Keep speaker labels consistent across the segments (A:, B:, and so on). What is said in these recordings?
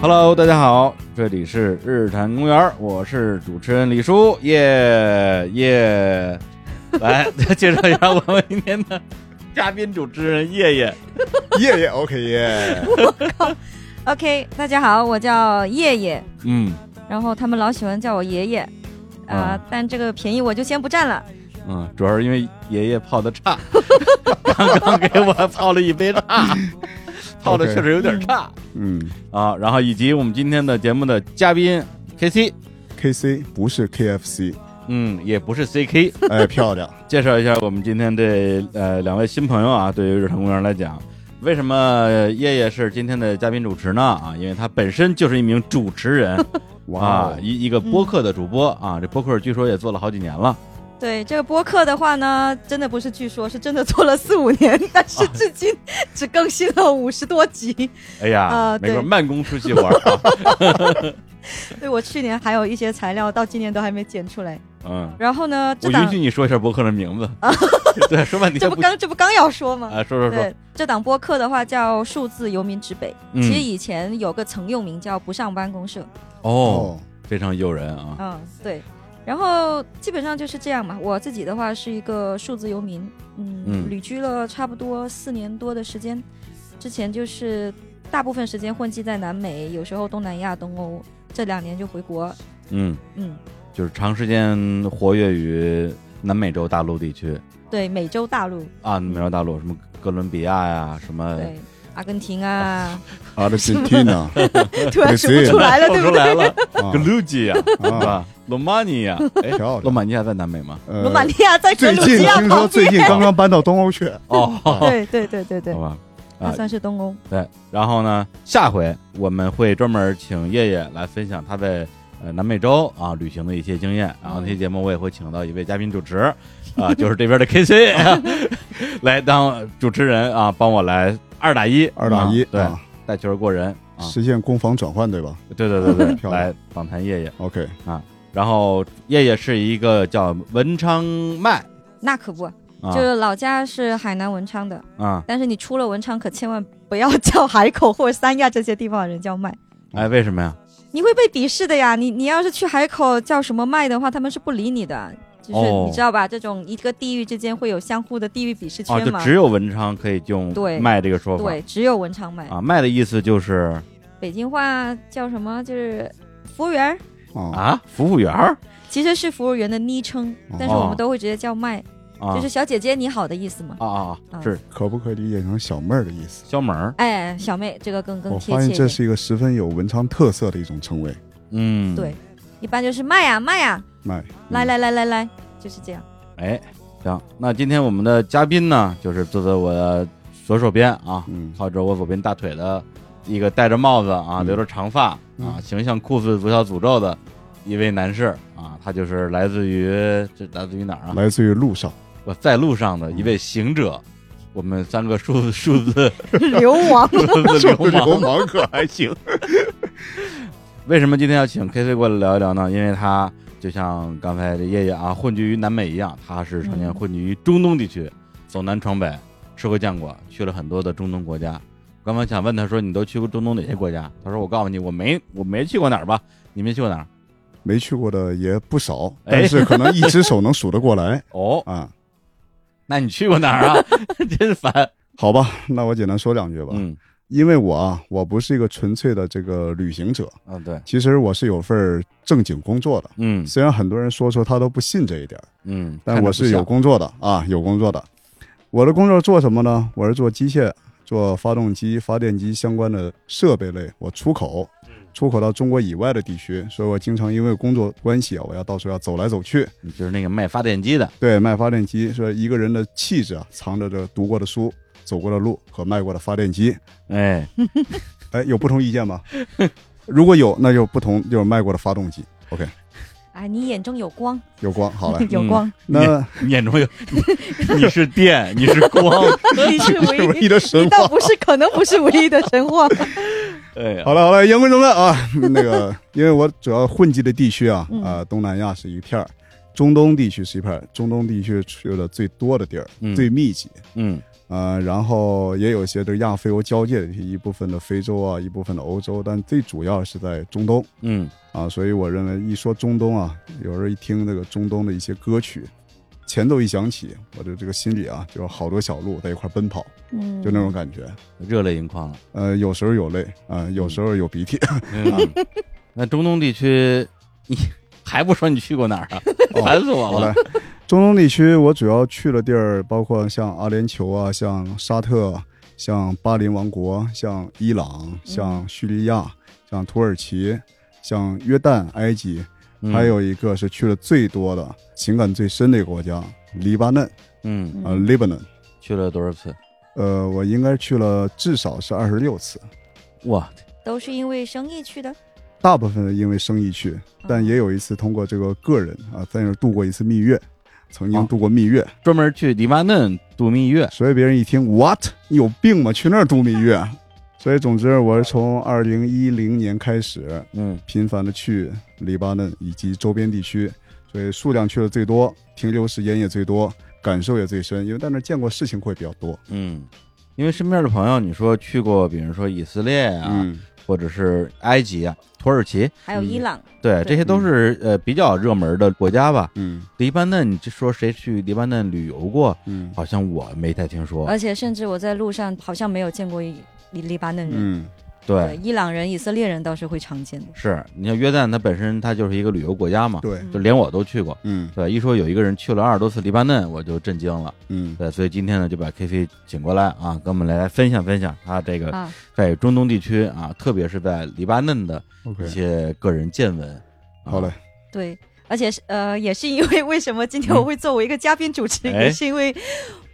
A: Hello，大家好，这里是日坛公园，我是主持人李叔，耶 耶！来介绍一下我们今天的 嘉宾主持人叶叶，
B: 夜夜 OK 耶，
C: OK，大家好，我叫叶叶，
A: 嗯
C: 然后他们老喜欢叫我爷爷，啊、
A: 嗯
C: 但这个便宜我就先不占了。
A: 嗯，主要是因为爷爷泡的差， 刚刚给我泡了一杯茶， 泡的确实有点差
B: 嗯
A: 啊。然后以及我们今天的节目的嘉宾 K C，
B: ，KC 不是 KFC，
A: 嗯，也不是 C K，
B: 哎，漂亮，
A: 介绍一下我们今天这呃两位新朋友啊，对于日坛公园来讲，为什么叶叶是今天的嘉宾主持呢？啊，因为他本身就是一名主持 人啊
B: 哇，，哦
A: 一一个播客的主播啊，这播客据说也做了好几年了，
C: 对这个播客的话呢，真的不是据说，是真的做了四五年，但是至今只更新了五十 多集。
A: 哎呀，
C: 啊
A: 没错，
C: 对
A: 慢工出细活儿 啊，
C: 对我去年还有一些材料，到今年都还没剪出来。
A: 嗯，
C: 然后呢，
A: 我
C: 这
A: 允
C: 档
A: 许你说一下播客的名 字，对，说半
C: 这
A: 天
C: 不
A: 不
C: 刚这不刚要说吗？
A: 啊，说说说，
C: 对，这档播客的话叫《数字游民之北》，
A: 嗯
C: 其实以前有个曾用名叫“不上班公社”，
A: 哦，，非常诱人啊，
C: 嗯，对。然后基本上就是这样嘛。我自己的话是一个数字游民，嗯，
A: 嗯
C: 旅居了差不多四年多的时间。之前就是大部分时间混迹在南美，有时候东南亚、东欧。这两年就回国，
A: 嗯，
C: 嗯，
A: 就是长时间活跃于南美洲大陆地区。
C: 对，美洲大陆，
A: 啊，美洲大陆什么哥伦比亚呀，什么
C: 对，阿根廷啊，
B: 阿根廷呢？
C: 突然数不出来 了，
A: 说
C: 对
A: 出
C: 不对？
A: 来了，
B: 啊
A: 格鲁吉亚是
B: 啊，
A: 吧？罗马尼亚，哎，
B: 漂
A: 罗
B: 亮。
A: 马尼亚在南美吗？
B: 呃
C: 罗马尼亚在格
B: 最
C: 鲁
B: 近
C: 吉亚
B: 听说
C: 旁
B: 最
C: 边，
B: 近刚刚搬到东欧去，
A: 哦，好
C: 对对对对对，
A: 吧，
C: 那算是东欧。
A: 哦对。然后呢，下回我们会专门请叶叶来分享他在呃南美洲啊旅行的一些经验。然后那期节目我也会请到一位嘉宾主 持，啊，就是这边的 K C 啊 来当主持人啊，帮我来二打一，
B: 二打一
A: 啊，对，
B: 啊
A: 带球过人啊，
B: 实现攻防转换，对吧
A: 对对对对，
B: 漂亮
A: 来访谈叶叶。
B: ？OK，
A: 然后叶叶是一个叫文昌麦
C: 那可不，
A: 啊
C: 就是老家是海南文昌的，
A: 啊，
C: 但是你出了文昌，可千万不要叫海口或者三亚这些地方的人叫麦，
A: 哎，为什么呀？
C: 你会被鄙视的呀。你你要是去海口叫什么麦的话，他们是不理你的。就是
A: 哦
C: 你知道吧，这种一个地域之间会有相互的地域鄙视
A: 哦，
C: 圈
A: 就
C: 嘛？
A: 只有文昌可以用
C: 对
A: 麦这个说法
C: 对，只有文昌麦。
A: 啊，麦的意思就是
C: 北京话叫什么？就是服务员儿，
B: 啊，
A: 啊，服务员儿
C: 其实是服务员的昵称，但是我们都会直接叫麦，
A: 哦啊，
C: 就是小姐姐你好的意思嘛。
A: 啊啊啊，
C: 啊
A: 是
B: 可不可以理解成小妹儿的意思？
A: 敲门儿，
C: 哎，小妹，这个更更
B: 我
C: 贴
B: 发现
C: 切一
B: 这
C: 点。
B: 是一个十分有文昌特色的一种称谓，
A: 嗯，
C: 对，一般就是麦呀、麦呀、
B: 麦
C: 来来来来来，就是这样。
A: 哎，行，那今天我们的嘉宾呢，就是坐在我的左手边啊，
B: 嗯，
A: 靠着我左边大腿的一个戴着帽子啊，
B: 嗯
A: 留着长发啊，
B: 嗯
A: 形象酷似《足球诅咒》的一位男士啊，他就是来自于这来自于哪儿啊？
B: 嗯来自于路上，
A: 我在路上的一位行者，
C: 嗯
A: 我们三个数字数字
C: 流亡
A: 数字流
B: 流
A: 氓。
B: 氓可还 行，
A: 为什么今天要请 K C 过来聊一聊呢？因为他就像刚才这叶叶啊，混迹于南美一样，他是常年
C: 嗯
A: 混迹于中东地区，走南闯北，吃过见过，去了很多的中东国家。刚刚想问他说你都去过中东哪些国家？他说我告诉你，我没我没去过哪儿吧？你没去过哪儿？
B: 没去过的也不少，
A: 哎
B: 但是可能一只手能数得过来
A: 哦，
B: 啊。
A: 那你去过哪儿 啊？真烦。
B: 好吧，那我简单说两句吧。
A: 嗯
B: 因为我啊，我不是一个纯粹的这个旅行者，
A: 啊对，
B: 其实我是有份儿正经工作的。
A: 嗯
B: 虽然很多人说说他都不信这一点儿，
A: 嗯，
B: 但我是
A: 看着
B: 有
A: 不
B: 工作的啊，有工作的。我的工作做什么呢？我是做机械、做发动机、发电机相关的设备类，我出口，
A: 嗯
B: 出口到中国以外的地区，所以我经常因为工作关系啊，我要到处要走来走去。
A: 像你就是那个卖发电机的。
B: 对，卖发电机，说一个人的气质啊，藏着这读过的书、走过的路和卖过的发电机。
A: 哎，
B: 哎，有不同意见吗？ 如果有，那就不同，就是卖过的发动机。OK，
C: 哎，你眼中有光，。
B: 有光，好嘞
C: 有光，
B: 那
A: 你眼中有， 你是电，你是 光，
C: 你是唯
B: 唯
C: 一
B: 一，的神
C: 你倒
B: 话。
C: 不是，可能不是唯一的 神话。
A: 哎呀，
B: 好了好了，言归正传啊， 那个，因为我主要混迹的地区啊，
C: 嗯
B: 啊，东南亚是一片儿，中东地区是一片儿，中东地区去了最多的地儿，
A: 嗯
B: 最密集
A: 嗯，
B: 啊、呃，然后也有些这个亚非欧交界的一部分的非洲啊，一部分的欧洲，但最主要是在中东
A: 嗯
B: 啊，所以我认为一说中东啊，有时候一听这个中东的一些歌曲，前奏一响起，我的这个心里啊，就有好多小鹿在一块奔跑，
C: 嗯，
B: 就那种感觉。
A: 热泪盈眶了。
B: 呃，有时候有泪啊、有时候有鼻涕。
A: 嗯， 那中东地区，你 还不说你去过哪儿啊？
B: 哦
A: 烦死我
B: 好嘞
A: 了。，
B: 中东地区我主要去的地儿包括像阿联酋啊，像沙特，啊像巴林王国，像伊朗，
A: 嗯
B: 像叙利亚，像土耳其，像约旦、埃及，
A: 嗯
B: 还，有一个是去了最多的、情感最深的一个国家——黎巴嫩
A: 嗯，
B: 啊、呃、，Lebanon。
A: 去了多少次？
B: 呃，我应该去了至少是二十六次，
A: 哇，
C: 都是因为生意去的，啊
B: 大部分因为生意去，
C: 嗯
B: 但也有一次通过这个个人啊，在那儿度过一次蜜月，曾
A: 哦
B: 经度过蜜月。
A: 专门去黎巴嫩度蜜月。
B: 所以别人一听 “what” 你有病吗？去那儿度蜜月？ 所以总之，我是从二零一零年开始
A: 嗯
B: 频繁的去黎巴嫩以及周边地区，所以数量去的最多，停留时间也最多，感受也最深，因为在那儿见过事情会比较多。
A: 嗯，因为身边的朋友，你说去过，比如说以色列啊，
B: 嗯，
A: 或者是埃及啊、土耳其，
C: 还有伊朗，
A: 对，这些都是呃比较热门的国家吧。
B: 嗯
A: 黎巴嫩，你这说谁去黎巴嫩旅游过？
B: 嗯
A: 好像我没太听说。
B: 哎
C: 而且甚至我在路上好像没有见过黎黎巴嫩人，
B: 嗯
A: 对，
C: 伊朗人、以色列人倒是会常见的。
A: 是你像约旦，它本身它就是一个旅游国家嘛，
B: 对，
A: 就连我都去过。
B: 嗯
A: 对，一说有一个人去了二十多次黎巴嫩，我就震惊了。
B: 嗯
A: 对，所以今天呢，就把 K C 请过来啊，跟我们来分享分享他这个
C: 啊，
A: 在中东地区啊，特别是在黎巴嫩的
B: ，OK，
A: 一些个人见闻。啊
B: 好嘞，，
C: 对，而且是呃，也是因为为 什么今天我会作为一个嘉宾主
B: 嗯
C: 持，
A: 哎
C: 也是因为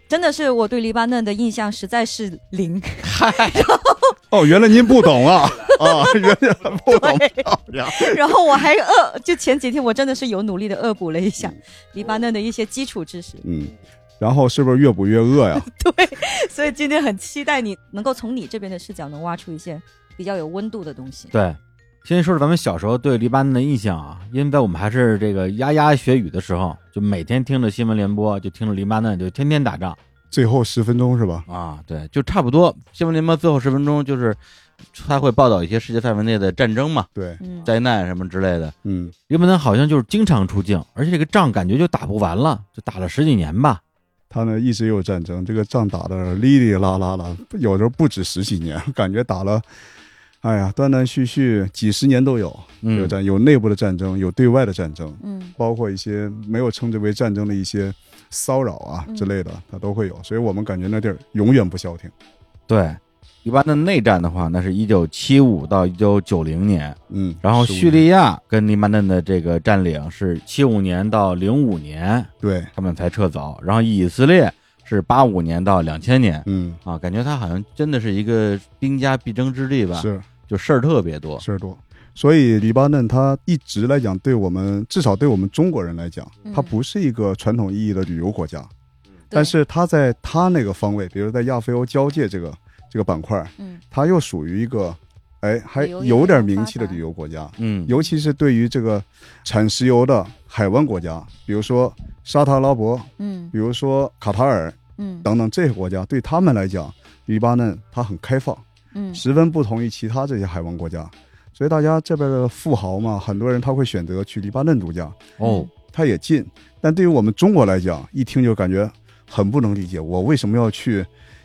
C: 真的是我对黎巴嫩的印象实在是零。
B: 哦，原来您不懂啊啊，原来不懂漂亮，
C: 然后我还恶，就前几天我真的是有努力的恶补了一下黎巴嫩的一些基础知识，
B: 嗯，然后是不是越补越饿 呀？
C: 所以今天很期待你能够从你这边的视角能挖出一些比较有温度的东西。
D: 对，先说说咱们小时候对黎巴嫩的印象啊，因为在我们还是这个牙牙学语的时候，就每天听着新闻联播，就听着黎巴嫩，就天天打仗
B: 最后十分钟是吧？
A: 啊，对，就差不多。新闻联播最后十分钟就是他会报道一些世界范围内的战争嘛、
B: 对，
C: 嗯，
A: 灾难什么之类的。
B: 嗯
D: 黎巴嫩好像就是经常出境，而且这个仗感觉就打不完了，就打了十几年吧。，
B: 他呢一直有战争，这个仗打的哩哩啦啦了，有时候不止十几年， 感觉打了，哎呀，断断续续几十年都有，有
A: 嗯，
B: 战有内部的战争，有对外的战争，
C: 嗯，
B: 包括一些没有称之为战争的一些骚扰啊
C: 嗯
B: 之类的，它都会有，所以我们感觉那地儿永远不消停。
A: 对，黎巴嫩内战的话，那是一九七五到一九九零年，
B: 嗯，
A: 然后
B: 是
A: 叙利亚跟黎巴嫩的这个占领是七五年到零五年，
B: 对，
A: 他们才撤走，然后以色列是八五年到两千年。
B: 嗯，
A: 啊，感觉他好像真的是一个兵家必争之地吧，
B: 是
A: 就事儿特别多。
B: 事儿多。所以黎巴嫩它一直来讲，对我们至少对我们中国人来讲，
C: 嗯
B: 它不是一个传统意义的旅游国家。但是它在它那个方位，比如在亚非欧交界这个这个板块，
C: 嗯，
B: 它又属于一个，哎，还
C: 旅游业
B: 有点
C: 非
B: 名
C: 常发
B: 气的
C: 达
B: 旅游国家，
A: 嗯，
B: 尤其是对于这个产石油的海湾国家，比如说沙特阿拉伯，
C: 嗯
B: 比如说卡塔尔
C: 嗯
B: 等等这些国家，对他们来讲，黎巴嫩它很开放，
C: 嗯
B: 十分不同于其他这些海湾国家，所以大家这边的富豪嘛，很多人他会选择去黎巴嫩度假，
A: 哦，
B: 它也近，但对于我们中国来讲，一听就感觉很不能理解，我为什么要去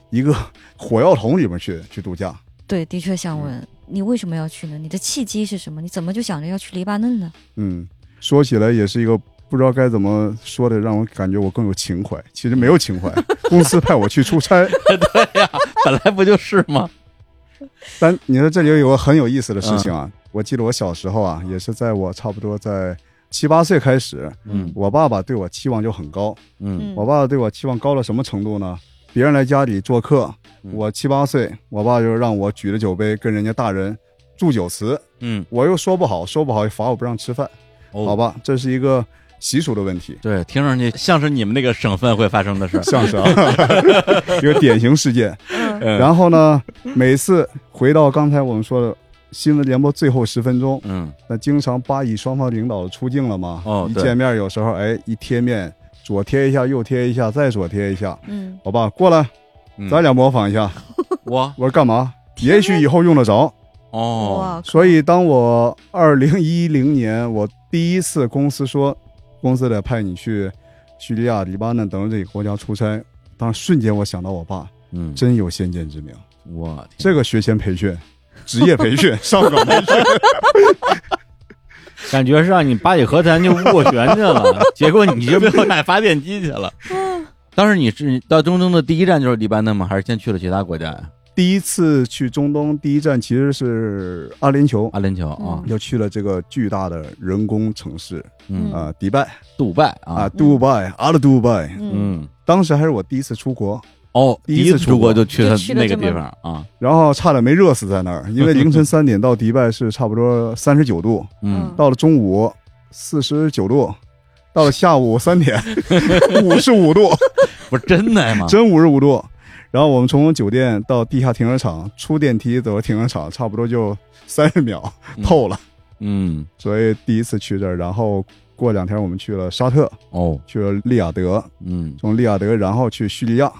B: 一个火药桶里面去去度假？
C: 对，的确想
B: 嗯
C: 问、你为什么要去呢？你的契机是什么？你怎么就想着要去黎巴嫩呢？
B: 嗯，说起来也是一个不知道该怎么说的，让我感觉我更有情怀。其实没有情怀，公司派我去出差。
A: 本来不就是吗？
B: 但你说这里有个很有意思的事情啊，我记得我小时候啊，也是在我差不多在七八岁开始，
A: 嗯
B: 我爸爸对我期望就很高。
A: 嗯
B: 我爸爸对我期望高到什么程度呢？别人来家里做客，
A: 嗯
B: 我七八岁，我爸就让我举着酒杯跟人家大人祝酒词，
A: 嗯，
B: 我又说不好，说不好罚我不让吃饭，
A: 哦
B: 好，吧，这是一个习俗的问题，
A: 对，听上去像是你们那个省份会发生的事儿。
B: 像是啊， 一个典型事件。
C: 嗯
A: 嗯
B: 然后呢，每次回到刚才我们说的新闻联播最后十分钟，
A: 嗯
B: 那经常巴以双方领导出镜了嘛，
A: 哦
B: 一
A: 对
B: 见面有时候哎一贴面，左贴一下，右贴一下，再左贴一下，
C: 嗯
B: 我爸过来，
E: 嗯
B: 咱俩模仿一下。
E: 我
B: 我说干嘛？也许以后用得着。
E: 哦，
C: 哇，
B: 所以当我二零一零年，我第一次公司说公司得派你去叙利亚、黎巴嫩等这几个国家出差，当时瞬间我想到我爸，
E: 嗯，
B: 真有先见之明。
E: 我天
B: 这个学前培训、职业培 训、上岗培训，
A: 感觉是让你八里河咱就斡旋 去了，结果你
E: 有
A: 就
E: 没有买发电机去了？
C: 嗯
E: 当时你是到中东的第一站就是黎巴嫩吗？还是先去了其他国家呀？
B: 第一次去中东，第一站其实是阿联酋，
E: 阿联酋
C: 嗯
E: 啊，
B: 又去了这个巨大的人工城市
E: 嗯
C: 嗯
B: 啊、迪拜
E: 杜拜
B: 啊，
E: 啊，
B: 杜拜，阿勒杜拜。
C: 嗯，
E: 嗯，
B: 当时还是我第一次出国，
E: 哦，
B: 第
E: 第
B: 一
E: 一
B: 次
E: 次
B: 出
E: 出
B: 国
E: 国就去了
C: 就去了
E: 那个
C: 这么
E: 地方啊，
B: 然后差点没热死在那儿，因为凌晨三点到迪拜是差不多三十九度，
E: 嗯
C: 嗯
B: 到了中午四十九度，到了下午三点五十五度，
E: 不是真的吗？
B: 真五十五度。然后我们从酒店到地下停车场，出电梯走到停车场，差不多就三十秒
E: 嗯
B: 透了。
E: 嗯，
B: 所以第一次去这儿，然后过两天我们去了沙特，
E: 哦，
B: 去了利雅得，
E: 嗯
B: 从利雅得然后去叙利亚，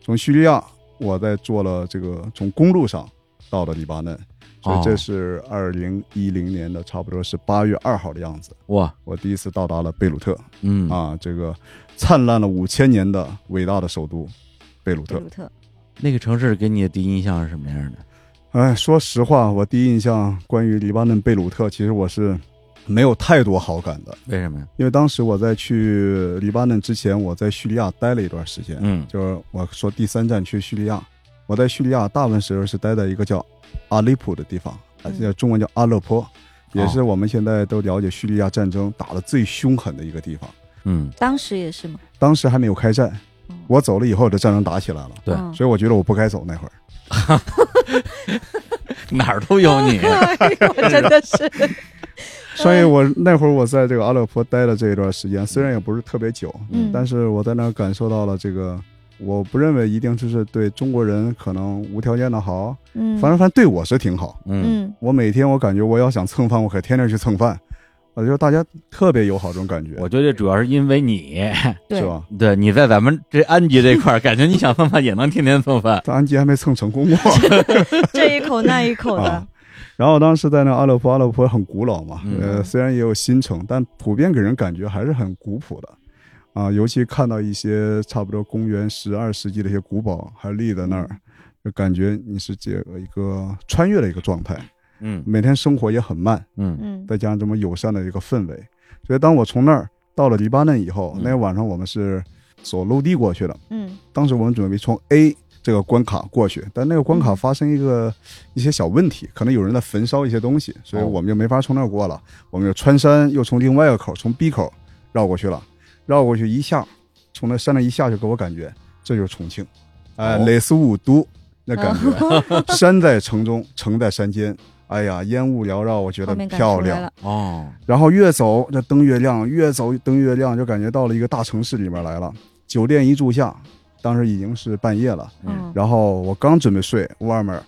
B: 从叙利亚我再坐了这个从公路上到了黎巴嫩，所以
E: 哦
B: 这是二零一零年的差不多是八月二号的样子，
E: 哇，
B: 我第一次到达了贝鲁特
E: 嗯，
B: 啊，这个灿烂了五千年的伟大的首都贝鲁
C: 贝
E: 嗯
B: 特。
C: 鲁特，
E: 那个城市给你的第一印象是什么样的？
B: 哎，说实话，我第一印象关于黎巴嫩贝鲁特，其实我是没有太多好感的，
E: 为什么呀？
B: 因为当时我在去黎巴嫩之前，我在叙利亚待了一段时间，
E: 嗯
B: 就是我说第三站去叙利亚，我在叙利亚大部分时候是待在一个叫阿利普的地方，啊，
C: 嗯
B: 叫中文叫阿勒颇，也
E: 哦
B: 是我们现在都了解叙利亚战争打得最凶狠的一个地方。
E: 嗯，
C: 当时也是嘛，
B: 当时还没有开战
C: 嗯，
B: 我走了以后，这战争打起来了，
E: 对
C: 嗯。
B: 所以我觉得我不该走那会儿。
E: 哪儿都有你
C: 哎呦，真的是，
B: 所以我那会儿我在这个阿勒颇待了这一段时间，虽然也不是特别久，
C: 嗯，
B: 但是我在那儿感受到了这个，我不认为一定就是对中国人可能无条件的好，
C: 嗯，
B: 反正反正对我是挺好。
E: 嗯
C: 嗯
B: 我每天我感觉我要想蹭饭，我可天天去蹭饭，我觉得大家特别友好这种感觉，
A: 我觉得这主要是因为你，
C: 对
B: 是吧？
E: 对，你在咱们这安吉这块 儿，感觉你想蹭饭也能天天蹭饭。
B: 但安吉还没蹭成功过。
C: 这一口那一口
B: 嗯
C: 的
B: 啊，然后当时在那阿勒颇，阿勒颇很古老嘛，
E: 嗯
B: 呃，虽然也有新城，但普遍给人感觉还是很古朴的，啊，尤其看到一些差不多公元十二世纪的一些古堡还立在那儿，就感觉你是这个一个穿越的一个状态。
E: 嗯
B: 每天生活也很慢，
E: 嗯
C: 嗯
B: 再加上这么友善的一个氛围，所以当我从那儿到了黎巴嫩以后，
E: 嗯
B: 那天晚上我们是走陆地过去的。
C: 嗯
B: 当时我们准备从 A 这个关卡过去，但那个关卡
C: 嗯
B: 发生一个一些小问题，可能有人在焚烧一些东西，所以
E: 哦
B: 我们就没法从那儿过了。我们就穿山，又从另外一个口，从 B 口绕过去了，绕过去一下，从那山上一下就给我感觉这就是重庆，哎，
E: 哦
B: 蕾丝雾都那感 觉，山在城中，城在山间。哎呀，烟雾缭绕，我觉
C: 画
B: 得
C: 面感
B: 漂
C: 出来
B: 亮。
C: 了，
E: 哦，
B: 然后越走这灯越亮，越走灯越亮，就感觉到了一个大城市里面来了。酒店一住下，当时已经是半夜了。
E: 嗯
C: 嗯，
B: 然后我刚准备睡，外面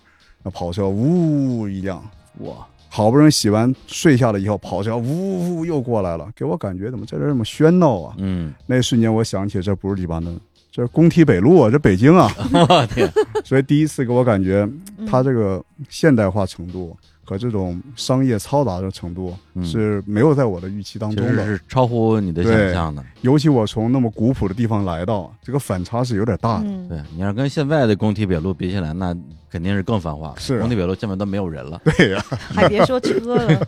B: 那跑车呜一辆，
E: 我
B: 好不容易洗完睡下了以后，跑车呜呜又过来了，给我感觉怎么在这儿这么喧闹啊？
E: 嗯，
B: 那一瞬间我想起这不是黎巴嫩，这是工体北路啊，这北京啊。
E: 我天，
B: 所以第一次给我感觉
C: 嗯
B: 它这个现代化程度和这种商业嘈杂的程度
E: 嗯
B: 是没有在我的预期当
E: 其
B: 中
E: 实
B: 的。
E: 是超乎你的想象的。
B: 尤其我从那么古朴的地方来到，这个反差是有点大的。
C: 嗯
E: 对，你要跟现在的工体北路比起来，那肯定是更繁华了。
B: 是啊
E: 工体北路现在都没有人了。
B: 对呀、
C: 还别说车了，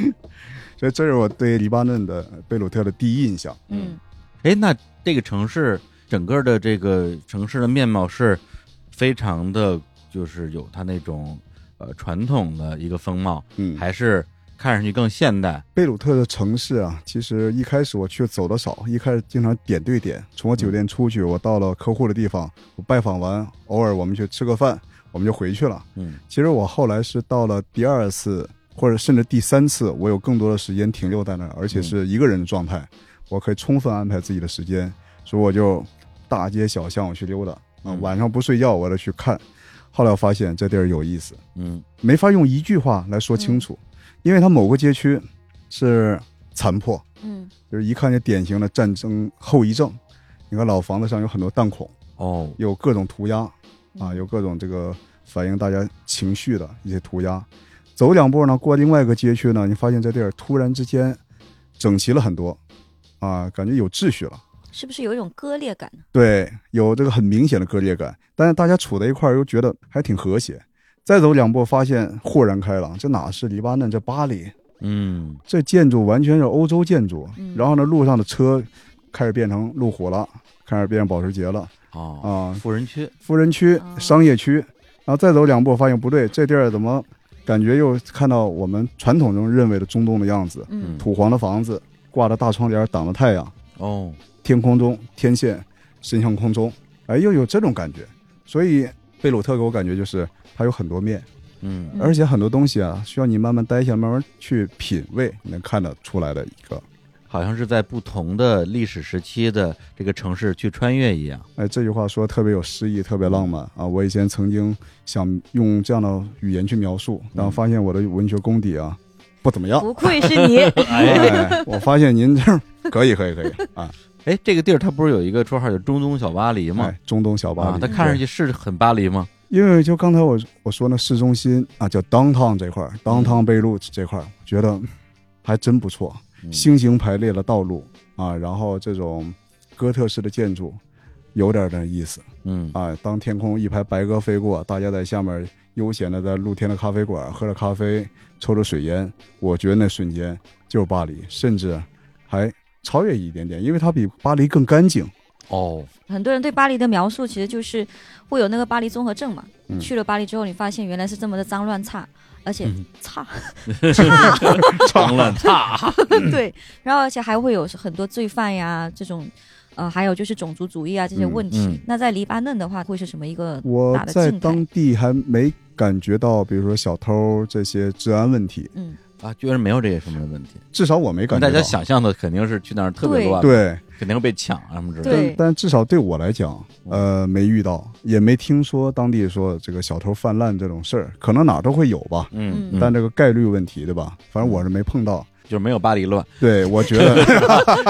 B: 所以这是我对黎巴嫩的贝鲁特的第一印象。
C: 嗯
E: 哎，那这个城市整个的这个城市的面貌是非常的，就是有它那种呃传统的一个风貌，
B: 嗯，
E: 还是看上去更现代？
B: 贝鲁特的城市啊，其实一开始我去走的少，一开始经常点对点，从我酒店出去，我到了客户的地方，我拜访完，偶尔我们去吃个饭，我们就回去了。
E: 嗯
B: 其实我后来是到了第二次，或者甚至第三次，我有更多的时间停留在那儿，而且是一个人的状态，我可以充分安排自己的时间，所以我就大街小巷我去溜达啊、
E: 嗯
B: 晚上不睡觉我就去看。后来我发现这地儿有意思，
E: 嗯
B: 没法用一句话来说清楚，因为它某个街区是残破，
C: 嗯
B: 就是一看就典型的战争后遗症。你看老房子上有很多弹孔，
F: 哦，
B: 有各种涂鸦
C: 嗯
B: 啊，有各种这个反映大家情绪的一些涂鸦。走两步呢，过另外一个街区呢，你发现这地儿突然之间整齐了很多，啊，感觉有秩序了。
C: 是不是有一种割裂感呢？
B: 对，有这个很明显的割裂感，但是大家处在一块儿又觉得还挺和谐。再走两步，发现豁然开朗，这哪是黎巴嫩，这巴黎，
A: 嗯，
B: 这建筑完全是欧洲建筑。
C: 嗯
B: 然后呢，路上的车开始变成路虎了，开始变成保时捷了
A: 哦，
B: 啊，
A: 富人区，
B: 富人区
C: 哦、
B: 商业区。然后再走两步，发现不对，这地儿怎么感觉又看到我们传统中认为的中东的样子？
C: 嗯，
B: 土黄的房子，挂着大窗帘挡着太阳，
A: 哦，
B: 天空中天线伸向空中，哎，又有这种感觉。所以贝鲁特给我感觉就是它有很多面，
A: 嗯
C: 嗯
B: 而且很多东西啊，需要你慢慢待下，慢慢去品味，你能看得出来的一个。
A: 好像是在不同的历史时期的这个城市去穿越一样，
B: 哎，这句话说得特别有诗意，特别浪漫啊！我以前曾经想用这样的语言去描述，
A: 嗯
B: 但我发现我的文学功底啊不怎么样。
C: 不愧 是你，
B: 哎，我发现您这儿可以，可以，可以啊！
A: 哎，这个地儿它不是有一个绰号叫中东小巴黎吗？
B: 哎，中东小巴
A: 啊，
B: 黎，
A: 它看上
B: 对
A: 去是很巴黎吗？
B: 因为就刚才我我说那市中心啊，叫 downtown 这块儿，downtown 贝路这块儿，觉得还真不错，
A: 嗯
B: 星形排列的道路啊，然后这种哥特式的建筑，有点儿那意思
A: 嗯，
B: 啊。当天空一排白鸽飞过，大家在下面悠闲的在露天的咖啡馆喝着咖啡，抽着水烟，我觉得那瞬间就是巴黎，甚至还超越一点点，因为它比巴黎更干净。
A: 哦，
C: 很多人对巴黎的描述其实就是会有那个巴黎综合症嘛。
B: 嗯
C: 去了巴黎之后，你发现原来是这么的脏乱差，而且
A: 嗯
C: 差差，
A: 脏乱差，
B: 嗯
C: 对，然后而且还会有很多罪犯呀这种，呃，还有就是种族主义啊这些
B: 嗯
C: 问题。
A: 嗯
C: 那在黎巴嫩的话，会是什么一个？
B: 我
C: 大的
B: 在
C: 进展
B: 当地还没感觉到，比如说小偷这些治安问题，
C: 嗯，
A: 啊，居然没有这些什么问题。
B: 至少我没感觉
A: 大
B: 到。
A: 家想象的肯定是去那儿特别
C: 对
A: 乱，，
B: 对，
A: 肯定会被抢啊什么之类的。
C: 对
B: 但但至少对我来讲，呃，没遇到，也没听说当地说这个小偷泛滥这种事儿，可能哪儿都会有吧，
A: 嗯，
C: 嗯
B: 但这个概率问题，对吧？反正我是没碰到。
A: 就是没有巴黎乱，
B: 对，我觉得，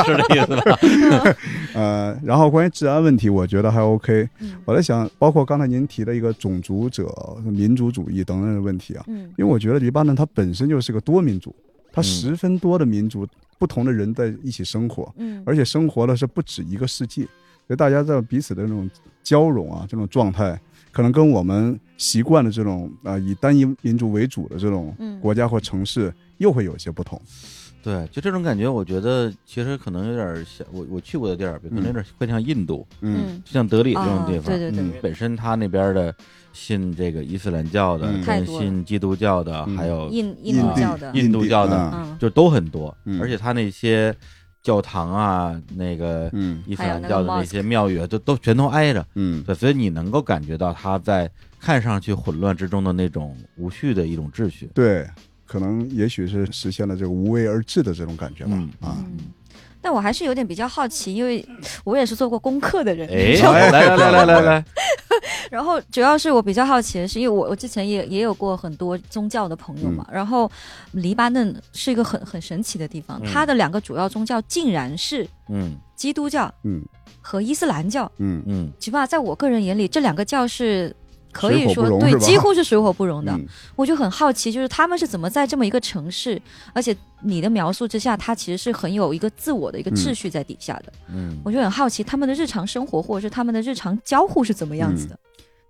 A: 是这意思吧？
B: 呃，然后关于治安问题，我觉得还 OK。
C: 嗯
B: 我在想，包括刚才您提的一个种族者、民族主义等等的问题啊，
C: 嗯
B: 因为我觉得黎巴嫩它本身就是个多民族，
A: 嗯
B: 它十分多的民族，不同的人在一起生活，
C: 嗯，
B: 而且生活的是不止一个世纪，所以大家在彼此的那种交融啊，这种状态，可能跟我们习惯的这种啊、呃以单一民族为主的这种
C: 嗯
B: 国家或城市，又会有一些不同。
A: 对，就这种感觉，我觉得其实可能有点像我我去过的地儿，可能有点会像印度，
B: 嗯，
C: 嗯
A: 就像德里这
C: 啊
A: 种地方，
C: 对对对，
B: 嗯
A: 本身它那边的信这个伊斯兰教的
B: 嗯，
C: 太
A: 跟
C: 多了
A: 信基督教的，
B: 嗯
A: 还有
C: 印
B: 印
C: 度
B: 地
C: 教的，
A: 印度教的
B: 啊
C: 嗯
A: 就都很多，
B: 嗯
A: 而且它那些教堂啊，那个
B: 嗯
A: 伊斯
C: 还有
A: 兰
C: 那个
A: 教的那些庙宇啊都都全都挨着，
B: 嗯，
A: 对，所以你能够感觉到它在看上去混乱之中的那种无序的一种秩序。
B: 对，可能也许是实现了这个无为而治的这种感觉吧。
A: 嗯
B: 啊，
C: 嗯，但我还是有点比较好奇，因为我也是做过功课的人，
A: 哎，
B: 哎
A: 来来来来来来，
C: 然后主要是我比较好奇的是，因为我我之前也也有过很多宗教的朋友嘛，
B: 嗯
C: 然后黎巴嫩是一个很很神奇的地方，
A: 嗯
C: 它的两个主要宗教竟然是
A: 嗯
C: 基督教
B: 嗯
C: 和伊斯兰教，
B: 嗯
A: 嗯，
C: 起码在我个人眼里，这两个教是。可以
B: 水火不
C: 说
B: 容
C: 对
B: 是，吧
C: 几乎是水火不容的。
B: 嗯
C: 我就很好奇，就是他们是怎么在这么一个城市，而且你的描述之下，它其实是很有一个自我的一个秩序在底下的。
A: 嗯
C: 我就很好奇他们的日常生活或者是他们的日常交互是怎么样子的。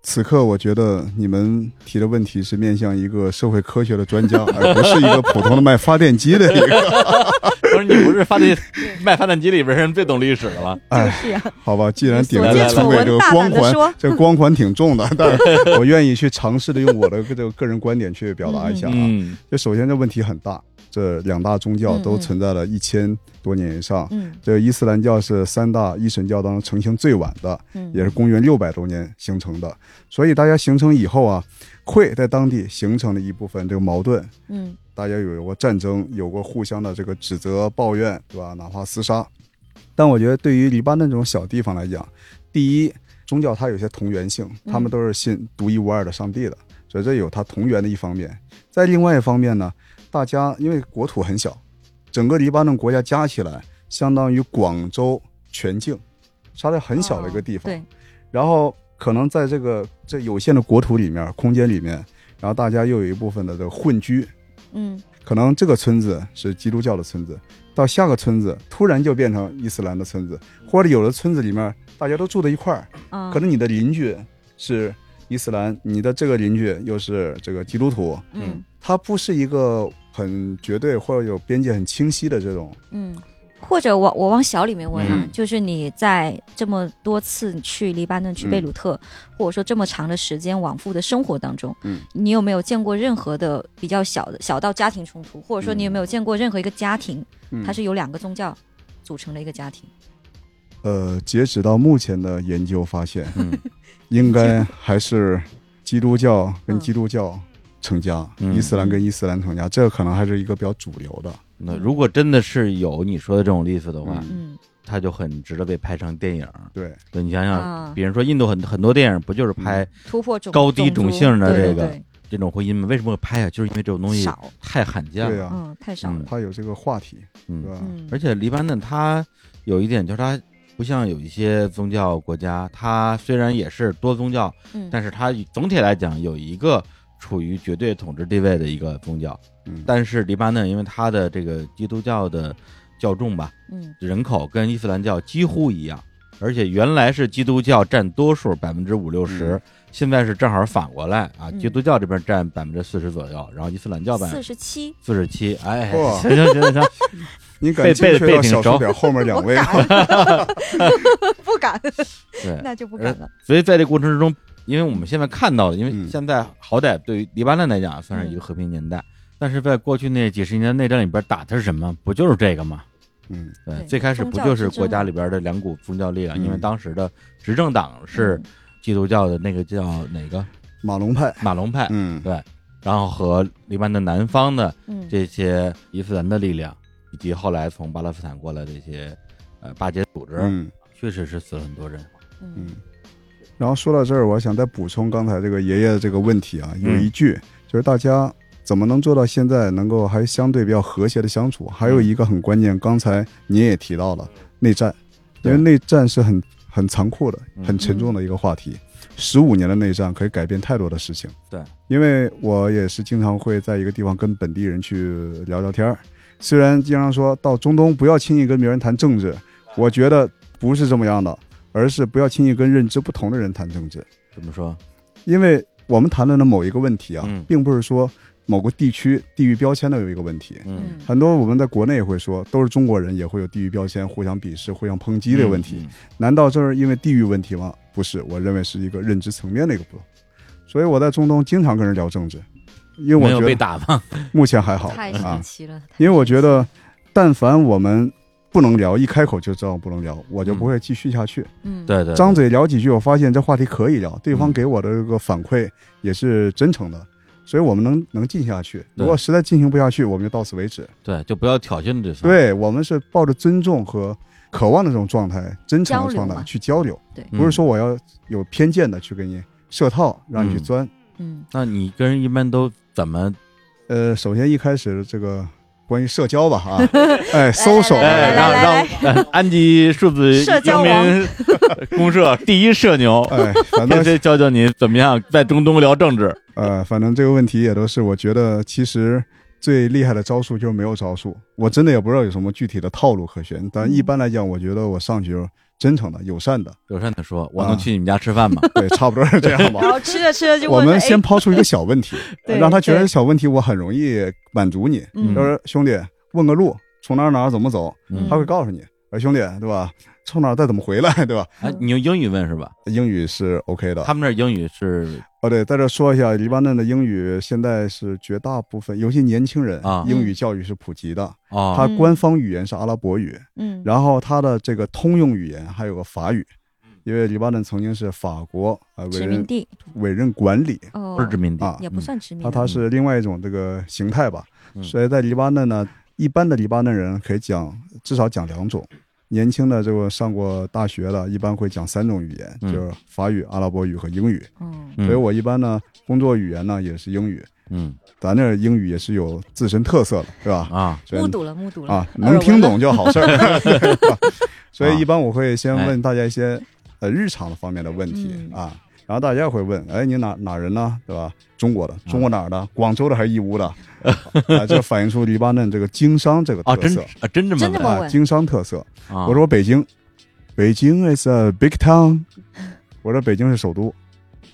B: 此刻，我觉得你们提的问题是面向一个社会科学的专家， 而不是一个普通的卖发电机的一个。
A: 不是你不是发电卖发电机里边人最懂历史的了，
B: 哎，
C: 是啊，
B: 好吧，既然
C: 所
B: 顶着
A: 见
B: 这
C: 所
B: 称谓
C: 闻
B: 这个
C: 大
B: 光
C: 胆地 说
B: 环，这个光环挺重的，但是我愿意去尝试的用我的这个个人观点去表达一下啊。
A: 嗯
B: 就首先这问题很大，这两大宗教都
C: 嗯嗯
B: 存在了一千多年以上。
C: 嗯
B: 这个伊斯兰教是三大一神教当中成型最晚的，
C: 嗯，
B: 也是公元六百多年形成的。所以大家形成以后啊，会在当地形成了一部分这个矛盾，
C: 嗯
B: 大家有过战争，有过互相的这个指责、抱怨，对吧？哪怕厮杀。但我觉得，对于黎巴嫩这种小地方来讲，第一，宗教它有些同源性，他们都是信独一无二的上帝的，所以这有它同源的一方面。在另外一方面呢，大家因为国土很小，整个黎巴嫩国家加起来相当于广州全境，它在很小的一个地方。
C: 哦对，
B: 然后可能在这个这有限的国土里面、空间里面，然后大家又有一部分的这个混居，
C: 嗯
B: 可能这个村子是基督教的村子，到下个村子突然就变成伊斯兰的村子，或者有的村子里面大家都住在一块儿，
C: 啊，
B: 可能你的邻居是伊斯兰，你的这个邻居又是这个基督徒，
C: 嗯
B: 它不是一个很绝对或者有边界很清晰的这种，
C: 嗯，或者我我往小里面问啊，
A: 嗯
C: 就是你在这么多次去黎巴嫩、去
B: 嗯
C: 贝鲁特，或者说这么长的时间往复的生活当中，
B: 嗯
C: 你有没有见过任何的比较小的小到家庭冲突，或者说你有没有见过任何一个家庭，
B: 嗯
A: 嗯
C: 它是由两个宗教组成的一个家庭？
B: 呃，截止到目前的研究发现，
A: 嗯
B: 应该还是基督教跟基督教成家，
A: 嗯
B: 伊斯兰跟伊斯兰成家，这可能还是一个比较主流的。
A: 那如果真的是有你说的这种例子的话，
B: 嗯
C: 嗯
A: 它就很值得被拍成电影。
B: 对，
A: 对你想想，
C: 啊
A: 比，如说印度很很多电影不就是拍
C: 突破种
A: 高低种姓的
C: 对
A: 这个
C: 对
A: 这种婚姻吗？为什么会拍啊？就是因为这种东
C: 对
A: 西
C: 少，
A: 太罕见
B: 对
A: 了。
B: 呀、
C: 嗯，太少
A: 嗯
C: 了，
B: 他有这个话题，
A: 嗯
B: 对吧？
C: 嗯，
A: 而且黎巴嫩它有一点就是它不像有一些宗教国家，它虽然也是多宗教，
C: 嗯
A: 但是它总体来讲有一个处于绝对统治地位的一个宗教。
B: 嗯，
A: 但是黎巴嫩因为它的这个基督教的教众吧，
C: 嗯
A: 人口跟伊斯兰教几乎一样，而且原来是基督教占多数，百分之五六十
B: 嗯，
A: 现在是正好反过来啊，
C: 嗯
A: 基督教这边占百分之四十左右，然后伊斯兰教百
C: 四十七，
A: 四十七，哎，
B: 哇
A: 行行行行行，
B: 你
A: 背背
B: 敢精确
A: 背
B: 到
A: 挺
B: 小
A: 熟
B: 数点后面
C: 我
B: 两 位吗？
C: 敢， 不敢，
A: 对，
C: 那就不敢了。
A: 所以在这过程之中，因为我们现在看到的，因为
B: 嗯
A: 现在好歹对于黎巴嫩来讲算
C: 嗯
A: 是一个和平年代，
G: 但是在过去那几十年的内战里边打的是什么？不就是这个吗？
B: 嗯，
A: 对，
C: 对
A: 呃最开始不就是国家里边的两股宗教力量？
B: 嗯
A: 因为当时的执政党是
C: 嗯
A: 基督教的那个叫哪个
B: 马龙派，
A: 马龙派，
B: 嗯
A: 对然后和黎巴嫩南方的
C: 嗯，嗯
A: 这些，
G: 伊斯兰的力量
A: 以及后来从巴勒斯坦过来的这些呃巴结组织，
B: 嗯
G: 确实是死了很多人。
C: 嗯
B: 嗯。然后说到这儿，我想再补充刚才这个爷爷的这个问题啊，有
A: 嗯
B: 一句、就是大家怎么能做到现在能够还相对比较和谐的相处？还
A: 嗯
B: 有一个很关键，刚才您也提到了内战，因为
A: 对
B: 内战是很很残酷的、
A: 嗯
B: 很沉重的一个话题。十五年的内战可以改变太多的事情。
A: 对，
B: 因为我也是经常会在一个地方跟本地人去聊聊天儿，虽然经常说到中东不要轻易跟别人谈政治，我觉得不是这么样的，而是不要轻易跟认知不同的人谈政治，
A: 怎么说？
B: 因为我们谈论的某一个问题啊
A: 嗯，
B: 并不是说某个地区地域标签的有一个问题。
A: 嗯，
B: 很多我们在国内也会说，都是中国人，也会有地域标签、互相鄙视、互相抨击的问题。
A: 嗯，
B: 难道这是因为地域问题吗？不是，我认为是一个认知层面的一个不同。所以我在中东经常跟人聊政治，
A: 嗯
B: 因为
A: 没
B: 我
A: 有
B: 觉
A: 被
B: 得
A: 打吗？
B: 目前还好
C: 太
B: 啊
C: 神，奇了，
B: 因为我觉得，但凡我们不能聊，一开口就知道不能聊，我就不会继续下去。
C: 嗯，
A: 对对，对
B: 张，嘴聊几句，我发现这话题可以聊，对
A: 嗯
B: 方给我的这个反馈也是真诚的，所以我们能能进下去。如果实在进行不下去，我们就到此为止。
A: 对，就不要挑衅对方。，
B: 对我们是抱着尊重和渴望的这种状态，真诚的状
C: 交流嘛
B: 态去交流，
A: 嗯
B: 不是说我要有偏见的去给你设套，让你去
A: 嗯
B: 钻。
C: 嗯
A: 那你跟人一般都怎么
B: 呃，首先一开始这个关于社交吧， 啊，哎，搜索，
A: 哎，
C: 来来
A: 让
C: 来来
A: 让呃安吉数字
C: 社
A: 游
C: 交
A: 民公社第一社牛，
B: 哎，反
A: 跟
B: 正
A: 谁教教您怎么样在中东聊政治？
B: 呃，反正这个问题也都是，我觉得其实最厉害的招数就是没有招数，我真的也不知道有什么具体的套路可循。
C: 嗯
B: 但一般来讲，我觉得我上去就是真诚的、友善的，
A: 友善的说，我
B: 啊
A: 能去你们家吃饭 吗？
B: 对，差不多是这样吧
C: 然。后吃着吃着就
B: 我
C: 问
B: 们
C: 了
B: 先
C: 哎
B: 抛出一个小问题，
C: 对
B: 让他觉
C: 对
B: 得小问题我很容易满足你。
C: 嗯
B: 就
A: 嗯
B: 是兄弟，问个路，从哪儿哪儿怎么走，
A: 嗯
B: 他会告诉你。哎，兄弟，对吧？从哪儿再怎么回来， 对吧？
A: 啊，你用英语问是吧？
B: 英语是 OK 的。
A: 他们那儿英语是
B: 哦，对，在这说一下，黎巴嫩的英语现在是绝大部分，尤其年轻人
A: 啊
B: 英语教育是普及的。
A: 哦
B: 它
C: 嗯
B: 官方语言是阿拉伯语，
C: 嗯，
B: 然后它的这个通用语言还有个法语，
A: 嗯
B: 因为黎巴嫩曾经是法国呃委
C: 嗯殖民
B: 任
C: 地
B: 委任管理
C: 哦
A: 不，是殖民地
B: 啊，
C: 也不算殖民
B: 它
C: 地，
B: 它是另外一种这个形态吧。
A: 嗯
B: 所以在黎巴嫩呢，一般的黎巴嫩人可以讲至少讲两种。年轻的这个上过大学的，一般会讲三种语言，
A: 嗯
B: 就是法语、阿拉伯语和英语。
C: 嗯
A: 嗯
B: 所以我一般呢，工作语言呢也是英语，
A: 嗯
B: 咱这儿英语也是有自身特色的，对吧？
A: 啊，
B: 所以
C: 目睹了目
B: 啊
C: 睹了
B: 啊，能听懂就好事儿。所以一般我会先
A: 哎
B: 问大家一些呃日常的方面的问题、
C: 嗯
B: 啊。然后大家会问，哎，你哪哪人呢？对吧？中国的，中国哪儿的？广州的还是义乌的？啊，这反映出黎巴嫩这个经商这个
E: 哦，
B: 特
E: 真
B: 色
E: 啊，真这么
C: 真这
E: 问
C: 么
B: 啊，
C: 问
B: 经商特色。
E: 啊？
B: 我说北京，北京 is a big town，我说北京是首都。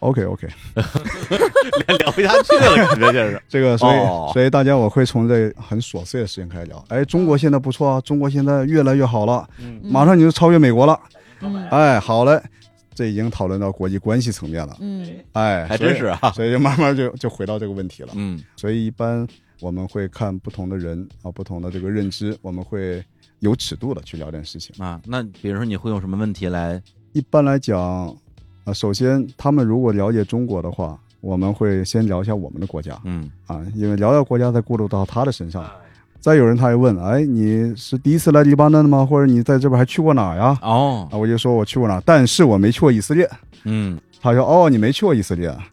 B: OK OK，
E: 聊不下去了，感觉就是
B: 这个所以、
E: 哦
B: 所以大家我会从这很琐碎的事情开始聊。哎，中国现在不错啊，中国现在越来越好了，
C: 嗯
B: 马上你就超越美国了。
C: 嗯
B: 哎，好嘞，这已经讨论到国际关系层面了。
C: 嗯
B: 哎，
E: 还真是啊，
B: 所以，所以就 慢慢就就回到这个问题了。
E: 嗯
B: 所以一般我们会看不同的人啊，不同的这个认知，我们会有尺度的去聊点事情。
E: 啊，那比如说你会用什么问题来？
B: 一般来讲，啊，首先他们如果了解中国的话，我们会先聊一下我们的国家
E: 嗯
B: 啊，因为聊聊国家再过渡到他的身上。再有人他还问，哎，你是第一次来黎巴嫩吗？或者你在这边还去过哪儿呀？
E: 哦
B: 啊，我就说我去过哪儿，但是我没去过以色列。
E: 嗯
B: 他说：“哦，你没去过以色列啊？”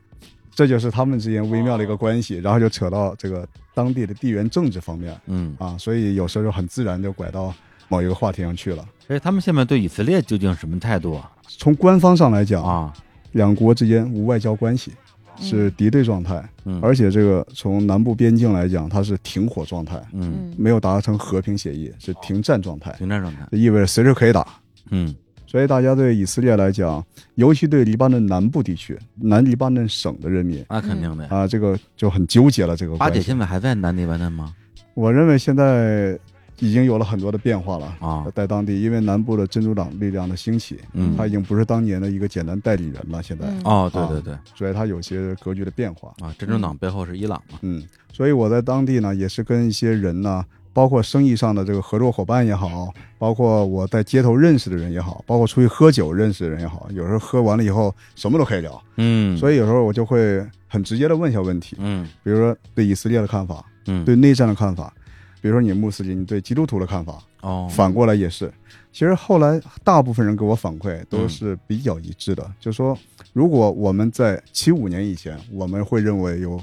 B: 这就是他们之间微妙的一个
E: 哦
B: 关系，然后就扯到这个当地的地缘政治方面
E: 嗯
B: 啊，所以有时候就很自然就拐到某一个话题上去了。
A: 所以他们现在对以色列究竟什么态度啊？
B: 从官方上来讲，
E: 啊
B: 两国之间无外交关系，
C: 嗯
B: 是敌对状态，
E: 嗯
B: 而且这个从南部边境来讲，它是停火状态，
E: 嗯，哦
C: 嗯
B: 没有达成和平协议，是停战状态，
E: 停战状态，
B: 这意味着随时可以打。
E: 嗯
B: 所以大家对以色列来讲，尤其对黎巴嫩南部地区、南黎巴嫩省的人民，
E: 那肯定的呀。
B: 啊，这个就很纠结了。这个
E: 巴
B: 关
E: 铁
B: 系，
E: 现在还在南黎巴嫩吗？
B: 我认为现在已经有了很多的变化了
E: 啊
B: 在当地，因为南部的真主党力量的兴起，
E: 嗯
B: 他已啊经不是当年的一个简单代理人了，现在，
C: 嗯
E: 哦，对对对
B: 所以他有些格局的变化。
E: 啊，真主党背后是伊朗嘛？
B: 嗯，所以我在当地呢，也是跟一些人呢，包括生意上的这个合作伙伴也好，包括我在街头认识的人也好，包括出去喝酒认识的人也好，有时候喝完了以后什么都可以聊，
E: 嗯
B: 所
E: 以
B: 以有时候我就会很直接的问一下问题，
E: 嗯
B: 比如说对以色列的看法，
E: 嗯
B: 对内战的看法，比如说你穆斯林对基督徒的看法，
E: 哦
B: 反过来也是。其实后来大部分人给我反馈
E: 嗯
B: 都是比较一致的，就说如果我们在七五年以前，我们会认为有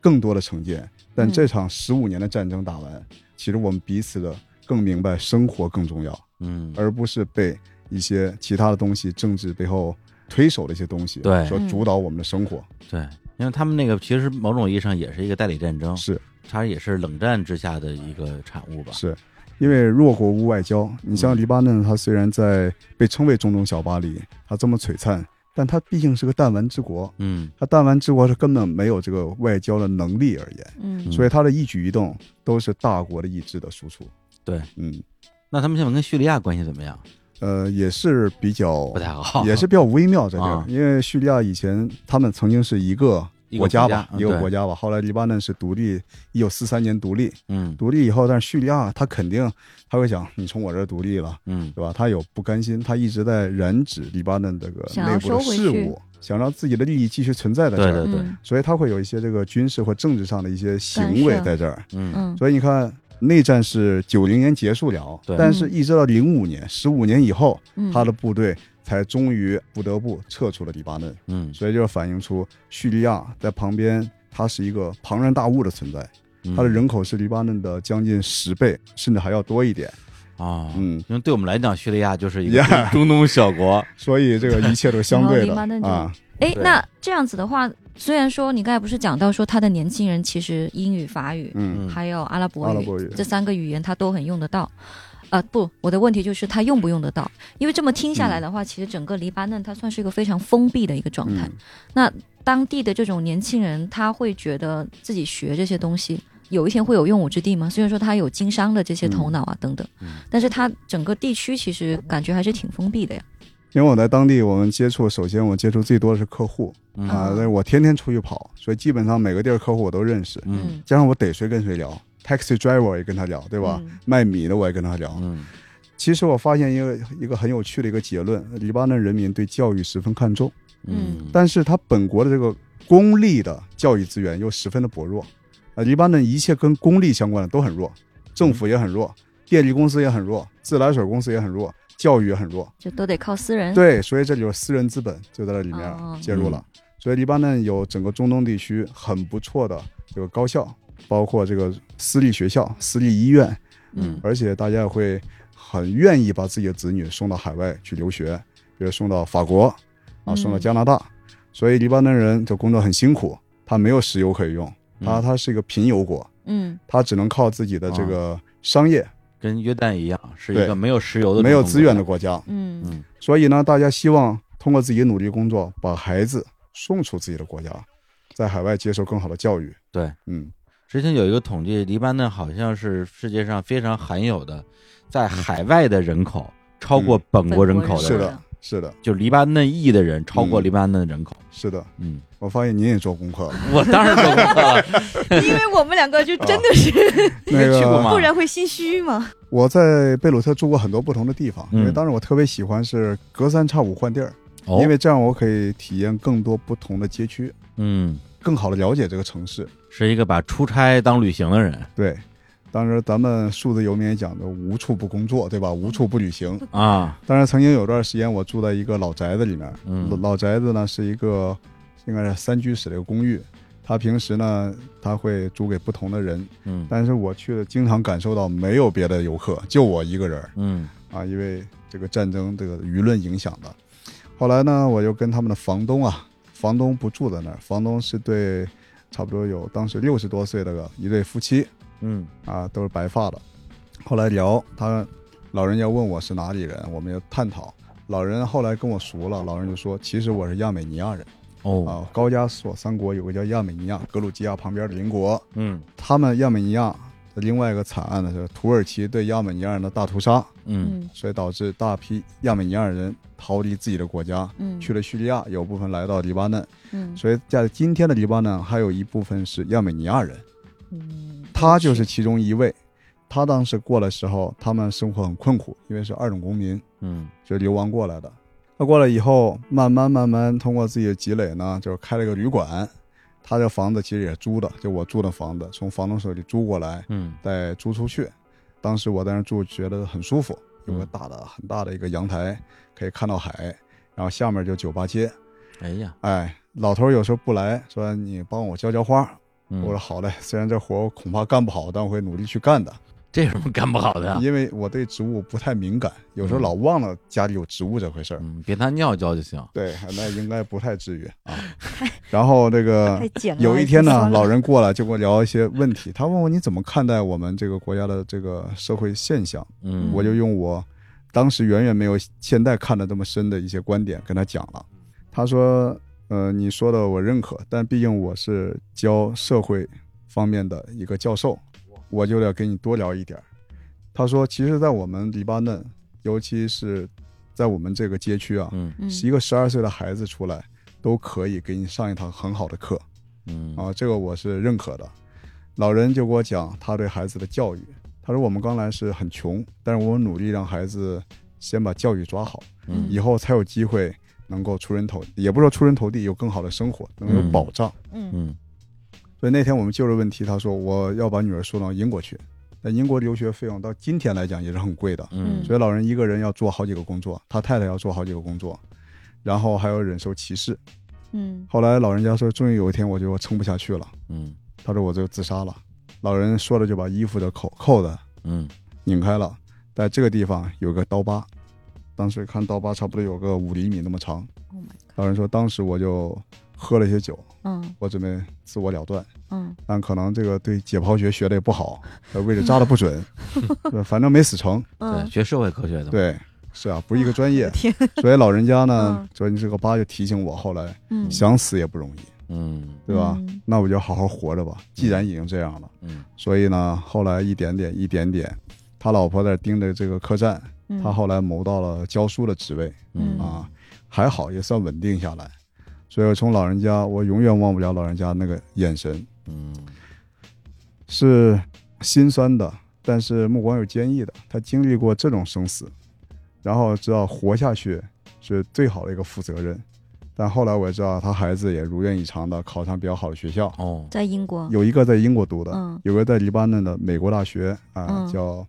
B: 更多的成见，但
C: 嗯
B: 这场十五年的战争打完，其实我们彼此的更明白生活更重要，
E: 嗯
B: 而不是被一些其他的东西、政治背后推手的一些东西
E: 对
B: 所主导我们的生活。
E: 对，因为他们那个其实某种意义上也是一个代理战争，
B: 是
E: 它也是冷战之下的一个产物吧？
B: 是，因为弱国无外交。你像黎巴嫩，它虽然在被称为中东小巴黎，它这么璀璨，但它毕竟是个弹丸之国。
E: 嗯
B: 它弹丸之国是根本没有这个外交的能力而言，
C: 嗯
B: 所以它的一举一动都是大国的意志的输出。
E: 对，
B: 嗯，
E: 那他们现在跟叙利亚关系怎么样？
B: 呃，也是比较
E: 不，太好，
B: 哦也是比较微妙在这儿
E: 啊，
B: 因为叙利亚以前他们曾经是一个
E: 一个
B: 国家吧
E: 国，家啊
B: 一个
E: 对
B: 国家吧，后来黎巴嫩是独立，一九四三年独立，
E: 嗯
B: 独立以后，但是叙利亚他肯定他会想，你从我这儿独立了。
E: 嗯
B: 对吧？他有不甘心，他一直在染指黎巴嫩这个
C: 想要
B: 内部的
C: 收回
B: 事
C: 去
B: 务，想让自己的利益继续存在在
E: 对
B: 这儿，
E: 对对，
C: 嗯
B: 所以他会有一些这个军事或政治上的一些
C: 干
B: 行
C: 涉
B: 为在这儿。
E: 嗯
C: 嗯
B: 所以你看，内战是九零年结束了
E: 对，
B: 但是一直到零五年，十五年以后，
C: 嗯
B: 他的部队才终于不得不撤出了黎巴嫩。
E: 嗯
B: 所以就反映出叙利亚在旁边，它是一个庞然大物的存在，
E: 嗯，
B: 它的人口是黎巴嫩的将近十倍，甚至还要多一点。
E: 啊，
B: 嗯，
E: 因为对我们来讲，叙利亚就是一个
B: Yeah
E: 中东小国，
B: 所以这个一切都是相对
C: 然后黎巴嫩
B: 的
C: 就
B: 啊。
C: 哎，
E: 对
C: 那这样子的话，虽然说你刚才不是讲到说他的年轻人其实英语、法语，
B: 嗯，
C: 还有阿拉伯
B: 阿
C: 语
B: 拉伯语
C: 这三个语言他都很用得到。啊、不，我的问题就是他用不用得到？因为这么听下来的话，其实整个黎巴嫩它算是一个非常封闭的一个状态。
B: 嗯，
C: 当地的这种年轻人，他会觉得自己学这些东西，有一天会有用武之地吗？虽然说他有经商的这些头脑
B: 嗯
C: 啊等等，但是他整个地区其实感觉还是挺封闭的呀。
B: 因为我在当地，我们接触，首先我接触最多的是客户
E: 嗯
B: 啊，
C: 嗯
B: 但是我天天出去跑，所以基本上每个地儿客户我都认识，
E: 嗯
B: 加上我逮谁跟谁聊，taxi driver 也跟他聊，对吧？
C: 嗯
B: 卖米的我也跟他聊。
E: 嗯
B: 其实我发现一个一个很有趣的一个结论：黎巴嫩人民对教育十分看重，
E: 嗯，
B: 但是他本国的这个公立的教育资源又十分的薄弱。啊，黎巴嫩一切跟公立相关的都很弱，政府也很弱，电力公司也很弱，自来水公司也很弱，教育也很弱。
C: 就都得靠私人。
B: 对，所以这里有私人资本就在这里面
C: 嗯哦
B: 介入了。所以黎巴嫩有整个中东地区很不错的这个高校，包括这个私立学校、私立医院，
E: 嗯
B: 而且大家也会很愿意把自己的子女送到海外去留学。比如送到法国啊，
C: 嗯
B: 送到加拿大，所以黎巴嫩人的工作很辛苦，他没有石油可以用，他
E: 嗯
B: 他是一个贫油国，
C: 嗯
B: 他只能靠自己的这个商业，
E: 跟约旦一样，是一
B: 对
E: 个没有石油的、
B: 没有资源
A: 啊
B: 的。国家，
C: 嗯
E: 嗯
B: 所以呢，大家希望通过自己努力工作，把孩子送出自己的国家，在海外接受更好的教育。
E: 对，
B: 嗯，
E: 之前有一个统计，黎巴嫩好像是世界上非常罕有的，在海外的人口超过本国人口
C: 好
E: 的
C: 的
B: 是
E: 人，
B: 的，是的，
E: 就黎巴嫩裔的人超过黎巴嫩人口。
B: 是的。
E: 嗯，
B: 我发现您也做功课 了，
E: 我当然做功课了，
B: 嗯
C: 因为我们两个就真的
B: 哦
C: 是，
E: 你也
B: 那个
E: 去过吗？
C: 不
B: 啊
C: 然会心虚嘛。
B: 我在贝鲁特住过很多不同的地方，因为
E: 嗯
B: 当时我特别喜欢是隔三差五换地儿，
E: 哦，
B: 因为这样我可以体验更多不同的街区，
E: 嗯，
B: 更好的了解这个城市。
E: 是一个把出差当旅行的人
B: 对，当时咱们数字游民也讲的无处不工作，对吧？无处不旅行。
E: 啊。
B: 当然，曾经有段时间我住在一个老宅子里面，
E: 嗯
B: 老老宅子呢是一个应该是三居室的一个公寓，它平时呢它会租给不同的人，
E: 嗯
B: 但是我却经常感受到没有别的游客，就我一个人儿
E: 嗯
B: 啊，因为这个战争这个舆论影响的。后来呢，我就跟他们的房东啊，房东不住在那儿，房东是对差不多有当时六十多岁的个一对夫妻，
E: 嗯
B: 啊，都是白发的。后来聊，他老人要问我是哪里人，我们就探讨。老人后来跟我熟了，老人就说，其实我是亚美尼亚人
E: 哦
B: 啊。高加索三国有个叫亚美尼亚，格鲁吉亚旁边的邻国，
E: 嗯
B: 他们亚美尼亚的另外一个惨案呢是土耳其对亚美尼亚人的大屠杀，
E: 嗯
B: 所以导致大批亚美尼亚人逃离自己的国家，
C: 嗯
B: 去了叙利亚，有部分来到黎巴嫩，
C: 嗯
B: 所以在今天的黎巴嫩还有一部分是亚美尼亚人。
C: 嗯，
B: 他就是其中一位。他当时过来的时候，他们生活很困苦，因为是二等公民，
E: 嗯
B: 就流亡过来的。他过来以后，慢慢慢慢通过自己的积累呢，就是开了个旅馆。他这房子其实也租的，就我住的房子，从房东手里租过来，
E: 嗯
B: 再租出去。当时我在那儿住，觉得很舒服，有个
E: 嗯
B: 大的很大的一个阳台，可以看到海，然后下面就酒吧街。
E: 哎呀，
B: 哎，老头儿有时候不来，说你帮我浇浇花，
E: 嗯
B: 我说好嘞，虽然这活儿恐怕干不好，但我会努力去干的，
E: 这有什么干不好的啊？
B: 因为我对植物不太敏感，有时候
E: 嗯
B: 老忘了家里有植物这回事儿。
E: 嗯，别拿尿浇就行。
B: 对，那应该不太至于 啊。然后这个
C: 太简了
B: 啊有一天
C: 太
B: 呢，
C: 酸了
B: 老人过来就跟我聊一些问题，他问我你怎么看待我们这个国家的这个社会现象，
E: 嗯，
B: 我就用我当时远远没有现在看的这么深的一些观点跟他讲了。他说：“呃，你说的我认可，但毕竟我是教社会方面的一个教授，我就得跟你多聊一点儿。”他说：“其实，在我们黎巴嫩，尤其是在我们这个街区啊，
E: 嗯
C: 嗯
B: 一个十二岁的孩子出来都可以给你上一堂很好的课
E: 嗯
B: 啊，这个我是认可的。”老人就给我讲他对孩子的教育，他说：“我们刚来是很穷，但是我们努力让孩子先把教育抓好。”
E: 嗯
B: 以后才有机会能够出人头，也不是说出人头地，有更好的生活，能有保障。
C: 嗯
E: 嗯
B: 所以那天我们就这问题，他说我要把女儿送到英国去，在英国留学费用到今天来讲也是很贵的，
E: 嗯
B: 所以老人一个人要做好几个工作，他太太要做好几个工作，然后还要忍受歧视。
C: 嗯
B: 后来老人家说，终于有一天我就撑不下去了，
E: 嗯
B: 他说我就自杀了。老人说着就把衣服的口扣子
E: 嗯
B: 拧开了，在这个地方有个刀疤，当时看刀疤差不多有个五厘米那么长。
C: ，Oh my god，
B: 老人说，当时我就喝了一些酒，
C: 嗯
B: 我准备自我了断，
C: 嗯
B: 但可能这个对解剖学学的也不好，呃位置扎的不准，呃反正没死成。
E: 对，
C: 嗯，
E: 学社会科学的。，
B: 对，是啊，不是一个专业，
C: 天，
B: 所以老人家呢
C: 哦嗯，
B: 所以这个疤就提醒我，后来
C: 嗯，
B: 想死也不容易，
E: 嗯
B: 对吧
C: 嗯？
B: 那我就好好活着吧，既然已经这样了，
E: 嗯
B: 所以呢，后来一点点一点点，他老婆在盯着这个客栈，
C: 嗯
B: 他后来谋到了教书的职位，
E: 嗯
B: 啊，还好也算稳定下来。所以从老人家，我永远忘不了老人家那个眼神，
E: 嗯
B: 是心酸的，但是目光又坚毅的。他经历过这种生死，然后知道活下去是最好的一个负责任。但后来我也知道，他孩子也如愿以偿的考上比较好的学校，
E: 哦
C: 在英国，
B: 有一个在英国读的，
C: 啊嗯
B: 有个在黎巴嫩的美国大学啊，
C: 嗯
B: 叫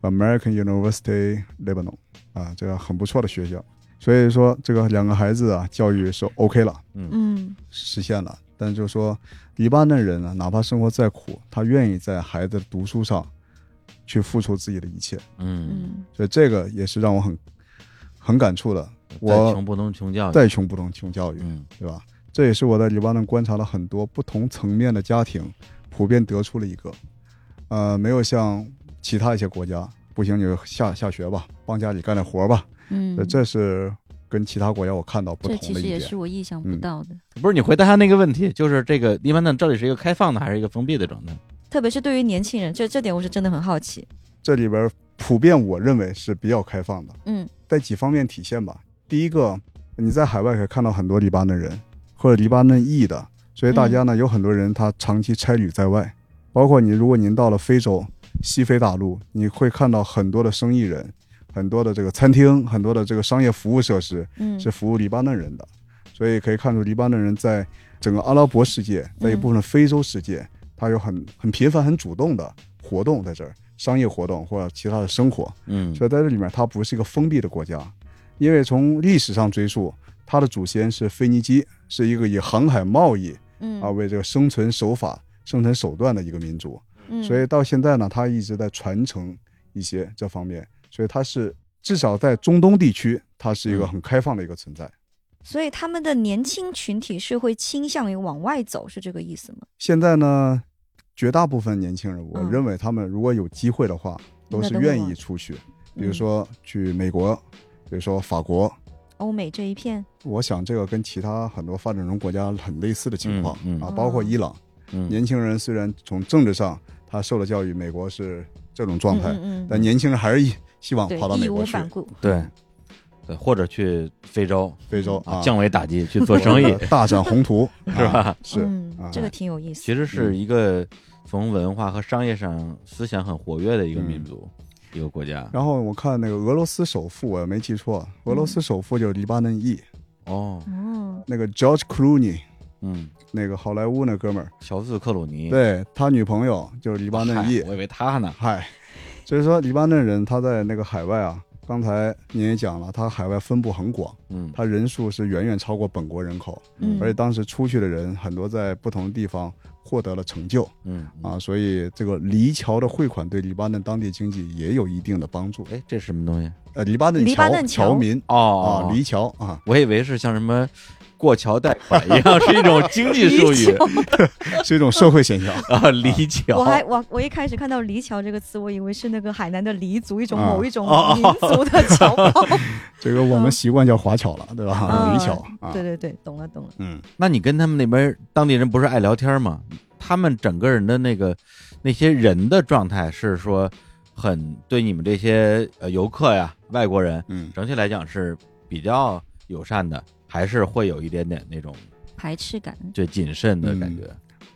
B: American University Lebanon 啊，这个很不错的学校。所以说，这个两个孩子啊，教育是 OK 了，
C: 嗯
B: 实现了。但就是说，黎巴嫩人呢，哪怕生活再苦，他愿意在孩子的读书上去付出自己的一切。
E: 嗯
C: 嗯
B: 所以这个也是让我很很感触的。
E: 再
B: 我
E: 穷不能穷教育，
B: 再穷不能穷教育，
E: 嗯
B: 对吧？这也是我在黎巴嫩观察了很多不同层面的家庭，普遍得出了一个，呃，没有像其他一些国家，不行你就下下学吧，帮家里干点活吧，
C: 嗯
B: 呃，这是跟其他国家我看到不
C: 这
B: 同
C: 其
B: 的
C: 实
B: 一
C: 也
B: 点。
C: 是我意想不
B: 嗯
C: 到的，
E: 不是你回答他那个问题，就是这个黎巴嫩到底是一个开放的还是一个封闭的状态？
C: 特别是对于年轻人，这这点我是真的很好奇。
B: 这里边普遍我认为是比较开放的，
C: 嗯
B: 在几方面体现吧。第一个，你在海外可以看到很多黎巴嫩人或者黎巴嫩裔的，所以大家呢、有很多人他长期差旅在外，包括你，如果您到了非洲、西非大陆，你会看到很多的生意人，很多的这个餐厅，很多的这个商业服务设施
C: 嗯，
B: 是服务黎巴嫩人的，所以可以看出黎巴嫩人在整个阿拉伯世界，在一部分非洲世界，他有很很频繁、很主动的活动在这儿，商业活动或者其他的生活。
E: 嗯
B: 所以在这里面，它不是一个封闭的国家，因为从历史上追溯，它的祖先是腓尼基，是一个以航海贸易
C: 嗯
B: 啊为这个生存手法、生存手段的一个民族。
C: 嗯
B: 所以到现在呢，它一直在传承一些这方面，所以它是至少在中东地区，它是一个很开放的一个存
C: 嗯
B: 在。
C: 所以他们的年轻群体是会倾向于往外走，是这个意思吗？
B: 现在呢，绝大部分年轻人，我
C: 嗯
B: 认为他们如果有机会的话，都
C: 那
B: 是
C: 都会
B: 愿
C: 往
B: 意出去，比
C: 嗯
B: 如说去美国，比如说法国。
C: 欧美这一片，
B: 我想这个跟其他很多发展中国家很类似的情况、
E: 嗯嗯
B: 啊，包括伊朗，
E: 嗯
B: 年轻人虽然从政治上他受了教育，美国是这种状态，
C: 嗯嗯
B: 但年轻人还是希希望
C: 对
B: 跑到美
C: 义
B: 国
C: 无
B: 去
C: 反顾，
E: 对对，或者去非洲
B: 非洲
E: 啊
B: 啊，，
E: 降维打击去做生 意
B: 大展宏图是
E: 是？吧？
B: 是、
C: 嗯
B: 啊，
C: 这个挺有意思。
E: 其实是一个从文化和商业上思想很活跃的一个民族，一个国家。
B: 然后我看那个俄罗斯首富，我没记错，俄罗
C: 嗯
B: 斯首富就是黎巴嫩裔，
E: 哦，
C: 哦，
B: 那个 George Clooney，
E: 嗯，
B: 那个好莱坞那哥们儿，
E: 乔治克鲁尼，
B: 对他女朋友就是黎
E: 黎
B: 巴嫩裔，
E: 我以为他呢。
B: 嗨，所以说黎巴嫩人他在那个海外啊，刚才您也讲了，他海外分布很广，
E: 嗯
B: 他人数是远远超过本国人口，
C: 嗯，
B: 而且当时出去的人很多在不同地方获得了成就
E: 嗯，
B: 啊，所以这个黎侨的汇款对黎巴嫩当地经济也有一定的帮助。
E: 哎，这是什么东西？
B: 呃，黎巴嫩
C: 黎巴嫩侨
B: 侨民
E: 哦
B: 啊，黎侨啊，
E: 我以为是像什么过桥贷款一样，是一种经济术 语
B: 是一种社会现象。
E: 啊，离桥。
C: 我还我我一开始看到“黎侨”这个词，我以为是那个海南的黎族一种
B: 啊
C: 某一种民族的侨胞。
B: 这个我们习惯叫华侨了，对吧？
C: 啊
B: 黎侨啊
C: 对，对对，懂了懂了。
B: 嗯，
A: 那你跟他们那边当地人不是爱聊天吗？他们整个人的那个那些人的状态是说很对你们这些呃游客呀、外国人，
B: 嗯
A: 整体来讲是比较友善的，还是会有一点点那种
C: 排斥感，
A: 对谨慎的感觉？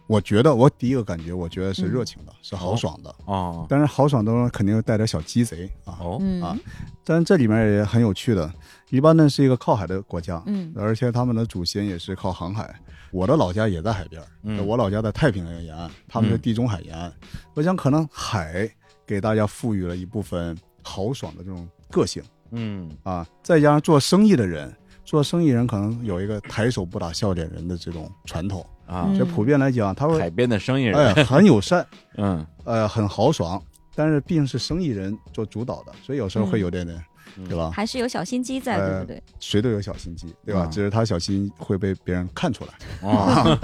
B: 我觉得我第一个感觉，我觉得
C: 嗯
B: 是热情的，是
A: 哦
B: 豪爽的。
A: 哦
B: 当然，豪爽当中肯定带点小鸡贼啊。
A: 哦，
C: 嗯
B: 啊但这里面也很有趣的，黎巴嫩是一个靠海的国家，
C: 嗯
B: 而且他们的祖先也是靠航海。我的老家也在海边儿，
A: 嗯
B: 我老家在太平洋沿岸，他们是地中海沿岸。我想，可能海给大家赋予了一部分豪爽的这种个性
A: 嗯
B: 啊，再加上做生意的人，做生意人可能有一个抬手不打笑脸人的这种传统，
A: 啊，
C: 嗯
B: 这普遍来讲，他会
E: 海边的生意人，
B: 哎很友善，
A: 嗯
B: 呃很豪爽，但是毕竟是生意人做主导的，所以有时候会有点点，对吧？
C: 还是有小心机在，对不对？
B: 谁都有小心机，对吧？
A: 啊
B: 只是他小心会被别人看出来。
A: 哦，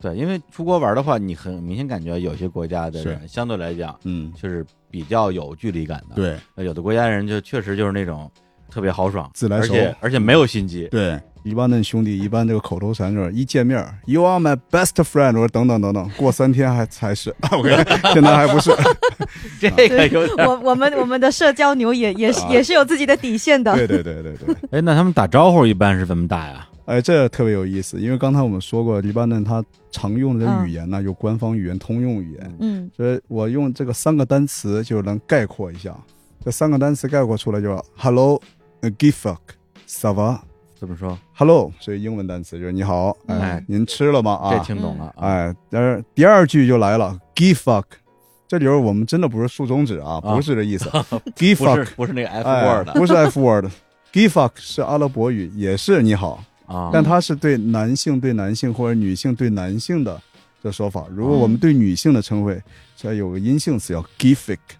A: 对，因为出国玩的话，你很明显感觉有些国家的
B: 是
A: 人相对来讲
B: 嗯，
A: 就是比较有距离感的，
B: 对
A: 呃有的国家人就确实就是那种特别豪爽，
B: 自来
A: 而
B: 熟
A: 且而且没有心机。
B: 对，黎巴嫩兄弟一般这个口头禅就是一见面儿，You are my best friend，我说等等等等，过三天还才是，啊我 跟你讲现在还不是。
E: 这个有点。
C: 我我们我们的社交牛也也是也是有自己的底线的。
B: 对对对对对，
A: 哎，那他们打招呼一般是怎么打呀？
B: 哎，这特别有意思，因为刚才我们说过，黎巴嫩它常用的语言呢，有官方语言、通用语言，
C: 嗯
B: 所以我用这个三个单词就能概括一下。这三个单词概括出来就是 Hello, uh, g i f u c k s a v a
A: 怎么说？
B: Hello 是英文单词，就是你好，
C: 嗯
B: 哎，您吃了吗？
A: 这
B: 啊，
A: 听懂了啊，
B: 哎，但是第二句就来了，give fuck，这里边我们真的不是竖中指啊，
A: 啊
B: 不是这意思 ，give
A: 不是
B: fuck，
A: 不是那个 F
B: 哎
A: word，的
B: 不是 F word，give fuck 是阿拉伯语，也是你好，
A: 啊，
B: 但它是对男性对男性或者女性对男性的这说法。如果我
A: 嗯
B: 们对女性的称谓，这有个阴性词叫 g i f i k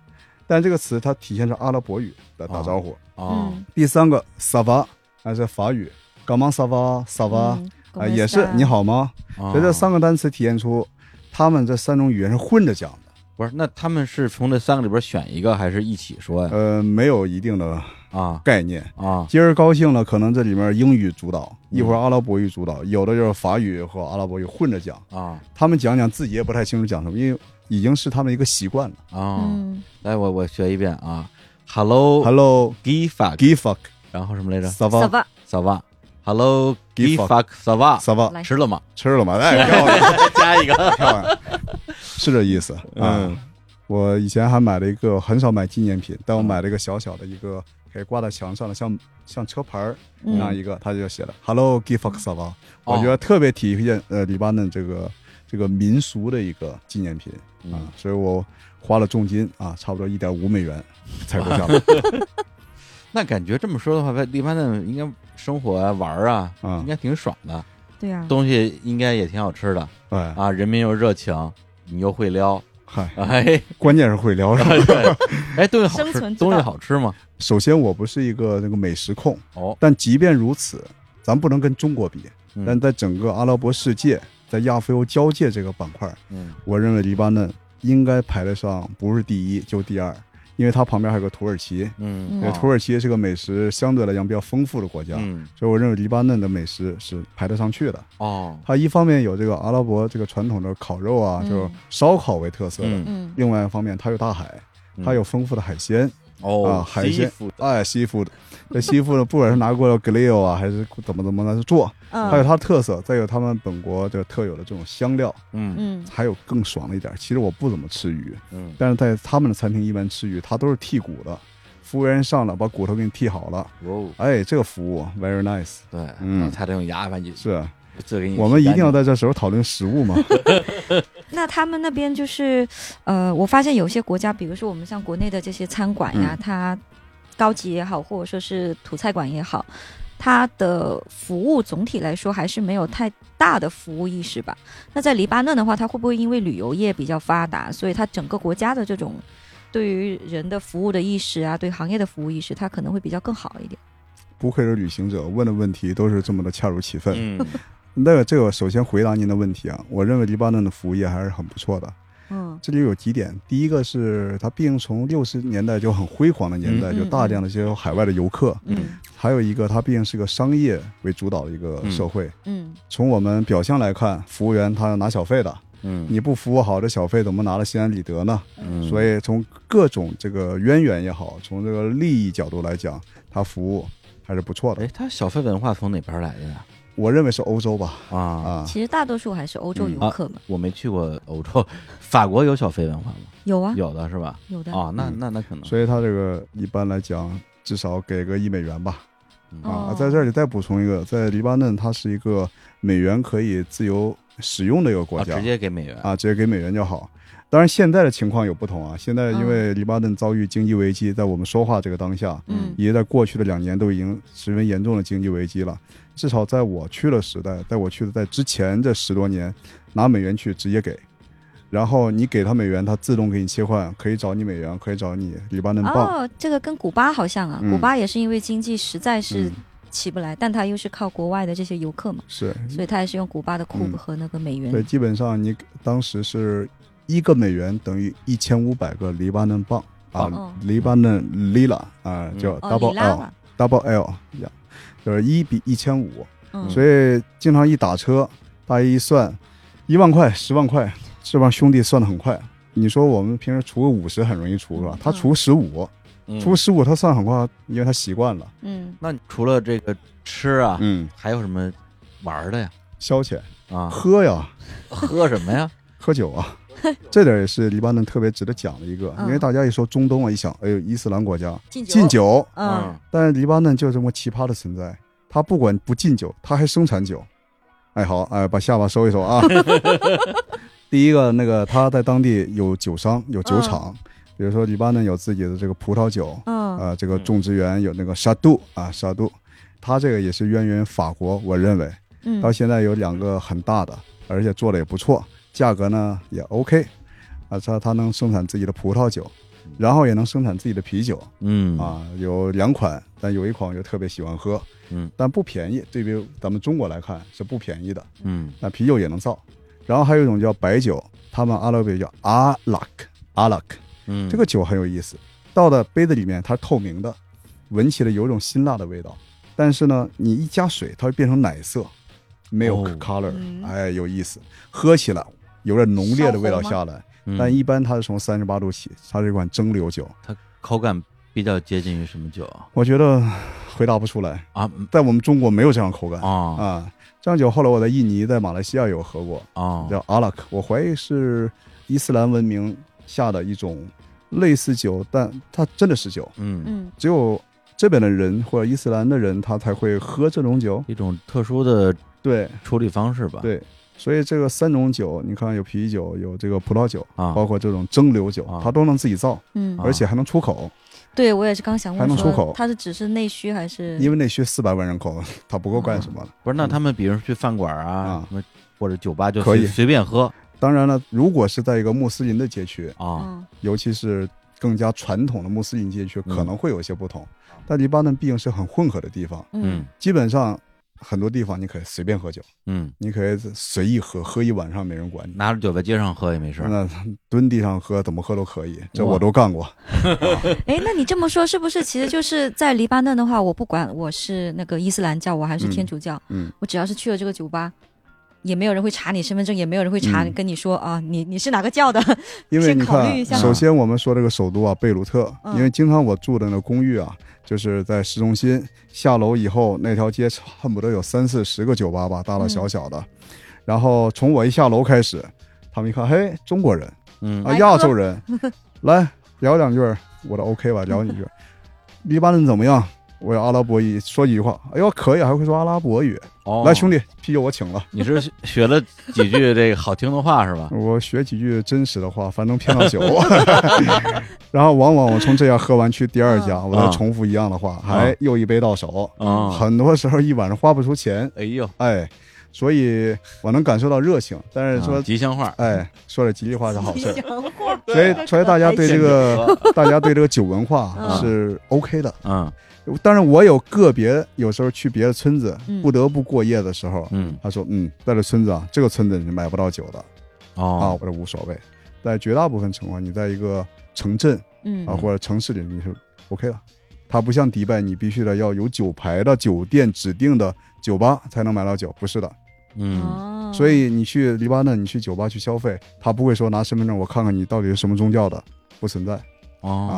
B: 但这个词它体现着阿拉伯语的打招呼。
C: 嗯
A: 哦，
B: 第三个 sava 还是法语 g a m a n s a v a s a v
C: 嗯
B: a 啊，也是你
C: 好，
B: 好吗？
A: 啊
B: 所以这三个单词体现出他们这三种语言是混着讲的，
A: 不是，那他们是从这三个里边选一个，还是一起说呀？
B: 呃，没有一定的
A: 啊
B: 概念。
A: 啊，
B: 今儿高兴了，可能这里面英语主导，
A: 嗯
B: 一会儿阿拉伯语主导，有的就是法语和阿拉伯语混着讲。
A: 啊
B: 他们讲讲自己也不太清楚讲什么，因为已经是他们一个习惯了。
A: 啊！
C: 嗯，
A: 来，我我学一遍啊，Hello
B: Hello,
A: g i f a
B: g i f u
A: 然后什么来
B: c
A: 着
B: s a
C: 萨
B: v
C: 瓦，
A: s a v a h e l l o g i f a
B: Gifak
A: s a v a
B: a s a v a
C: 来
A: 吃了 吗？
B: 吃了吗？哎，漂亮，
E: 加一 个，
B: 漂亮，是这意思啊。
A: 嗯
B: 我以前还买了一个，很少买纪念品，但我买了一个小小的一个，可以挂在墙上的，像像车牌儿那样
C: 嗯，
B: 一个，它就写了 “Hello, g i f u c s a v a
A: 哦
B: 我觉得特别体现呃黎巴嫩这个这个民俗的一个纪念品啊
A: 嗯，，
B: 所以我花了重金啊，差不多一点五美元采购 下来
A: 那感觉这么说的话，在黎巴嫩应该生活啊、玩儿啊，
B: 嗯
A: 应该挺爽的，
C: 对呀，
A: 东西应该也挺好吃的
B: 哎，
A: 啊，人民又热情，你又会撩，
B: 嗨，
A: 哎
B: 关键是会聊。
A: 对，哎，东西好
C: 生
A: 吃，
C: 存之道
A: 东西好吃吗？
B: 首先，我不是一个那个美食控，
A: 哦，
B: 但即便如此，咱不能跟中国比，
A: 嗯
B: 但在整个阿拉伯世界，在亚非欧交界这个板块，
A: 嗯
B: 我认为黎巴嫩应该排得上，不是第一就第二，因为它旁边还有个土耳其，
A: 嗯
B: 因
C: 嗯
B: 为土耳其是个美食相对来讲比较丰富的国家，
A: 嗯
B: 所以我认为黎巴嫩的美食是排得上去的。
A: 哦，
B: 它一方面有这个阿拉伯这个传统的烤肉啊，
C: 嗯
B: 就是烧烤为特色的；
A: 嗯
C: 嗯，
B: 另外一方面，它有大海，它有丰富的海鲜，啊
A: 哦，
B: 海鲜
A: seafood
B: 哎，西服的，这西服的不管是拿过来 glio 啊，还是怎么怎么的做，
A: 嗯
B: 还有它的特色，再有他们本国这个特有的这种香料，
A: 嗯
C: 嗯
B: 还有更爽的一点。其实我不怎么吃鱼，
A: 嗯，
B: 但是在他们的餐厅一般吃鱼，它都是剔骨的，服务员上了把骨头给你剔好了，
A: 哦，
B: 哎，这个服务 very nice。
A: 对，
B: 嗯
A: 他得用牙把你
B: 是啊
A: 这给你洗干净，
B: 我们一定要在这时候讨论食物嘛？
C: 那他们那边就是，呃，我发现有些国家，比如说我们像国内的这些餐馆呀，它高级也好，或者说是土菜馆也好，它的服务总体来说还是没有太大的服务意识吧。那在黎巴嫩的话，它会不会因为旅游业比较发达，所以它整个国家的这种对于人的服务的意识啊，对行业的服务意识，它可能会比较更好一点。
B: 不愧是旅行者，问的问题都是这么的恰如其分。
A: 嗯
B: 那个这个首先回答您的问题啊，我认为黎巴嫩的服务业还是很不错的。
C: 嗯
B: 这里有几点，第一个是它毕竟从六十年代就很辉煌的年代，
C: 嗯
B: 就大量的这些海外的游客；
C: 嗯
B: 还有一个，它毕竟是个商业为主导的一个社会。
C: 嗯
B: 从我们表象来看，服务员他要拿小费的，
A: 嗯
B: 你不服务好，这小费怎么拿的心安理得呢？
A: 嗯，
B: 所
A: 以
B: 以从各种这个渊源也好，从这个利益角度来讲，它服务还是不错的
A: 哎，。他小费文化从哪边来的呀？
B: 我认为是欧洲吧，
A: 啊，
B: 啊，
C: 其实大多数还是欧洲游客嘛，
A: 我没去过欧洲， 法国有小费文化吗？
C: 有啊，
A: 有的是吧？
C: 有的，
A: 啊，那
B: 嗯
A: 那那可能，
B: 所以它这个一般来讲，至少给个一美元吧。
A: 嗯
B: 啊，
C: 哦
B: 在这里再补充一个，在黎巴嫩，它是一个美元可以自由使用的一个国
A: 啊
B: 家，
A: 直接给美元，
B: 啊，直接给美元就好。当然，现在的情况有不同啊。现在因为黎巴嫩遭遇经济危机，在我们说话这个当下，
C: 嗯
B: 以及在过去的两年都已经十分严重的经济危机了。至少在我去的时代，在我去的在之前这十多年，拿美元去直接给，然后你给他美元，他自动给你切换，可以找你美元，可以找你黎巴嫩镑。
C: 哦，这个跟古巴好像啊，
B: 嗯
C: 古巴也是因为经济实在是
B: 嗯，
C: 起不来，但它又是靠国外的这些游客嘛，
B: 是
C: 所以它也是用古巴的库
B: 嗯
C: 和那个美元。
B: 对，基本上你当时是一个美元等于一千五百个黎巴嫩镑啊
C: 哦，
B: 黎巴嫩 lira 啊，
A: 嗯
B: 叫
C: 哦，
B: double
C: 里拉
B: L
C: 吧，
B: double L 呀，就是一比一千五，
C: 嗯，
B: 所以经常一打车，大家一算，一万块、十万块，这帮兄弟算的很快。你说我们平时除个五十很容易除是吧
C: 嗯？
B: 他除十五，
A: 嗯
B: 除十五他算很快，因为他习惯了。
C: 嗯，
A: 那除了这个吃啊，
B: 嗯，
A: 还有什么玩儿的呀？
B: 消遣
A: 啊，
B: 喝呀，
A: 喝什么 呀？
B: 喝酒 啊，这点也是黎巴嫩特别值得讲的一个，
C: 嗯
B: 因为大家一说中东啊，一想，哎呦，伊斯兰国家
C: 禁酒，
B: 禁，酒，啊
C: 嗯，
B: 但是黎巴嫩就这么奇葩的存在，它不管不禁酒，它还生产酒。哎，好，哎，把下巴收一收 啊。第一个，那个他在当地有酒商，有酒厂，比如说黎巴嫩有自己的这个葡萄酒，
C: 嗯，
B: 啊，这个种植园有那个沙杜啊，沙杜，它这个也是渊源法国，我认为。啊到
C: 嗯，
B: 现在有两个很大的，而且做的也不错，价格呢也 OK，啊，它它能生产自己的葡萄酒，然后也能生产自己的啤酒
A: 嗯
B: 啊，有两款，但有一款我就特别喜欢喝，
A: 嗯，
B: 但不便宜，对比咱们中国来看是不便宜的。
A: 嗯
B: 那啤酒也能造，然后还有一种叫白酒，他们阿拉伯语叫阿拉克阿拉克，
A: 嗯，
B: 这个酒很有意思，倒到杯子里面它是透明的，闻起来有一种辛辣的味道，但是呢，你一加水，它会变成奶色，milk
A: 哦
B: color，、
H: 嗯
B: 哎，有意思，喝起来有点浓烈的味道
C: 烧
B: 下来，
A: 嗯
B: 但一般它是从三十八度起，它是一款蒸馏酒，
A: 口感比较接近于什么酒啊？
B: 我觉得回答不出来，
A: 啊嗯
B: 在我们中国没有这样口感
A: 哦
B: 啊。这样酒后来我在印尼、在马来西亚有喝过，
A: 哦
B: 叫阿拉克，我怀疑是伊斯兰文明下的一种类似酒，但它真的是酒，
A: 嗯，
C: 嗯，
B: 只有这边的人或者伊斯兰的人他才会喝这种酒。
A: 一种特殊的
B: 对
A: 处理方式吧。
B: 对，所以这个三种酒，你看有啤酒，有这个葡萄酒，
A: 啊，
B: 包括这种蒸馏酒
A: 啊，
B: 它都能自己造，
C: 嗯，
B: 而且还能出口，
C: 对我也是刚想
B: 啊还
C: 问
B: 能
C: 说，
B: 出口
C: 它是只是内需还
A: 嗯
C: 是？
B: 因为那需四百万人口， 它不够干什么的。
A: 不是那他们，比如去饭馆啊
B: 嗯啊，
A: 什么或者酒吧就
B: 可
A: 随
B: 以
A: 随便喝
B: 当然了，如果是在一个穆斯林的街区，
A: 啊，
C: 嗯
B: 尤其是更加传统的穆斯林街区，可
A: 嗯
B: 能会有一些不同。但黎巴嫩毕竟是很混合的地方，
A: 嗯
C: 嗯
B: 基本上很多地方你可以随便喝酒，
A: 嗯，
B: 你可以随意喝，喝一晚上没人管你。
A: 拿着酒在街上喝也没事儿。
B: 那蹲地上喝，怎么喝都可以，这
A: 哇
B: 我都干过。
C: 哎，那你这么说是不是？其实就是在黎巴嫩的话，我不管我是那个伊斯兰教，我还是天主教，
B: 嗯嗯
C: 我只要是去了这个酒吧，也没有人会查你身份证，也没有人会查、
B: 嗯
C: 跟你说啊，你你是哪个教的？
B: 因为你
C: 先考虑
B: 看，
C: 一下
B: 首先我们说这个首都啊，贝鲁特，
C: 嗯
B: 因为经常我住的那公寓啊，就是在市中心，下楼以后那条街恨不得有三四十个酒吧吧，大大
C: 嗯
B: 小小的。然后从我一下楼开始，他们一看，嘿，中国人
A: 嗯
B: 啊，
C: 来
B: 亚
C: 喝
B: 洲 人，来聊两句儿，我都 OK 吧，聊几句儿。黎巴嫩怎么样？我有阿拉伯语，说几句话。哎呦，可以，还会说阿拉伯语。
A: 哦，
B: 来，兄弟，啤酒我请了。
A: 你是学了几句这个好听的话是吧？
B: 我学几句真实的话，反正骗到酒。 然后往往我从这家喝完去第二家，我再重复一样的话，还又一杯到手。
A: 啊，
B: 很多时候一晚上花不出钱，
A: 哎呦，
B: 哎，所以我能感受到热情。但是
A: 啊
B: 说，
A: 吉祥话，
B: 哎，说点吉利话是好事儿。
H: 讲
B: 所以，所以大家对这个， 大家对这个酒文
C: 嗯
B: 化是 OK 的。
A: 嗯
B: 当然，我有个别有时候去别的村子
C: 嗯
B: 不得不过夜的时候，
A: 嗯
B: 他说：“嗯，在这村子啊，这个村子你买不到酒的。”啊，
A: 哦
B: 我这无所谓。在绝大部分情况，你在一个城镇
C: 嗯
B: 啊或者城市里，你是 OK 的。它不像迪拜，你必须得要有酒牌的酒店指定的酒吧才能买到酒，不是的。
A: 嗯
C: 哦
B: 所以你去黎巴嫩，你去酒吧去消费，他不会说拿身份证我看看你到底是什么宗教的，不存在。
A: 哦
B: 啊，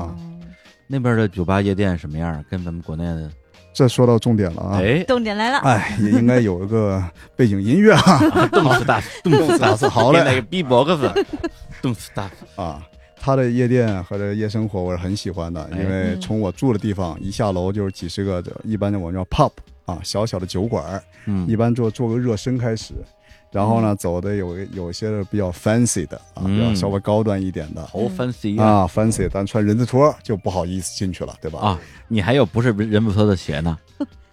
A: 那边的酒吧夜店什么样？跟咱们国内的
B: 这说到重点了啊！
A: 哎，
C: 重点来了，
B: 哎，也应该有一个背景音乐啊
A: 动次打次，动次打次，
B: 好嘞
A: 那个 B-box，动 次打次，
B: 啊。他的夜店和这夜生活我是很喜欢的，
A: 哎
B: 因为
C: 嗯
B: 从我住的地方一下楼就是几十个，一般的我们叫 pub 啊，小小的酒馆儿。
A: 嗯
B: 一般做做个热身开始，然后呢，走的有有一些是比较 fancy 的啊，
A: 嗯
B: 比较稍微高端一点的、
A: 好
C: 嗯
A: fancy 啊
B: 啊，fancy，但穿人字拖就不好意思进去了，对吧？，
A: 啊！你还有不是人不错的鞋呢，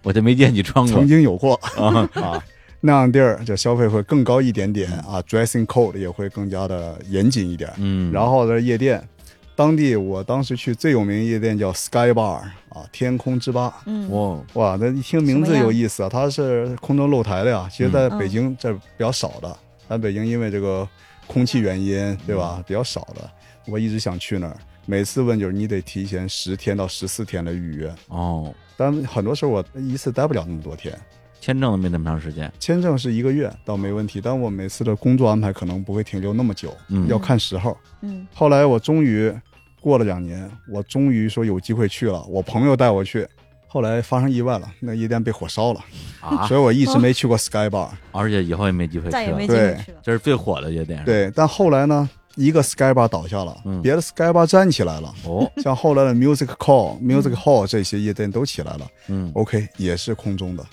A: 我就没见你穿过
B: 曾经有过
A: 嗯啊。
B: 啊，那样地儿就消费会更高一点点啊，dressing code 也会更加的严谨一点。
A: 嗯，
B: 然后在夜店，当地我当时去最有名的夜店叫 Sky Bar 啊，天空之吧。
C: 嗯，
A: 哇，
B: 哇，那一听名
C: 什么
B: 字
C: 样
B: 有意思啊，它是空中露台的呀。其实，在
C: 嗯
B: 北京这比较少的，
A: 嗯
B: 但北京因为这个空气原因，对吧，比较少的。我一直想去那儿，每次问就是你得提前十天到十四天的预约，
A: 哦，
B: 但很多时候我一次待不了那么多天，
A: 签证都没那么长时 间，
B: 签证是一个月倒没问题，但我每次的工作安排可能不会停留那么久，
A: 嗯
B: 要看时候。
C: 嗯
B: 后来我终于过了两年，我终于说有机会去了，我朋友带我去，后来发生意外了，那夜店被火烧了。
A: 啊，哦
B: 所以我一直没去过 Sky Bar。
A: 而且以后也没机会去
C: 再也没
A: 了。
C: 进
B: 对
C: 去了。
A: 这是最火的夜店，，
B: 对，但后来呢，一个 Sky Bar 倒下了，
A: 嗯
B: 别的 Sky Bar 站起来了，
A: 哦，
B: 像后来的 Music Call、Music Hall 这些夜店都起来了。
A: 嗯，
B: OK，也是空中的。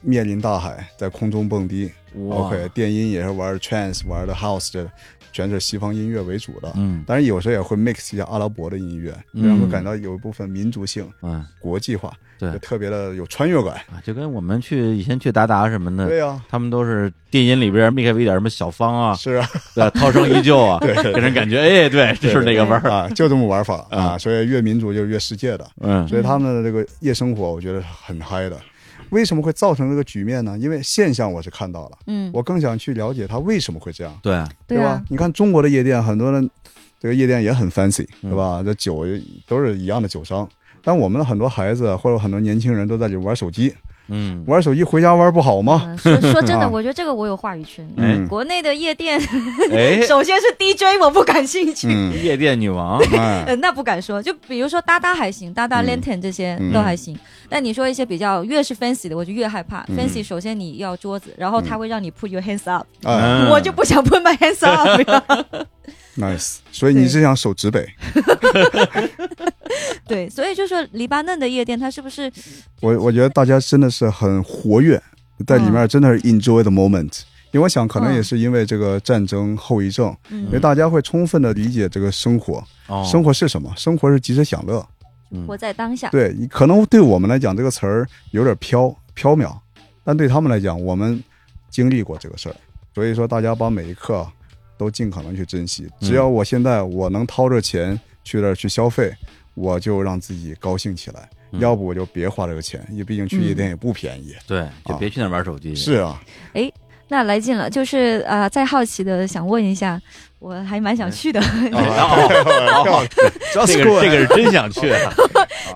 B: 面临大海，在空中蹦迪。
A: 哇
B: OK，电音也是玩 trance 玩的 house 这，全是西方音乐为主的。
A: 嗯
B: 当然有时候也会 mix 一下阿拉伯的音乐，让我感到有一部分民族性、
A: 啊
B: 国际化，
A: 嗯对
B: 就特别的有穿越感。
A: 啊，就跟我们去以前去达达什么的，
B: 对呀，
A: 他们都是电音里边 mix 一点什么小芳啊，
B: 是啊，
A: 对吧，涛声依旧啊，
B: 对对
A: 给人感觉哎，对，这是那个味儿，
B: 啊，就这么 玩法啊，所以越民族就是越世界的。
A: 嗯
B: 所以他们的这个夜生活，我觉得是很嗨的。为什么会造成这个局面呢？因为现象我是看到了，
C: 嗯，
B: 我更想去了解它为什么会这样，
A: 对啊，
C: 对
B: 吧
C: 啊，？
B: 你看中国的夜店，很多人这个夜店也很 fancy，
A: 嗯
B: 对吧？这酒都是一样的酒商，但我们的很多孩子或者很多年轻人都在里玩手机，
A: 嗯，
B: 玩手机回家玩不好吗？
C: 嗯说说真
B: 啊
C: 的，我觉得这个我有话语权。
B: 嗯
C: 国内的夜店，，
A: 哎
C: 首先是 DJ，我不感兴趣。
B: 嗯，
A: 夜店女 王，
B: 哎，
C: 呃，那不敢说，就比如说搭搭还行，搭搭
B: 嗯
C: lantern 这些
B: 嗯
C: 都还行。但你说一些比较越是 fancy 的，我就越害
B: 嗯
C: 怕。fancy 首先你要桌子，然后他会让你 put your hands up，
B: 哎
A: 嗯
C: 我就不想 put my hands up。
B: ，nice。所以你是想守直北？
C: 对，所以就说黎巴嫩的夜店，它是不是
B: 我我觉得大家真的是很活跃，在里面真的是 enjoy the moment。因为我想，可能也是因为这个战争后遗症，因为
C: 嗯
B: 大家会充分的理解这个生活，
A: 哦，嗯
B: 生活是什么？生活是及时享乐。
C: 活在 当下？
B: 对，你可能对我们来讲这个词儿有点飘飘渺，但对他们来讲，我们经历过这个事儿，所以说大家把每一刻都尽可能去珍惜。只要我现在我能掏着钱去那儿去消费，我就让自己高兴起来，
A: 嗯
B: 要不我就别花这个钱，也毕竟去夜店也不便宜。
A: 对，就别去那儿玩手机，
B: 嗯是啊，
C: 那来劲了，就是呃，再好奇的想问一下，我还蛮
B: 哎
C: 想去的。
A: 哦，
B: 啊
A: 哦哦
B: 这
A: 这个这个是真想 去啊，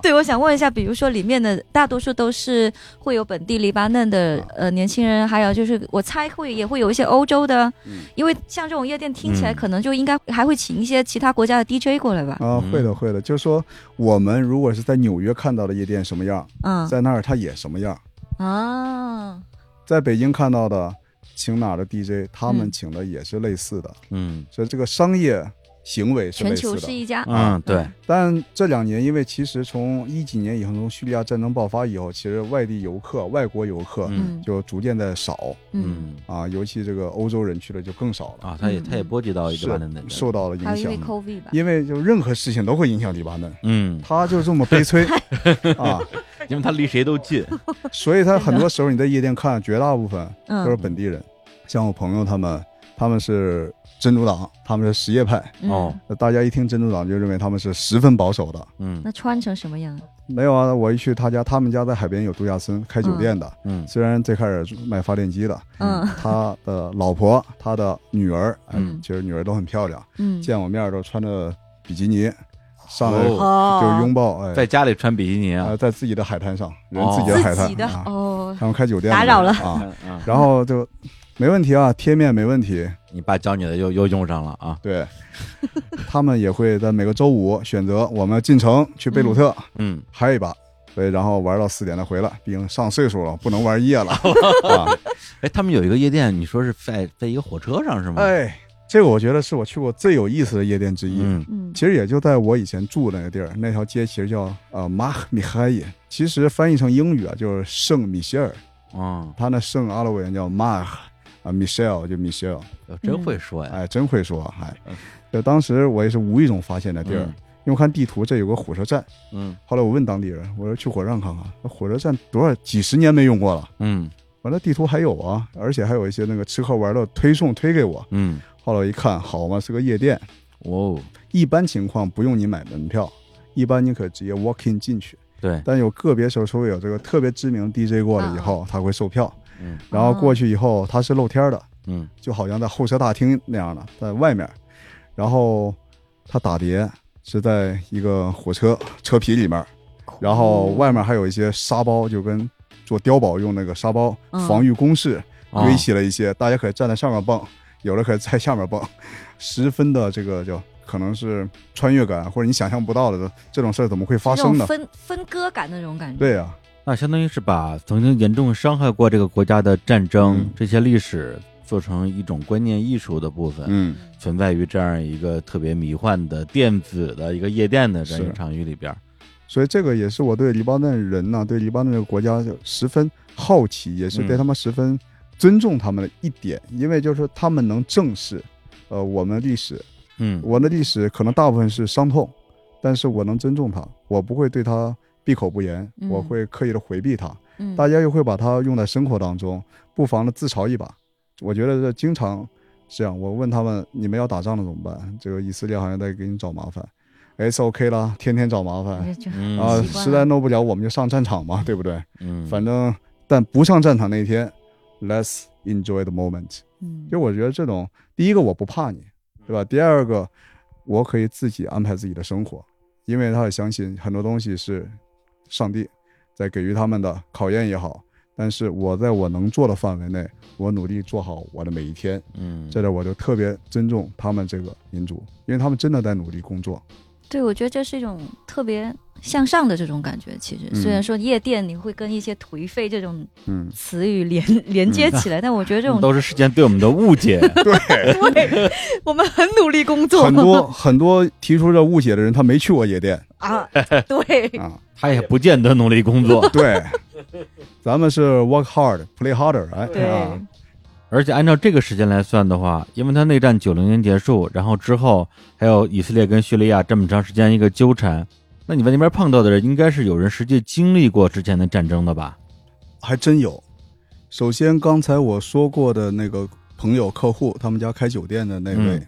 C: 对，我想问一下，比如说里面的大多数都是会有本地黎巴嫩的
B: 啊
C: 呃年轻人，还有就是我猜会也会有一些欧洲的，
B: 嗯
C: 因为像这种夜店听起来
A: 嗯
C: 可能就应该还会请一些其他国家的 DJ 过来吧？
B: 啊，
A: 嗯
B: 会的会的，就是说我们如果是在纽约看到的夜店什么样，
C: 嗯
B: 啊在那儿它也什么样。
C: 啊，
B: 在北京看到的，请哪儿的 DJ，他们
C: 嗯
B: 请的也是类似的，
A: 嗯
B: 所以这个商业行为是
C: 全
B: 类
C: 球
B: 似
C: 是
B: 的。
C: 一家，
A: 嗯，对，
B: 但这两年，因为其实从一几年以后，从叙利亚战争爆发以后，其实外地游客、外国游客
A: 嗯
C: 嗯
B: 就逐渐在少、
C: 嗯，
A: 嗯
B: 啊，尤其这个欧洲人去的就更少了，
A: 啊，他也
C: 嗯
A: 他也波及到一般的那个，
B: 受到了
C: 还
B: 影
C: 有因为
B: 响。
C: COVID 吧，
B: 因为就任何事情都会影响黎巴嫩，
A: 嗯，
B: 他就这么悲 催啊，
A: 因为他离谁都近，
B: 所以他很多时候你在夜店看，绝大部分都是
C: 嗯
B: 本地人，像我朋友他们，他们是真主党，他们是什叶派，
C: 嗯
A: 哦，
B: 那大家一听真主党就认为他们是十分保守的。
A: 嗯
C: 那穿成什么样？
B: 没有啊，我一去他家，他们家在海边有度假村，开酒店的。
A: 嗯
B: 虽然最开始卖发电 机的，
C: 嗯
B: 他的老婆、他的女儿，哎
C: 嗯
B: 其实女儿都很漂亮，
C: 嗯，
B: 见我面都穿着比基尼，上来
A: 哦
B: 就
C: 哦
B: 拥，抱，哎，
A: 在家里穿比基尼啊
B: 呃，，在自己的海滩上，人
A: 哦
B: 自己的海
C: 自
B: 滩，
C: 己的
B: 啊
C: 哦，
B: 他们开酒店的
C: 打扰了
B: 啊，
A: 嗯嗯，
B: 然后就没问题啊，贴面没问题，
A: 你爸教你的又又用上了啊，
B: 对，他们也会在每个周五选择我们进城去贝鲁特、
A: 嗯，
B: 嗨一把，对，然后玩到四点再回来，毕竟上岁数了，不能玩夜了 啊。
A: 哎，他们有一个夜店，你说是在在一个火车上是吗？
B: 哎，这个我觉得是我去过最有意思的夜店之一。
A: 嗯
C: 嗯
B: 其实也就在我以前住的那个地儿，那条街其实叫呃马米哈伊，其实翻译成英语啊就是圣米歇尔，
A: 哦，
B: 他那圣阿拉伯人叫马啊米歇尔就米歇尔，
A: 哟真会说呀，
B: 哎，真会说，哎，就当时我也是无意中发现的地儿，
A: 嗯
B: 因为我看地图这有个火车站，
A: 嗯
B: 后来我问当地人，我说去火车站看看，那火车站多少几十年没用过了。
A: 嗯
B: 完了，地图还有啊，而且还有一些那个吃喝玩乐推送推给我。
A: 嗯，
B: 后来我一看，好嘛，是个夜店，
A: 哦，
B: 一般情况不用你买门票，一般你可直接 walk in 进去。
A: 对，
B: 但有个别时候是会有这个特别知名 DJ 过来以后，他会售票，
A: 嗯
B: 然后过去以后他是露天的，
A: 嗯
B: 就好像在候车大厅那样的，在外面。然后他打碟是在一个火车车皮里面，然后外面还有一些沙包，就跟做碉堡用那个沙包
C: 嗯
B: 防御工事
A: 哦
B: 堆起了一些，大家可以站在上面蹦，有的可以在下面蹦，十分的这个叫可能是穿越感，或者你想象不到的这种事儿怎么会发
C: 那种
B: 生呢？
C: 分分割感的那种感觉，
B: 对呀、
A: 那相当于是把曾经严重伤害过这个国家的战争、
B: 嗯
A: 这些历史做成一种观念艺术的部分，
B: 嗯，
A: 存在于这样一个特别迷幻的电子的一个夜店的这样一个
B: 是
A: 场域里边儿。
B: 所以这个也是我对黎巴嫩人呐、对黎巴嫩这个国家就十分好奇，也是对他们十分尊重他们的一点，因为就是说他们能正视，呃，我们的历史，
E: 嗯
B: 我的历史可能大部分是伤痛，但是我能尊重它，我不会对它闭口不言，
C: 嗯
B: 我会刻意的回避它，
C: 嗯，
B: 大家又会把它用在生活当中，不妨的自嘲一把。我觉得这经常这样。我问他们：“你们要打仗了怎么办？”这个以色列好像在给你找麻烦，S OK 啦，天天找麻烦
C: 也就
A: 嗯
B: 啊，
C: 习惯
B: 实在
C: 了
B: 弄不了我们就上战场嘛，对不对？
A: 嗯，
B: 反正但不上战场那一天，Let's enjoy the moment。
C: 嗯
B: 就我觉得这种，第一个我不怕你，对吧？第二个，我可以自己安排自己的生活，因为他也相信很多东西是上帝在给予他们的考验也好，但是我在我能做的范围内，我努力做好我的每一天。
A: 嗯，
B: 这点我就特别尊重他们这个民族，因为他们真的在努力工作。
C: 对，我觉得这是一种特别向上的这种感觉。其实、
B: 嗯
C: 虽然说夜店你会跟一些颓废这种
B: 嗯，
C: 词语连 连接起来，但我觉得这种
A: 嗯都是世间对我们的误解。
C: 对， 我们很努力工作，
B: 很多很多提出这误解的人，他没去过夜店
C: 啊， 对，
B: 啊。
A: 他也不见得努力工作，
B: 对， 咱们是 work hard, play harder，哎，
C: 对
B: 啊，
A: 而且按照这个时间来算的话，因为他内战九零年结束，然后之后还有以色列跟叙利亚这么长时间一个纠缠，那你在那边碰到的人，应该是有人实际经历过之前的战争的吧？
B: 还真有。首先，刚才我说过的那个朋友、客户，他们家开酒店的那位，
A: 嗯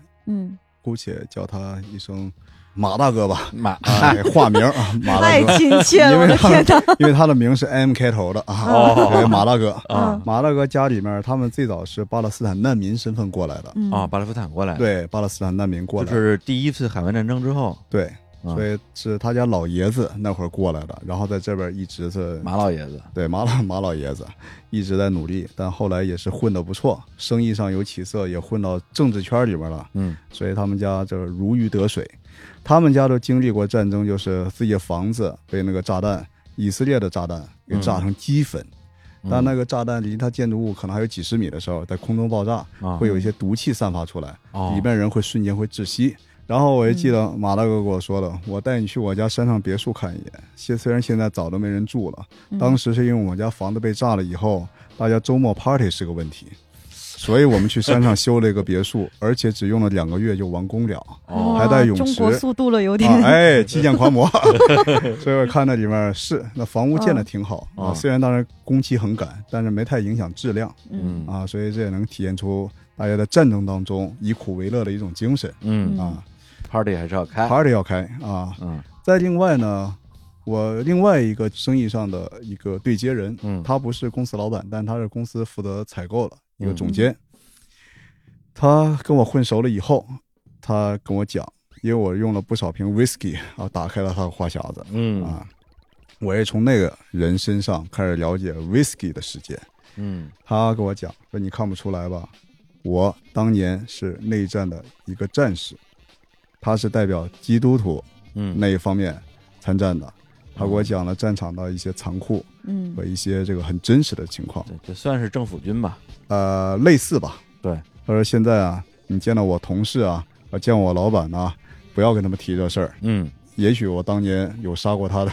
C: 嗯，
B: 姑且叫他一声马大 哥吧，
A: 马
B: 哎，化名啊， 马大
C: 太
B: 哥，
C: 亲切了，
B: 因
C: 我
B: 为
C: 的
B: 他
C: 天哪！
B: 因为他的名是 M 开头的啊，
A: 哦
B: 对，马大哥。
A: 啊
B: 马大哥家里面，他们最早是巴勒斯坦难民身份过来的，
C: 嗯
A: 啊，巴勒斯坦过来，，
B: 对，巴勒斯坦难民过
A: 就
B: 来，
A: 是第一次海湾战争之后，
B: 对，
A: 啊
B: 所以是他家老爷子那会儿过来的，然后在这边一直是
A: 马老爷子，
B: 对马老 马老爷子一直在努力，但后来也是混得不错，生意上有起色，也混到政治圈里边了，
A: 嗯
B: 所以他们家就是如鱼得水。他们家都经历过战争，就是自己的房子被那个炸弹，以色列的炸弹给
A: 嗯
B: 炸成齑粉。当那个炸弹离他建筑物可能还有几十米的时候，在空中爆炸，
A: 啊
B: 会有一些毒气散发出来，
A: 哦嗯
B: 里面人会瞬间会窒息。然后我就记得马大哥跟我说的，我带你去我家山上别墅看一眼。现虽然现在早都没人住了，
C: 嗯
B: 当时是因为我们家房子被炸了以后，大家周末 party 是个问题，所以我们去山上修了一个别墅，而且只用了两个月就完工了。
A: 哦
C: 哇
B: 还带泳池
C: 嗯中国速度了，有点
B: 啊，哎，激将狂魔。所以我看那里面是那房屋建的挺好、
A: 嗯
B: 啊，虽然当然工期很赶，但是没太影响质量
A: 嗯
B: 啊，所以这也能体现出大家在战争当中以苦为乐的一种精神
A: 嗯
B: 啊。
A: ，party 还是要开，
B: party 要开啊。
A: 哎嗯
B: 再另外呢，我另外一个生意上的一个对接人，
A: 嗯
B: 他不是公司老板，但他是公司负责采购的一个
A: 嗯
B: 总监。他跟我混熟了以后，他跟我讲，因为我用了不少瓶 whisky 啊，打开了他的话匣子
A: 嗯
B: 啊，我也从那个人身上开始了解 whisky 的世界。
A: 嗯
B: 他跟我讲说：“你看不出来吧？我当年是内战的一个战士，他是代表基督徒
A: 嗯，
B: 那一方面参战的。他给我讲了战场的一些残酷
C: 嗯
B: 和一些这个很真实的情况，
A: 对，这算是政府军吧，
B: 呃，类似吧。
A: 对，
B: 他说现在啊，你见到我同事啊，啊见我老板啊，不要跟他们提这事儿。
A: 嗯
B: 也许我当年有杀过他的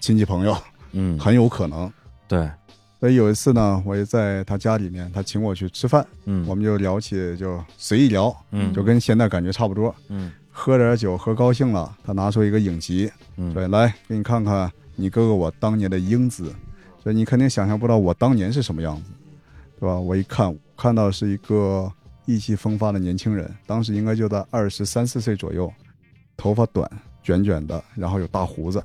B: 亲戚朋友，
A: 嗯，
B: 很有可能。
A: 对，
B: 所以有一次呢，我就在他家里面，他请我去吃饭，
A: 嗯
B: 我们就聊起，就随意聊，
A: 嗯
B: 就跟现在感觉差不多。
A: 嗯
B: 喝点酒，喝高兴了，他拿出一个影集，
A: 嗯，
B: 对，来给你看看你哥哥我当年的英姿，所以你肯定想象不到我当年是什么样子，对吧？我一看，看到是一个意气风发的年轻人，当时应该就在二十三四岁左右，头发短卷卷的，然后有大胡子，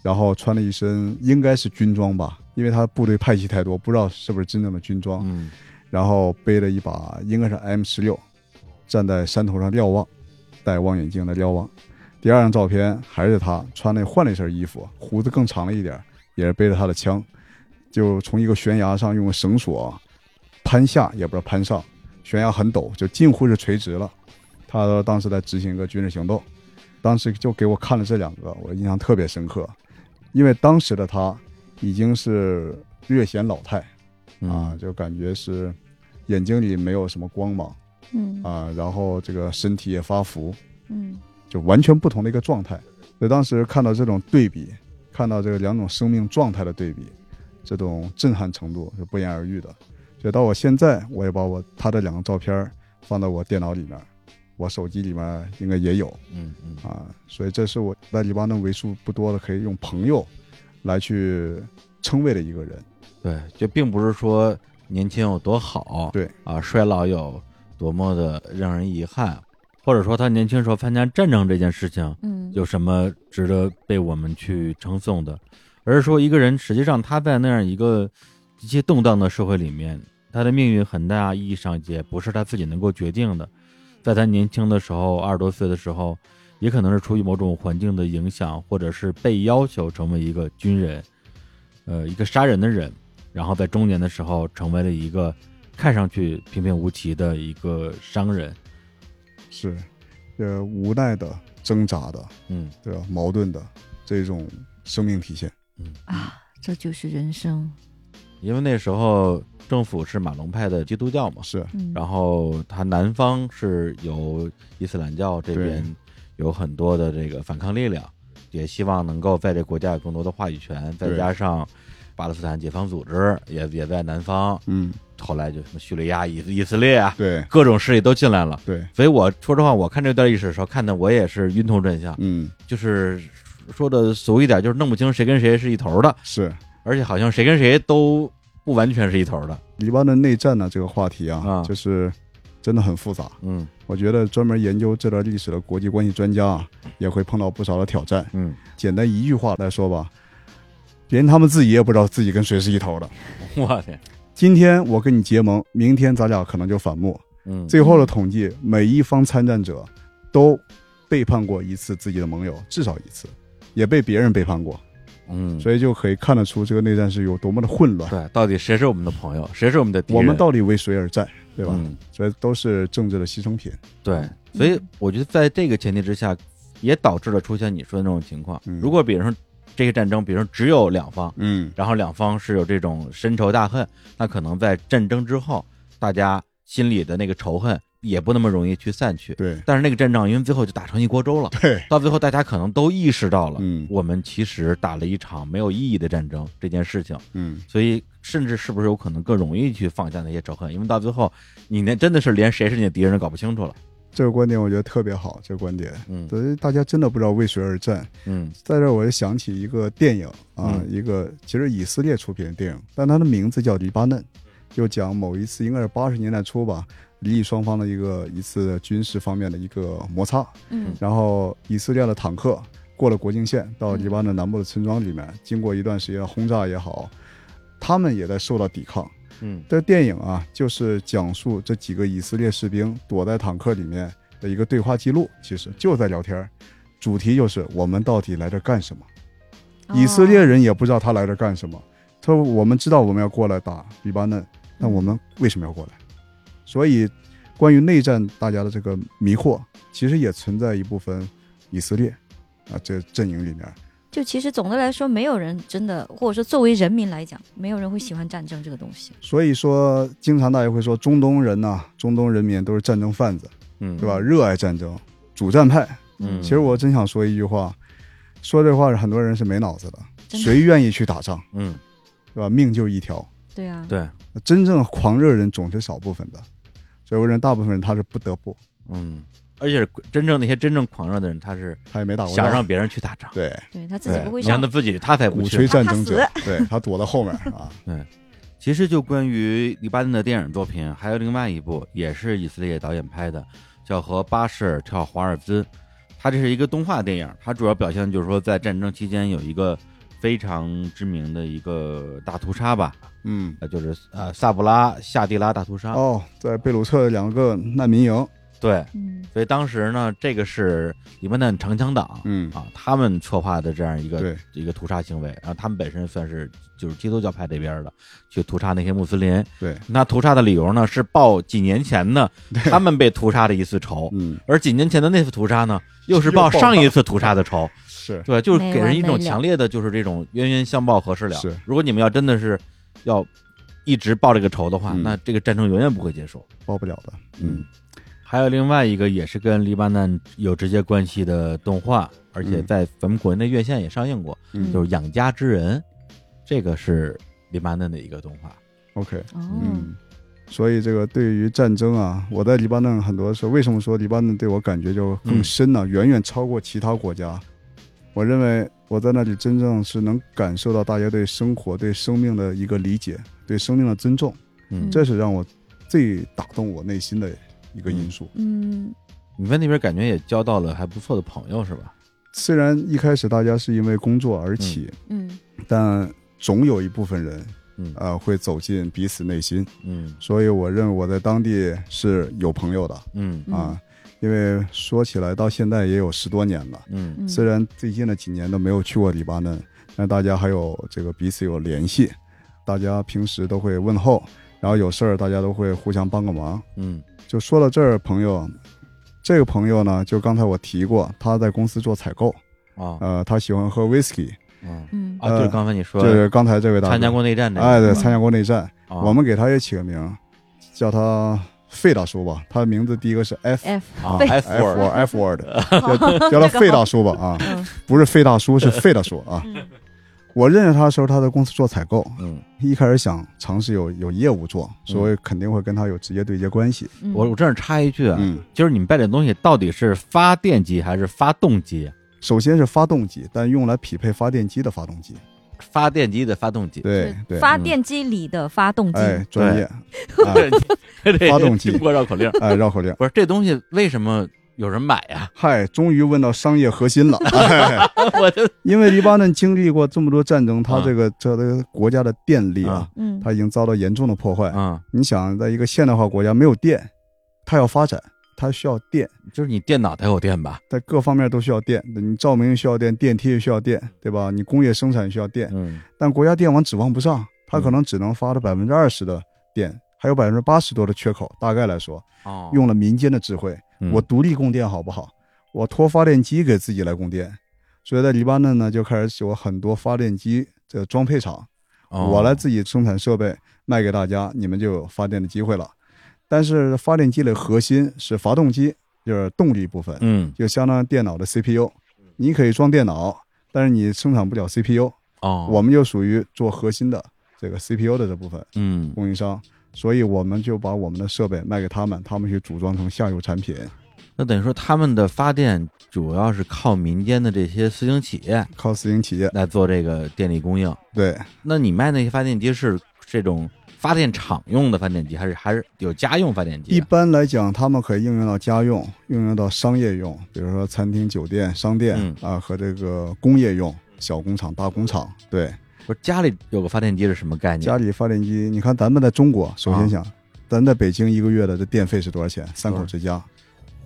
B: 然后穿了一身应该是军装吧，因为他部队派系太多，不知道是不是真正的军装，
A: 嗯
B: 然后背了一把应该是 M 十六，站在山头上瞭望，戴望远镜在瞭望。第二张照片还是他穿那换了一身衣服，胡子更长了一点，也是背着他的枪，就从一个悬崖上用绳索攀下，也不知道攀上，悬崖很陡，就近乎是垂直了。他说当时在执行一个军事行动，当时就给我看了这两个，我印象特别深刻，因为当时的他已经是略显老态，
A: 嗯
B: 啊，，就感觉是眼睛里没有什么光芒啊
C: 嗯
B: 啊，然后这个身体也发福，
C: 嗯
B: 就完全不同的一个状态。所以当时看到这种对比，看到这个两种生命状态的对比，这种震撼程度是不言而喻的。所以到我现在，我也把我他的两个照片儿放到我电脑里面，我手机里面应该也有
E: 嗯嗯
B: 啊。所以这是我在黎巴嫩为数不多的可以用朋友来去称谓的一个人。
A: 对，就并不是说年轻有多好，
B: 对
A: 啊，衰老有多么的让人遗憾，或者说他年轻时候参加战争这件事情
C: 嗯，
A: 有什么值得被我们去称颂的，而是说一个人实际上他在那样一个极其动荡的社会里面，他的命运很大意义上也不是他自己能够决定的，在他年轻的时候，二十多岁的时候，也可能是出于某种环境的影响，或者是被要求成为一个军人，呃，一个杀人的人，然后在中年的时候成为了一个看上去平平无奇的一个商人，
B: 是，呃，无奈的、挣扎的，
A: 嗯，
B: 对吧？矛盾的这种生命体现。
C: 啊，这就是人生。
A: 因为那时候政府是马龙派的基督教嘛，
B: 是，
C: 嗯，
A: 然后它南方是有伊斯兰教这边
B: 对
A: 有很多的这个反抗力量，也希望能够在这国家有更多的话语权，再
B: 对
A: 加上巴勒斯坦解放组织也也在南方，
B: 嗯，
A: 后来就什么叙利亚、以以色列啊，
B: 对
A: 各种势力都进来了。
B: 对，
A: 所以我说实话，我看这段历史的时候，看的我也是晕头转向，
B: 嗯，
A: 就是说的俗一点，就是弄不清谁跟谁是一头的，
B: 是。
A: 而且好像谁跟谁都不完全是一头的。
B: 黎巴嫩内战呢这个话题啊，
A: 啊
B: 就是真的很复杂。
A: 嗯
B: 我觉得专门研究这段历史的国际关系专家啊，也会碰到不少的挑战。
A: 嗯，
B: 简单一句话来说吧，连他们自己也不知道自己跟谁是一头的。
A: 嗯 我天，
B: 今天我跟你结盟，明天咱俩可能就反目。
A: 嗯，
B: 最后的统计，每一方参战者都背叛过一次自己的盟友，至少一次，也被别人背叛过。
A: 嗯，
B: 所以就可以看得出这个内战是有多么的混 乱。
A: 对，到底谁是我们的朋友，谁是我们的敌人？
B: 我们到底为谁而战，对吧？
A: 嗯，
B: 所以都是政治的牺牲品。
A: 对，所以
B: 嗯
A: 我觉得在这个前提之下，也导致了出现你说的那种情况。
B: 嗯
A: 如果比如说这个战争，比如说只有两方，
B: 嗯，
A: 然后两方是有这种深仇大恨，那可能在战争之后，大家心里的那个仇恨也不那么容易去散去。
B: 对
A: 但是那个战仗因为最后就打成一锅粥了，
B: 对，
A: 到最后大家可能都意识到了，
B: 嗯
A: 我们其实打了一场没有意义的战争这件事情。
B: 嗯，
A: 所以甚至是不是有可能更容易去放下那些仇恨？因为到最后，你那真的是连谁是你的敌人都搞不清楚了。
B: 这个观点我觉得特别好，这个观点。
A: 嗯
B: 对，大家真的不知道为谁而战。
A: 嗯
B: 在这儿我就想起一个电影啊，
A: 嗯
B: 一个其实以色列出品的电影，但它的名字叫《黎巴嫩》，就讲某一次应该是八十年代初吧，黎以双方的一个一次军事方面的一个摩擦，
C: 嗯
B: 然后以色列的坦克过了国境线，到黎巴嫩南部的村庄里面，经过一段时间的轰炸也好，他们也在受到抵抗。
A: 嗯
B: 这电影啊，就是讲述这几个以色列士兵躲在坦克里面的一个对话记录，其实就在聊天儿，主题就是我们到底来这儿干什么？
C: 哦
B: 以色列人也不知道他来这儿干什么。他说我们知道我们要过来打黎巴嫩，但我们为什么要过来？所以，关于内战大家的这个迷惑，其实也存在一部分以色列啊这阵营里面。
C: 就其实总的来说，没有人真的，或者说作为人民来讲，没有人会喜欢战争这个东西。
B: 所以说，经常大家会说中东人呐、中东人民都是战争贩子，
A: 嗯，
B: 对吧？热爱战争，主战派。
A: 嗯，
B: 其实我真想说一句话，说这话很多人是没脑子的，
C: 真的
B: 谁愿意去打仗，
A: 嗯
B: 对吧？命就一条。
C: 对啊，
A: 对
B: 真正狂热人总是少部分的，所以我认为大部分人他是不得不，
A: 嗯，而且真正那些真正狂热的人，他是
B: 他也没打过
A: 想
B: 仗
A: 让，别人去打仗，
B: 对，
C: 对他自己不会
A: 你让
C: 上
A: 他，自己他才不
B: 鼓
A: 去
B: 吹。战争者
C: 他，
B: 对他躲在后面啊，
A: 其实就关于黎巴嫩的电影作品，还有另外一部也是以色列导演拍的，叫《和巴舍尔跳华尔兹》。它这是一个动画电影，它主要表现的就是说，在战争期间有一个非常知名的一个大屠杀吧，
B: 嗯，
A: 呃，就是呃萨布拉夏蒂拉大屠杀。
B: 哦，在贝鲁特的两个难民营，
A: 对，
C: 嗯
A: 所以当时呢，这个是黎巴嫩长枪党，
B: 嗯
A: 啊，他们策划的这样一个
B: 对
A: 一个屠杀行为，然后他们本身算是就是基督教派这边的，去屠杀那些穆斯林。
B: 对，
A: 那屠杀的理由呢，是报几年前呢他们被屠杀的一次仇，
B: 嗯，
A: 而几年前的那次屠杀呢，又是
B: 又
A: 报
B: 报
A: 上
B: 了
A: 一次屠杀的 仇。
B: 是
A: 对，就是给人一
C: 没
A: 种
C: 完没了
A: 强烈的，就是这种冤冤相报何时了。
B: 是
A: 如果你们要真的是要一直报这个仇的话，
B: 嗯
A: 那这个战争永远不会结束。
B: 报不了的，
A: 嗯，还有另外一个也是跟黎巴嫩有直接关系的动画，而且
B: 嗯
A: 在咱们国内院线也上映过，
B: 嗯
A: 就是《养家之人》，这个是黎巴嫩的一个动画。
B: OK，
C: 哦，
B: 嗯，所以这个对于战争啊，我在黎巴嫩很多时候，为什么说黎巴嫩对我感觉就更深呢、远远超过其他国家。我认为我在那里真正是能感受到大家对生活、对生命的一个理解，对生命的尊重，
A: 嗯
B: 这是让我最打动我内心的一个因素。
C: 嗯
A: 你在那边感觉也交到了还不错的朋友是吧？
B: 虽然一开始大家是因为工作而起，
C: 嗯
B: 但总有一部分人，
A: 嗯
B: 呃，会走进彼此内心。
A: 嗯
B: 所以我认为我在当地是有朋友的。
A: 嗯
B: 啊，因为说起来到现在也有十多年了，
A: 嗯
C: 嗯，
B: 虽然最近的几年都没有去过黎巴嫩，但大家还有这个彼此有联系，大家平时都会问候，然后有事儿大家都会互相帮个忙。
A: 嗯
B: 就说到这儿，朋友，这个朋友呢，就刚才我提过，他在公司做采购，
A: 啊
B: 呃，他喜欢喝 whisky，
A: 嗯
C: 嗯
A: 啊，就是刚才你
B: 呃就
A: 说
B: 是刚才这位大哥
A: 参加，过内战的，
B: 哎，对，
A: 是吧
B: 参加过内战，
A: 啊
B: 我们给他也起个名儿，叫他费大叔吧，他的名字第一个是 F。
C: F
A: 啊
C: 被
A: F
B: F
A: word
B: word F word，叫 叫他费大叔吧啊，
C: 嗯
B: 不是费大叔是费大叔啊。
C: 嗯
B: 我认识他的时候，他在公司做采购，
A: 嗯，
B: 一开始想尝试有有业务做，所以肯定会跟他有直接对接关系。
C: 嗯
A: 我我这儿插一句啊，
B: 嗯，
A: 就是你们带这东西到底是发电机还是发动机？
B: 首先是发动机，但用来匹配发电机的发动机。
A: 发电机的发动机，
B: 对对，嗯
C: 发电机里的发动机，
B: 哎，专业，啊
A: 对
B: 发动机
A: 中国绕口令。
B: 哎，绕口令。
A: 不是这东西为什么有人买 呀？
B: 嗨，终于问到商业核心了。 哎
A: 我这
B: 因为黎巴嫩经历过这么多战争，它
A: 啊
B: 这个这个国家的电力啊，
C: 嗯
B: 它已经遭到严重的破坏。
A: 啊，
B: 你想，在一个现代化国家没有电，它要发展，它需要电，
A: 就是你电脑得有电吧？
B: 在各方面都需要电。你照明也需要电，电梯也需要电，对吧？你工业生产也需要电，
A: 嗯
B: 但国家电网指望不上，它可能只能发到百分之二十的电，还有百分之八十多的缺口。大概来说，
A: 哦，
B: 用了民间的智慧，
A: 嗯
B: 我独立供电好不好？我拖发电机给自己来供电，所以在黎巴嫩呢，就开始有很多发电机的装配厂。
A: 哦
B: 我来自己生产设备卖给大家，你们就有发电的机会了。但是发电机的核心是发动机，就是动力部分，
A: 嗯
B: 就相当于电脑的 CPU。你可以装电脑，但是你生产不了 CPU，
A: 哦，
B: 我们就属于做核心的这个 CPU 的这部分
A: 嗯
B: 供应商，所以我们就把我们的设备卖给他们，他们去组装成下游产品。
A: 那等于说他们的发电主要是靠民间的这些私营企业
B: 靠私营企业，
A: 来做这个电力供应。
B: 对，
A: 那你卖那些发电机是这种发电厂用的发电机，还是还是有家用发电机
B: 一
A: 啊？
B: 般来讲，他们可以应用到家用，应用到商业用，比如说餐厅、酒店、商店
A: 嗯
B: 啊、和这个工业用，小工厂、大工厂。对，
A: 不是家里有个发电机是什么概念？
B: 家里发电机，你看咱们在中国，首
A: 嗯啊
B: 先想，咱在北京一个月的这电费是多少钱？三口
A: 多少
B: 之家，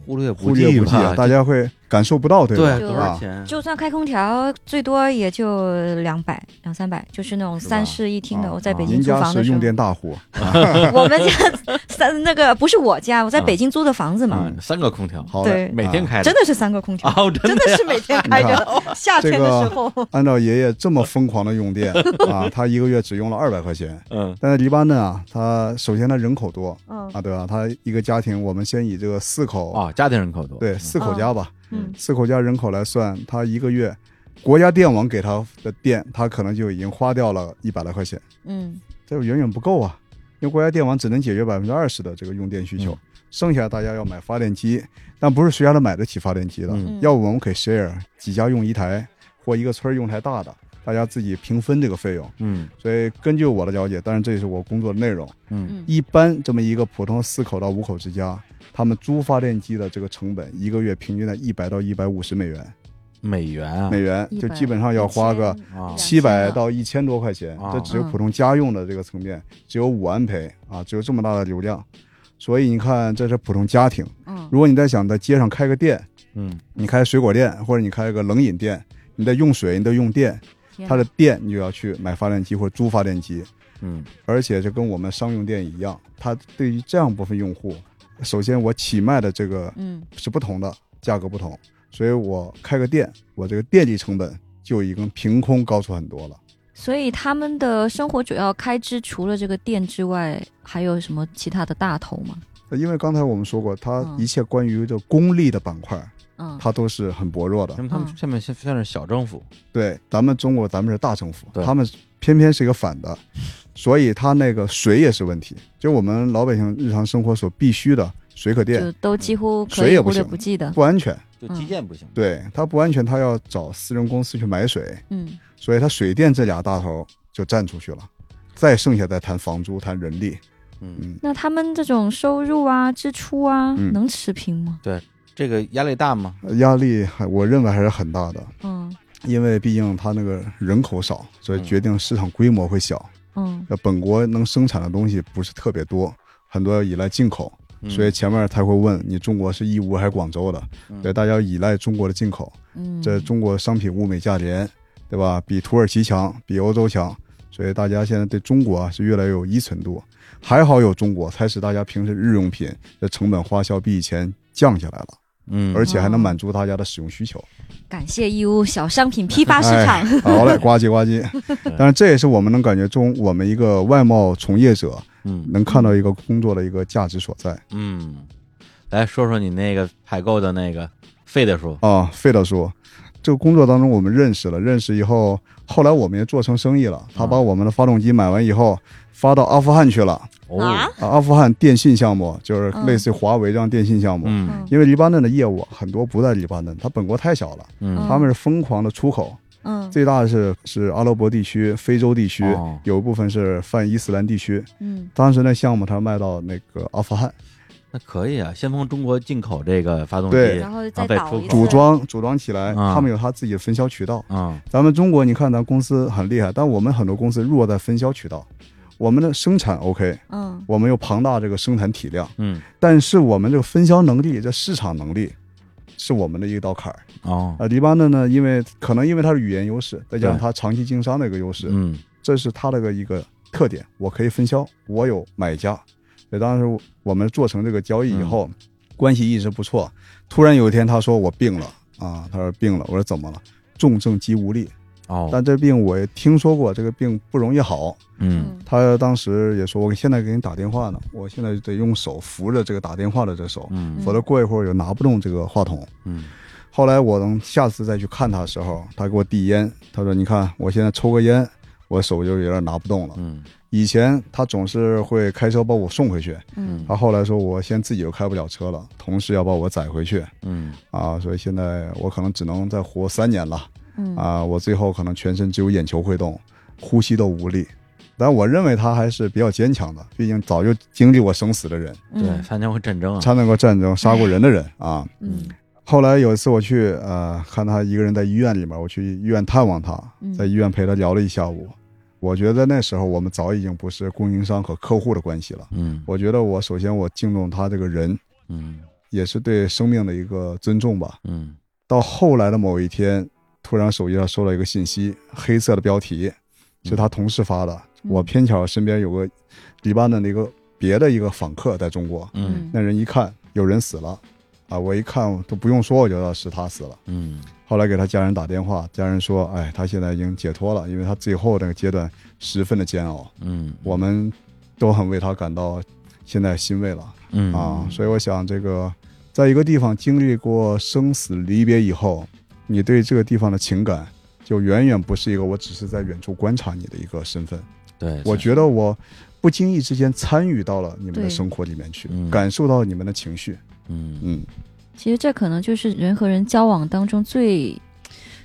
A: 忽略不
B: 忽略不计
A: 吧
B: 啊，？大家会感受不到，对吧？
A: 对
C: 就
A: 多少
B: 啊，
A: 钱？
C: 就算开空调，最多也就两百两三百，就是那种
A: 吧
C: 三室一厅的。
B: 啊
C: 我在北
A: 啊
C: 京
B: 您
C: 租
B: 家
C: 房的
B: 是
C: 时
B: 用
C: 候，
B: 电大户，
C: 我们家三那个不是我家，我
B: 啊
C: 在北京租的房子嘛，
A: 啊，三个空调，
B: 好啊嘞。
C: 对，
A: 每天开
C: 真的是三个空调，
A: 哦， 真
C: 真的是每天开
B: 你
A: 嗯
C: 着，夏天的时候，
B: 按照爷爷这么疯狂的用 电啊，他一个月只用了二百块钱。
A: 嗯
B: 但是黎巴嫩啊，他首先他人口多
C: 嗯
B: 啊，对吧？他一个家庭，我们先以这个四口
A: 啊，家庭人口多，
B: 对，四口家吧，
C: 嗯
B: 四口家人口来算，他一个月国家电网给他的电，他可能就已经花掉了一百来块钱，
C: 嗯
B: 这远远不够啊，因为国家电网只能解决百分之二十的这个用电需求，
A: 嗯
B: 剩下大家要买发电机，但不是谁家都买得起发电机的，
A: 嗯
B: 要不我们可以 share 几家用一台，或一个村儿用台大的，大家自己平分这个费用。
A: 嗯
B: 所以根据我的了解，当然这也是我工作的内容，
A: 嗯
C: 嗯
B: 一般这么一个普通四口到五口之家，他们租发电机的这个成本一个月平均在一百到一百五十美元，
A: 美元啊
B: 美元
C: 100
B: 就基本上要花个
A: 啊
B: 七百到一千多块钱
A: 啊，
B: 这只有普通家用的这个层面，只有五安培啊，只有这么大的流量，所以你看这是普通家庭。
C: 嗯
B: 如果你在想在街上开个店，
A: 嗯
B: 你开水果店或者你开个冷饮店，你在用水，你得用电，
C: 天
B: 它的电你就要去买发电机或者租发电机，
A: 嗯
B: 而且就跟我们商用电一样，它对于这样部分用户，首先我起卖的这个
C: 嗯
B: 是不同的，价格不同，所以我开个店，我这个电力成本就已经凭空高出很多了。
C: 所以他们的生活主要开支除了这个电之外，还有什么其他的大头吗？
B: 因为刚才我们说过，它
C: 嗯
B: 一切关于这功利的板块，
C: 嗯
B: 它都是很薄弱的
A: 因。为他们
C: 嗯
A: 下面像像是小政府，
B: 对，咱们中国咱们是大政府，
A: 对
B: 他们偏偏是一个反的，所以它那个水也是问题，就我们老百姓日常生活所必须的水可电
C: 就都几乎可
B: 谁
C: 以
B: 也不
C: 忽略
B: 行
C: 不计的，
B: 不安全，
A: 就
C: 嗯
A: 基建不行，
B: 对它不安全，它要找私人公司去买水，
C: 嗯
B: 所以它水电这俩大头就站出去了，再剩下再谈房租、谈人力，
A: 嗯，
B: 嗯，
C: 那他们这种收入啊、支出啊，
B: 嗯
C: 能持平吗？
A: 这个压力大吗？
B: 压力还我认为还是很大的，
C: 嗯
B: 因为毕竟它那个人口少，所以决定市场规模会小，
C: 嗯
B: 那本国能生产的东西不是特别多，很多要依赖进口。
A: 嗯
B: 所以前面才会问你中国是义乌还是广州的，
A: 嗯
B: 对，大家要依赖中国的进口。
C: 嗯，
B: 这中国商品物美价廉，对吧？比土耳其强，比欧洲强，所以大家现在对中国啊是越来越有依存度。还好有中国，才使大家平时日用品的成本花销比以前降下来了，
A: 嗯，
B: 而且还能满足大家的使用需求。
C: 感谢义乌小商品批发市场。
B: 好嘞，呱唧呱唧。当然，这也是我们能感觉中我们一个外贸从业者
A: 嗯
B: 能看到一个工作的一个价值所在
A: 嗯，来说说你那个采购的那个费的书，
B: 啊。费老叔，这个工作当中我们认识了，认识以后，后来我们也做成生意了。
A: 嗯
B: 他把我们的发动机买完以后，发到阿富汗去了。
A: 哦，
B: 啊，阿富汗电信项目就是
C: 嗯
B: 类似于华为这样电信项目，
A: 嗯
C: 嗯
B: 因为黎巴嫩的业务很多不在黎巴嫩，它本国太小了，
A: 嗯
B: 他们是疯狂的出口，
C: 嗯
B: 最大的是是阿拉伯地区、非洲地区，
A: 哦
B: 有一部分是泛伊斯兰地区。
C: 嗯
B: 当时那项目它卖到那个阿富汗，
A: 那可以啊，先从中国进口这个发动机，
B: 对
C: 然后
A: 然后
C: 再
A: 再
C: 倒
A: 出口
C: 一次
B: 组装组装起来，
A: 啊
B: 他们有他自己的分销渠道。
A: 嗯
B: 咱们中国，你看咱公司很厉害，但我们很多公司弱在分销渠道，我们的生产 OK，
C: 嗯
B: 我们有庞大这个生产体量。
A: 嗯
B: 但是我们这个分销能力、这市场能力，是我们的一道坎儿。
A: 哦，
B: 啊，黎巴嫩呢，因为可能因为它的语言优势，再加上
A: 对
B: 它长期经商的一个优势，
A: 嗯
B: 这是它的一个一个特点。我可以分销，我有买家。所以当时我们做成这个交易以后，
A: 嗯
B: 关系一直不错。突然有一天，他说我病了啊，他说病了，我说怎么了？重症肌无力，
A: 哦，
B: 但这病我也听说过，这个病不容易好。
A: 嗯
C: 嗯
B: 他当时也说，我现在给你打电话呢，我现在得用手扶着这个打电话的这手，
A: 嗯
B: 否则过一会儿我就拿不动这个话筒。
A: 嗯
B: 后来我等下次再去看他的时候，他给我递烟，他说：“你看我现在抽个烟，我手就有点拿不动了。
A: 嗯
B: 以前他总是会开车把我送回去，
C: 嗯
B: 他后来说我现在自己又开不了车了，同事要把我载回去
A: 嗯
B: 啊，所以现在我可能只能再活三年了
C: 嗯
B: 啊，我最后可能全身只有眼球会动，呼吸都无力。但我认为他还是比较坚强的，毕竟早就经历过生死的人，
C: 嗯
A: 对，参加过战争啊，
B: 参加过战争、杀过人的人啊。
C: 嗯
B: 后来有一次我去呃看他一个人在医院里面，我去医院探望他
C: 嗯，
B: 在医院陪他聊了一下午。我觉得那时候我们早已经不是供应商和客户的关系了。
A: 嗯
B: 我觉得我首先我敬重他这个人，
A: 嗯
B: 也是对生命的一个尊重吧。
A: 嗯
B: 到后来的某一天，突然手机上收到一个信息，黑色的标题是他同事发的。
C: 嗯
B: 我偏巧身边有个黎巴嫩的一个别的一个访客在中国，
A: 嗯
B: 那人一看有人死了，啊，我一看都不用说，我就知道是他死了。
A: 嗯
B: 后来给他家人打电话，家人说：“哎，他现在已经解脱了，因为他最后那个阶段十分的煎熬，
A: 嗯，
B: 我们都很为他感到现在欣慰了
A: 嗯
B: 啊。所以我想，这个在一个地方经历过生死离别以后，你对这个地方的情感就远远不是一个我只是在远处观察你的一个身份。
A: 对，
B: 我觉得我不经意之间参与到了你们
C: 对
B: 的生活里面去
A: 嗯，
B: 感受到你们的情绪。
A: 嗯
B: 嗯，
C: 其实这可能就是人和人交往当中最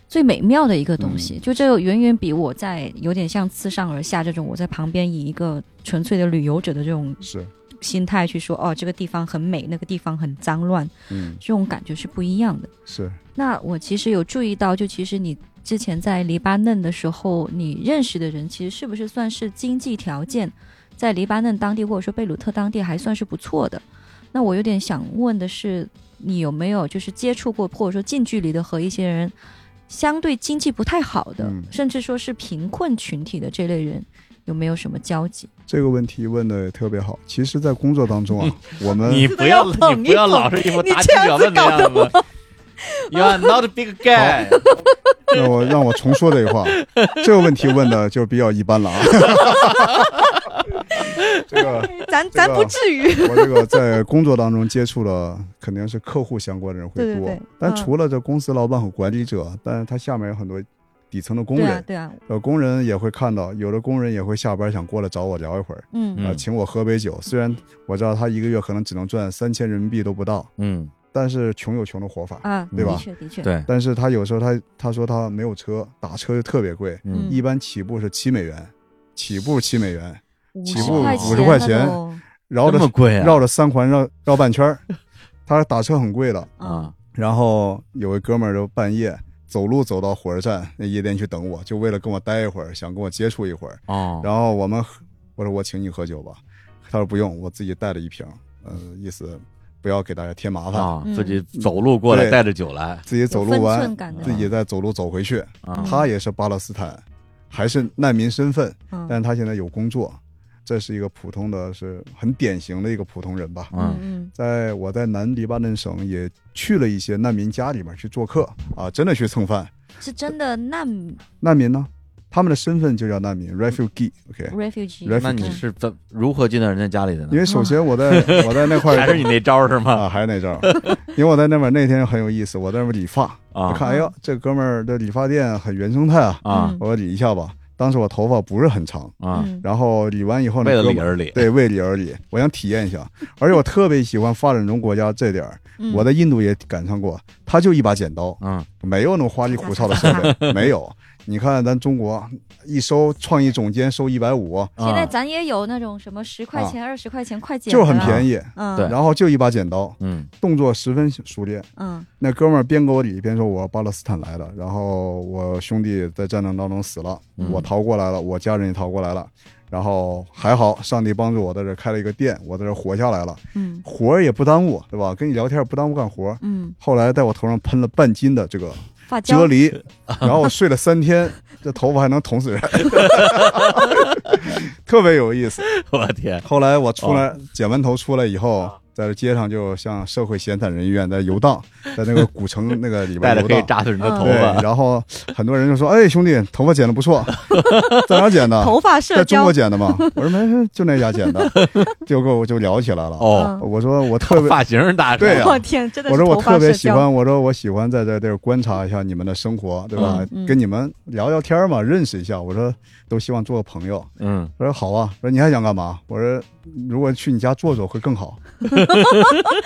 C: 最美妙的一个东西，就这个远远比我在有点像自上而下这种，我在旁边以一个纯粹的旅游者的这种
B: 是，
C: 心态去说，哦，这个地方很美，那个地方很脏乱，
B: 嗯，
C: 这种感觉是不一样的。
B: 是，
C: 那我其实有注意到，就其实你之前在黎巴嫩的时候，你认识的人其实是不是算是经济条件在黎巴嫩当地或者说贝鲁特当地还算是不错的？那我有点想问的是，你有没有就是接触过或者说近距离的和一些人相对经济不太好的，
B: 嗯
C: 甚至说是贫困群体的这类人，有没有什么交集？
B: 这个问题问的也特别好。其实，在工作当中啊，我们
E: 你不要
C: 要捧
E: 你不要
C: 一捧
E: 老是一副
C: 你
E: 答
C: 这
E: 记者
C: 样子
E: 问的
C: 搞得
E: 样子。You are not a big guy，
B: 那我让我重说这个话，这个问题问的就比较一般了啊。 这个
H: 咱咱不至于。
B: 我这个在工作当中接触的肯定是客户相关的人会
H: 对对
B: 多，
H: 对
B: 但
H: 嗯
B: 除了这公司老板和管理者，但是他下面有很多底层的 工
C: 对
B: 人，
C: 啊，对啊，
B: 呃，工人也会看到，有的工人也会下班想过来找我聊一会儿，
C: 嗯
B: 啊、
A: 嗯
B: 请我喝杯酒。虽然我知道他一个月可能只能赚三千人民币都不到，
A: 嗯，
B: 但是穷有穷的活法。
C: 啊，
B: 对吧
C: 的确的确，
A: 对，
B: 但是他有时候他他说他没有车，打车就特别贵，
A: 嗯
B: 一般起步是七美元，起步七美元，
C: 五
B: 起
C: 十
B: 步
C: 块
B: 50块
C: 钱
B: 钱
C: 了都
B: 绕
A: 这
B: 着
A: 么贵啊？
B: 绕着三环绕绕半圈儿他打车很贵的。
A: 啊，
B: 然后有个哥们儿就半夜走路走到火车站那夜店去等我，就为了跟我待一会儿，想跟我接触一会儿。
A: 哦，
B: 然后我们喝我说我请你喝酒吧，他说不用，我自己带了一瓶，呃，意思不要给大家添麻烦，
A: 啊，
C: 嗯
A: 自己走路过来
B: 对
A: 带着酒来
B: 自己走
C: 有
B: 路啊
C: 分寸
B: 完，
C: 感的
B: 自己再走路走回去。
A: 啊，
B: 他也是巴勒斯坦，还是难民身份，
C: 嗯
B: 但是他现在有工作，这是一个普通的，是很典型的一个普通人吧。
A: 嗯
C: 嗯
B: 在我在南黎巴嫩省也去了一些难民家里面去做客啊，真的去蹭饭。
C: 嗯，是真的难民
B: 难民呢，他们的身份就叫难
A: 嗯
B: 民 （refugee），OK、
C: refugee，
B: refugee
A: 那你是怎如何进到人家家里的
B: 嗯因
A: 呢？
B: 为首先我在我在那块 儿
A: 还是你啊那招是吗？
B: 啊，还是那招 儿，因为我在那边那天很有意思，我在那边理发，我
A: 啊
B: 看哎呦这哥们儿的理发店很原生态啊，
A: 啊
C: 嗯
B: 我理一下吧。当时我头发不是很长，
A: 啊！
C: 嗯
B: 然后理完以后呢，
A: 为了
B: 哥
A: 理
B: 们儿
A: 而理，
B: 对为理而理，我想体验一下，而且我特别喜欢发展中国家这点儿，
C: 嗯
B: 我在印度也赶上过，他就一把剪刀，
A: 嗯，
B: 没有那么花里胡哨的设 备，没有。你看咱中国一收创意总监收一百五，
C: 现在
A: 啊
C: 咱也有那种什么十块钱、二十块钱快剪，
B: 啊就是很
C: 宜。
B: 便宜，
C: 嗯，
A: 对
B: 然后就一把剪刀，
A: 嗯
B: 动作十分熟练。
C: 嗯
B: 那哥们儿边给我理边说我巴勒斯坦来的，然后我兄弟在战争当中死了，
A: 嗯
B: 我逃过来了，我家人也逃过来了，然后还好上帝帮助我在这儿开了一个店，我在这儿活下来了，
C: 嗯
B: 活儿也不耽误，对吧？跟你聊天也不耽误干活儿。
C: 嗯，
B: 后来在我头上喷了半斤的这个
C: 发
B: 啫
C: 胶，
B: 喱，然后我睡了三天，这头发还能捅 死人，特别有意思。
A: 我天，
B: 后来我出
A: 哦
B: 来剪完头出来以后，
A: 啊
B: 在这街上就像社会闲散人一样在 游荡，在那个古城那个里
A: 带
B: 边
A: 着
B: 游
A: 可以
B: 荡。
A: 扎死人
C: 嗯
A: 的头
B: 对，
A: 发，
B: 然后很多人就说：“哎，兄弟，头发剪得 不错，在哪儿剪的？
H: 头发
B: 在
H: 社
B: 中
H: 交
B: 国，剪的吗？”我说：“没事，就那家 剪的。”就跟我就聊起
C: 嗯
B: 来了。
A: 哦，
B: 我说：“我嗯特别，
A: 发型大师，
B: 对呀啊
H: 我天，真的
B: 我
H: 是
B: 说我
H: 头发
B: 特别
H: 社
B: 喜
H: 交。
B: 欢，我说我喜欢在这地儿观察一下你们的生活，对吧？
C: 嗯嗯
B: 跟你们聊聊天嘛，认识一下。我说都希望做个朋友。
A: 嗯，
B: 我说好啊，我说你还想干嘛？我说如果去你家坐坐会更 好。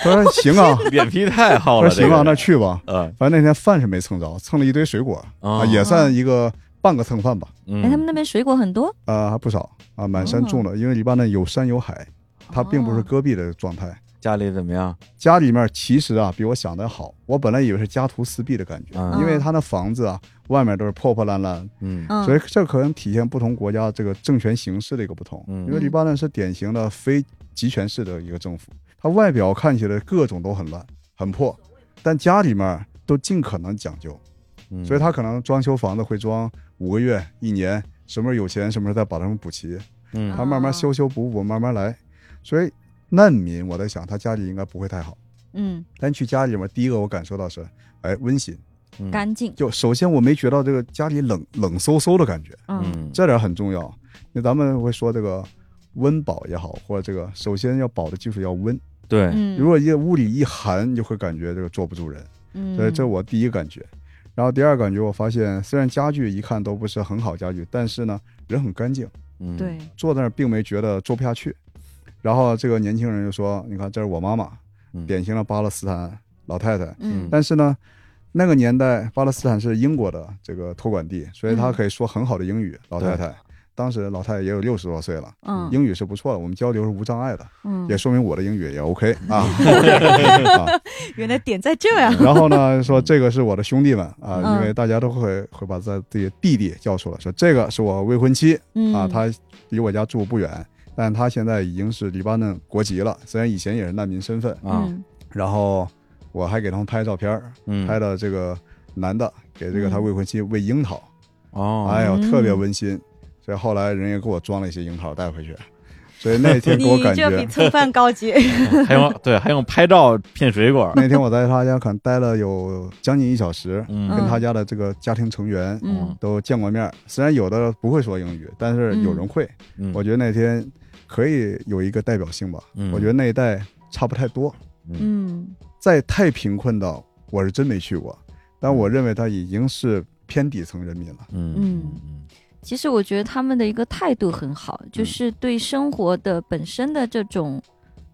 B: 他说行啊，
A: 脸皮太厚
B: 我
A: 了，
B: 说 行
A: 这个
B: 啊，那
A: 人
B: 去吧。
A: 呃
B: 反正那天饭是没蹭着，蹭了一堆水果啊，
A: 啊
B: 也算一个半个蹭饭吧，
C: 哎，他
A: 嗯
C: 们那边水果很多，
B: 啊，还不少啊，满山种
A: 哦
B: 的，因为黎巴嫩有山有海，它并不是戈壁的状态。
A: 家里怎么样？
B: 家里面其实啊比我想的好，我本来以为是家徒四壁的感觉，
A: 嗯
B: 因为他那房子啊外面都是破破烂烂，
A: 嗯
C: 嗯，
B: 所以这可能体现不同国家这个政权形式的一个不同。
A: 嗯
B: 因为黎巴嫩是典型的非集权式的一个政府，它外表看起来各种都很乱、很破，但家里面都尽可能讲究，
A: 嗯，
B: 所以他可能装修房子会装五个月、一年，什么时候有钱什么时候再把它们补齐，
A: 嗯
B: 他慢慢修修补补，慢慢来。所以难民，我在想他家里应该不会太好。
C: 嗯，
B: 但去家里面，第一个我感受到是，哎，温馨。
A: 嗯
C: 干净，
B: 就首先我没觉到这个家里冷冷飕飕的感觉，
C: 嗯
A: 嗯
B: 这点很重要。那咱们会说这个温饱也好，或者这个首先要饱的基础要温。
A: 对
C: 嗯，
B: 如果一个屋里一寒，你就会感觉这个坐不住人。所以
C: 嗯，
B: 这我第一感觉。然后第二感觉，我发现虽然家具一看都不是很好家具，但是呢人很干净，
A: 嗯
C: 对，
B: 坐在那儿并没觉得坐不下去。然后这个年轻人就说：“你看，这是我妈妈，
A: 嗯
B: 典型的巴勒斯坦老太太。”
C: 嗯
B: 但是呢，那个年代巴勒斯坦是英国的这个托管地，所以她可以说很好的英语。老太太当时老太太也有六十多岁了，
C: 嗯
B: 英语是不错的，我们交流是无障碍的，
C: 嗯
B: 也说明我的英语也 OK 啊。 啊
H: 原来点在这
C: 啊
H: 呀，
B: 然后呢，说这个是我的兄弟们啊，
C: 嗯
B: 因为大家都会会把在自己的弟弟叫出来，说这个是我未婚妻
C: 嗯
B: 啊，她离我家住不远。但她现在已经是黎巴嫩国籍了，虽然以前也是难民身份，
A: 啊
C: 嗯
B: 然后我还给他们拍照片儿，
A: 嗯
B: 拍的这个男的给这个他未婚妻喂樱桃，
A: 哦
B: 哎呦，
C: 嗯
B: 特别温馨。所以后来人也给我装了一些樱桃带回去，所以那天给我
H: 你
B: 感
H: 这比
B: 觉，
H: 蹭饭高 级。
E: 还用对还用拍照骗水果，
B: 那天我在他家可能待了有将近一小时，
A: 嗯
B: 跟他家的这个家庭成员
C: 嗯
B: 都见过面儿。虽然有的不会说英语，但是有人会。
A: 嗯，
B: 我觉得那天可以有一个代表性吧。
A: 嗯
B: 我觉得那一代差不太多。
H: 嗯，
B: 再太贫困的，我是真没去过，但我认为他已经是偏底层人民了。
A: 嗯
H: 嗯
A: 嗯
C: 其实我觉得他们的一个态度很好，
B: 嗯
C: 就是对生活的本身的这种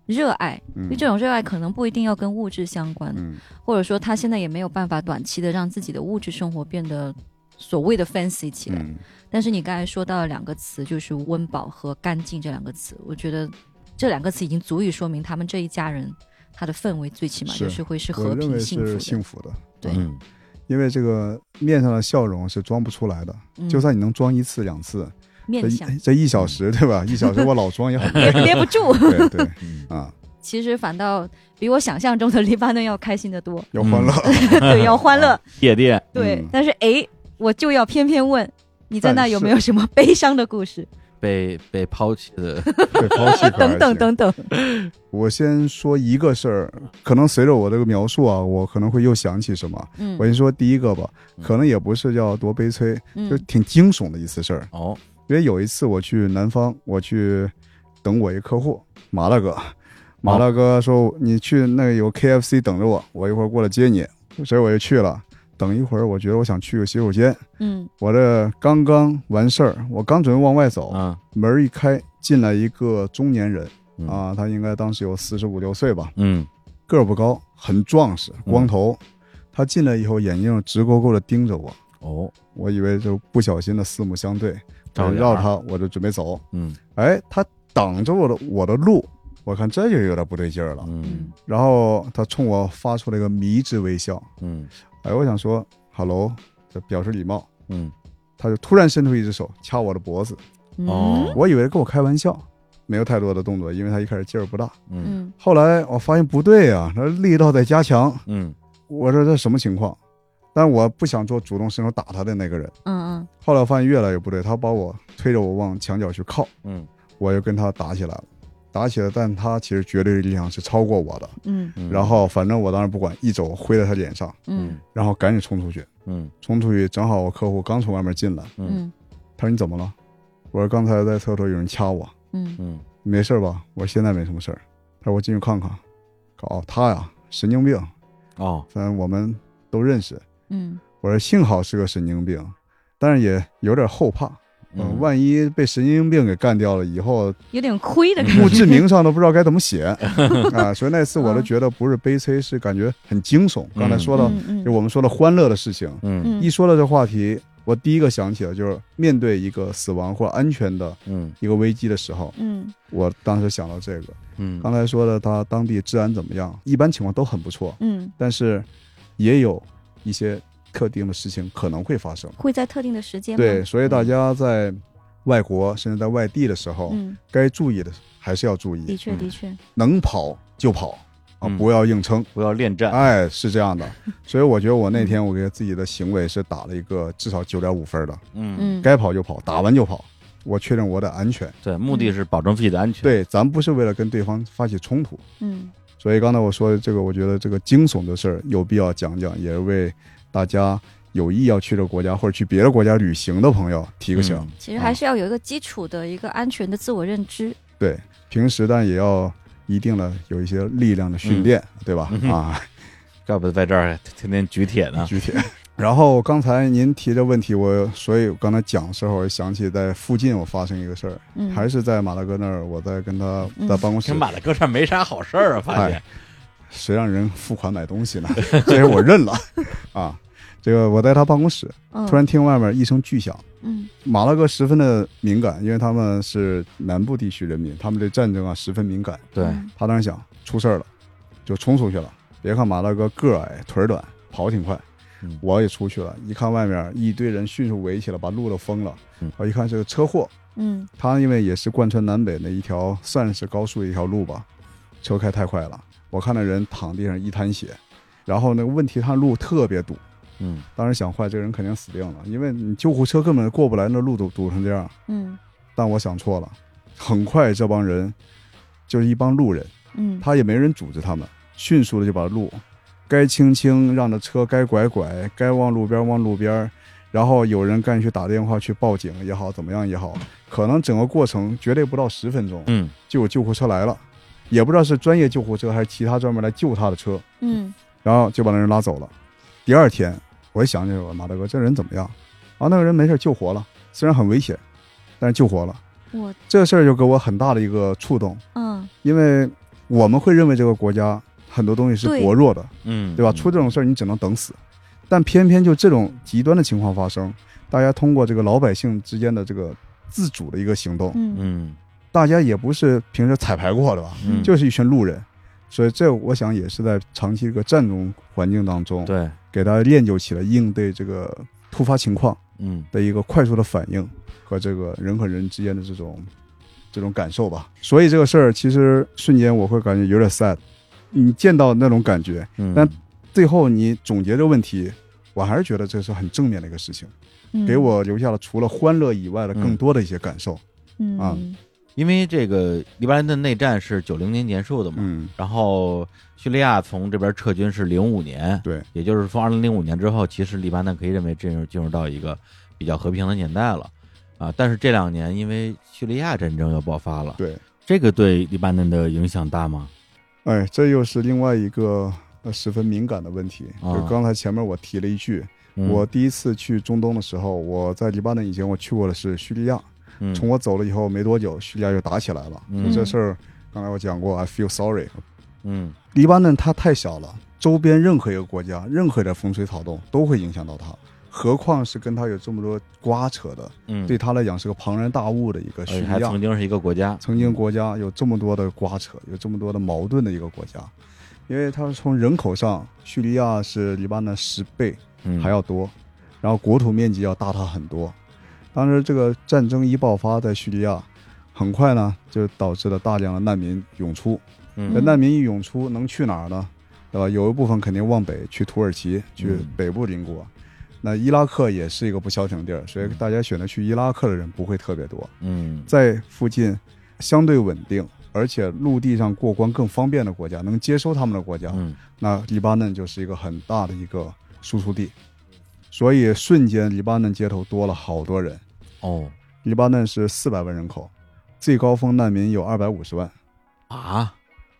C: 热爱，因
B: 嗯
C: 为这种热爱可能不一定要跟物质相关，
B: 嗯
C: 或者说他现在也没有办法短期的让自己的物质生活变得所谓的 fancy 起来。
B: 嗯，
C: 但是你刚才说到了两个词，就是温饱和干净这两个词，我觉得这两个词已经足以说明他们这一家人他的氛围最起码
B: 是
C: 就是会是
B: 我
C: 和
B: 认
C: 平
B: 为
C: 幸福
B: 是
C: 的。
B: 幸福的，
C: 对
A: 嗯
B: 因为这个面上的笑容是装不出来的，
C: 嗯
B: 就算你能装一次两次，这
C: 面相
B: 一这一小时对吧？一小时我老装 也很累
H: 憋。憋不住。
B: 对对
A: 嗯
B: 啊，
C: 其实反倒比我想象中的黎巴嫩要开心的多，
B: 要欢乐。
C: 嗯
H: 对，要欢乐。
E: 夜店
H: 对
B: 嗯，
H: 但是哎，我就要偏偏问，你在
B: 但
H: 那有
B: 是
H: 没有什么悲伤的故事？
A: 被被抛弃 的，
B: 对，抛弃可
H: 等
B: 还
H: 等
B: 行
H: 等等，
B: 我先说一个事儿，可能随着我这个描述啊，我可能会又想起什么。
C: 嗯
B: 我先说第一个吧，
A: 嗯
B: 可能也不是叫多悲催，
C: 嗯
B: 就挺惊悚的一次事儿。
A: 哦，
B: 因为有一次我去南方，我去等我一客户麻辣哥，
A: 哦
B: 麻辣哥说你去那个有 KFC 等着我，我一会儿过来接你，所以我就去了。等一会儿，我觉得我想去个洗手间，
C: 嗯
B: 我这刚刚完事儿，我刚准备往外走，
A: 啊，
B: 门儿一开，进来一个中年人
A: 嗯
B: 啊，他应该当时有四十五六岁吧，
A: 嗯
B: 个儿不高，很壮实，光头。他进来以后，眼睛直勾勾的盯着我，
A: 哦，
B: 我以为就不小心的四目相对，我
A: 照
B: 就
A: 眼
B: 绕
A: 儿
B: 他，我就准备走。
A: 嗯
B: 哎，他挡着我的我的路，我看这就有点不对劲儿了。
A: 嗯
C: 嗯
B: 然后他冲我发出了一个迷之微笑，
A: 嗯
B: 哎，我想说 hello，就表示礼貌。
A: 嗯，
B: 他就突然伸出一只手掐我的脖子，
C: 嗯
A: 哦，
B: 我以为跟我开玩笑，没有太多的动作，因为他一开始劲儿不大。
A: 嗯
C: 嗯
B: 后来我发现不对呀、啊，那力道在加强。
A: 嗯
B: 我说这什么情况？但我不想做主动伸手打他的那个人。
C: 嗯嗯
B: 后来我发现越来越不对，他把我推着我往墙角去靠，
A: 嗯
B: 我就跟他打起来了，打起来，但他其实绝对力量是超过我的。
H: 嗯
A: 嗯，
B: 然后反正我当时不管，一肘挥在他脸上，
C: 嗯
B: 然后赶紧冲出去，
A: 嗯
B: 冲出去正好我客户刚从外面进来，
C: 嗯
B: 他说你怎么了？我说刚才在厕所有人掐我，
C: 嗯
A: 嗯
B: 你没事吧？我说现在没什么事儿。他说我进去看看，哦他呀神经病，
A: 哦，
B: 反正我们都认识。
C: 嗯
B: 我说幸好是个神经病，但是也有点后怕，嗯，
A: 嗯
B: 万一被神经病给干掉了以后，
C: 有点 亏的感
B: 墓
C: 觉。
B: 志铭上都不知道该怎么写啊。所以那次我都觉得不是悲催，是感觉很惊悚。刚才说到
H: 嗯嗯
B: 就我们说的欢乐的事情，
A: 嗯
H: 嗯
B: 一说到这话题，我第一个想起的就是面对一个死亡或安全的
A: 嗯
B: 一个危机的时候，
H: 嗯
B: 我当时想到这个。
A: 嗯，
B: 刚才说的他当地治安怎么样，一般情况都很不错，
H: 嗯
B: 但是也有一些特定的事情可能会发生。
C: 会在特定的时间
H: 嗯
C: 吗
B: 对，，所以大家在外国甚至在外地的时候，
H: 嗯，
B: 该注意的还是要注
C: 的
B: 意，
C: 确的确，
B: 能跑就跑啊，
A: 嗯
B: 不要硬撑。
E: 不要恋战，
B: 哎，是这 样的，所以我觉得我那天我给自己的行为是打了一个至少九点五分的，
A: 嗯，
C: 嗯
B: 该跑就跑，打完就跑，我确认我的安全。
A: 对，目的是保证自己的安全，，
B: 对，咱不是为了跟对方发起冲突，
H: 嗯
B: 所以刚才我说的这个，我觉得这个惊悚的事儿有必要讲讲，也是为大家有意要去这个国家或者去别的国家旅行的朋友提个醒。
A: 嗯
C: 其实还是要有一个基础的一个安全的自我认知。
B: 对，平时但也要一定的有一些力量的
A: 嗯
B: 训练，对吧？啊，
A: 怪不得在这儿天天举铁呢，
B: 具体。然后刚才您提的问题，我所以我刚才讲的时候，我想起在附近我发生一个事儿，
H: 嗯，
B: 还是在马大哥那儿，我在跟他
H: 嗯
B: 在办公室
A: 听马大哥这儿没啥好事儿
B: 哎
A: 啊，发现，
B: 谁让人付款买东 西呢？这是我认了啊。这个我在他办公室，
H: 嗯
B: 突然听外面一声巨响。
C: 嗯
B: 马拉哥十分的敏感，因为他们是南部地区人民，他们对战争啊十分敏感。
A: 对，
B: 他当时想出事儿了，就冲出去了。别看马大哥个儿矮腿儿短，跑挺快
A: 嗯。
B: 我也出去了，一看外面一堆人迅速围起来，把路都封了
A: 嗯。
B: 我一看是个车祸，
H: 嗯
B: 他因为也是贯穿南北的一条算是高速的一条路吧，车开太快了，我看那人躺地上一滩血，然后那个问题他路特别堵，
A: 嗯
B: 当时想坏这个人肯定死定了，因为你救护车根本过不来，那路堵堵成这样。
H: 嗯
B: 但我想错了，很快这帮人就是一帮路人，
C: 嗯
B: 他也没人组织他们，迅速的就把路该清清，让的车该拐拐，该往路边往路边。然后有人干去打电话去报警也好，怎么样也好，可能整个过程绝对不到十分钟，
A: 嗯，
B: 就有救护车来了，也不知道是专业救护车还是其他专门来救他的车，
C: 嗯
B: 然后就把那人拉走了。第二天，我一想起来，我马大哥这人怎么样？啊，那个人没事救活了，虽然很危险，但是救活了。
C: 我
B: 这事儿就给我很大的一个触动，
C: 嗯
B: 因为我们会认为这个国家很多东西是
C: 对
B: 薄弱的，
A: 嗯，
B: 对吧？出这种事儿你只能等死，但偏偏就这种极端的情况发生，大家通过这个老百姓之间的这个自主的一个行动，
C: 嗯
A: 嗯，
B: 大家也不是平时彩排过的吧，
A: 嗯，
B: 就是一群路人，所以这我想也是在长期这个战争环境当中，
A: 对，
B: 给大家练就起了应对这个突发情况
A: 嗯
B: 的一个快速的反应和这个人和人之间的这种这种感受吧。所以这个事儿其实瞬间我会感觉有点 sad，你见到那种感觉，
A: 嗯，
B: 但最后你总结这个问题，我还是觉得这是很正面的一个事情，
C: 嗯
B: 给我留下了除了欢乐以外的
A: 嗯
B: 更多的一些感受。
C: 嗯
B: 啊
A: 因为这个黎巴嫩的内战是九零年结束的嘛，
B: 嗯，
A: 然后叙利亚从这边撤军是零五年，
B: 对，
A: 也就是说二零零五年之后，其实黎巴嫩可以认为进入进入到一个比较和平的年代了啊。但是这两年因为叙利亚战争又爆发了，
B: 对，
A: 这个对黎巴嫩的影响大吗？
B: 哎，这又是另外一个呃十分敏感的问题。
A: 啊
B: 就刚才前面我提了一句，
A: 嗯
B: 我第一次去中东的时候，我在黎巴嫩以前我去过的是叙利亚，
A: 嗯
B: 从我走了以后没多久，叙利亚就打起来了。
A: 嗯
B: 这事儿刚才我讲过，I feel sorry。
A: 嗯
B: 黎巴嫩它太小了，周边任何一个国家、任何的风吹草动都会影响到它，何况是跟它有这么多瓜扯的，
A: 嗯，
B: 对它来讲是个庞然大物的一个
A: 而
B: 叙
A: 且
B: 利
A: 还
B: 亚
A: 曾。经是一个国家，
B: 曾经国家有这么多的瓜扯，有这么多的矛盾的一个国家，因为它是从人口上，叙利亚是黎巴嫩十倍
A: 嗯
B: 还要多，然后国土面积要大它很多。当时这个战争一爆发，在叙利亚，很快呢就导致了大量的难民涌出。那
A: 嗯
C: 嗯
B: 难民一涌出，能去哪儿呢？对吧？有一部分肯定往北去土耳其，去
A: 嗯
B: 北部邻国。那伊拉克也是一个不消停地儿，所以大家选择去伊拉克的人不会特别多。
A: 嗯
B: 在附近相对稳定，而且陆地上过关更方便的国家，能接收他们的国家，
A: 嗯
B: 那黎巴嫩就是一个很大的一个输出地。所以瞬间，黎巴嫩街头多了好多人。
A: 哦
B: 黎巴嫩是四百万人口，最高峰难民有二百五十万，
A: 啊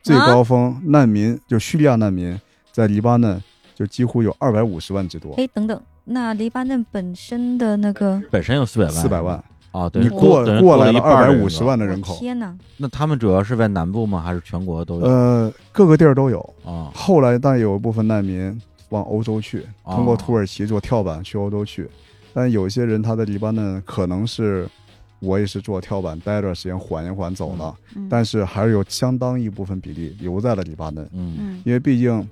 B: 最高峰难民就叙利亚难民在黎巴嫩就几乎有二百五十万之多，
C: 哎等等，那黎巴嫩本身的那个
A: 本身有四百万，
B: 四百万。
A: 啊，对，
B: 你过
A: 等于
B: 过来
A: 了一
B: 了
A: 半
B: 二
A: 儿
B: 百
A: 的人
B: 五
A: 口
B: 十，万的
C: 我
B: 人口，
C: 天哪，
A: 那他们主要是在南部吗？还是全国都有？
B: 呃，各个地儿都有。
A: 啊，
B: 后来，但有一部分难民往欧洲去，
A: 哦
B: 通过土耳其做跳板去欧洲去。但有一些人他在黎巴嫩可能是，我也是做跳板待一段时间缓一缓走了，
H: 嗯
B: 但是还是有相当一部分比例留在了黎巴嫩，
A: 嗯
H: 嗯
B: 因为毕竟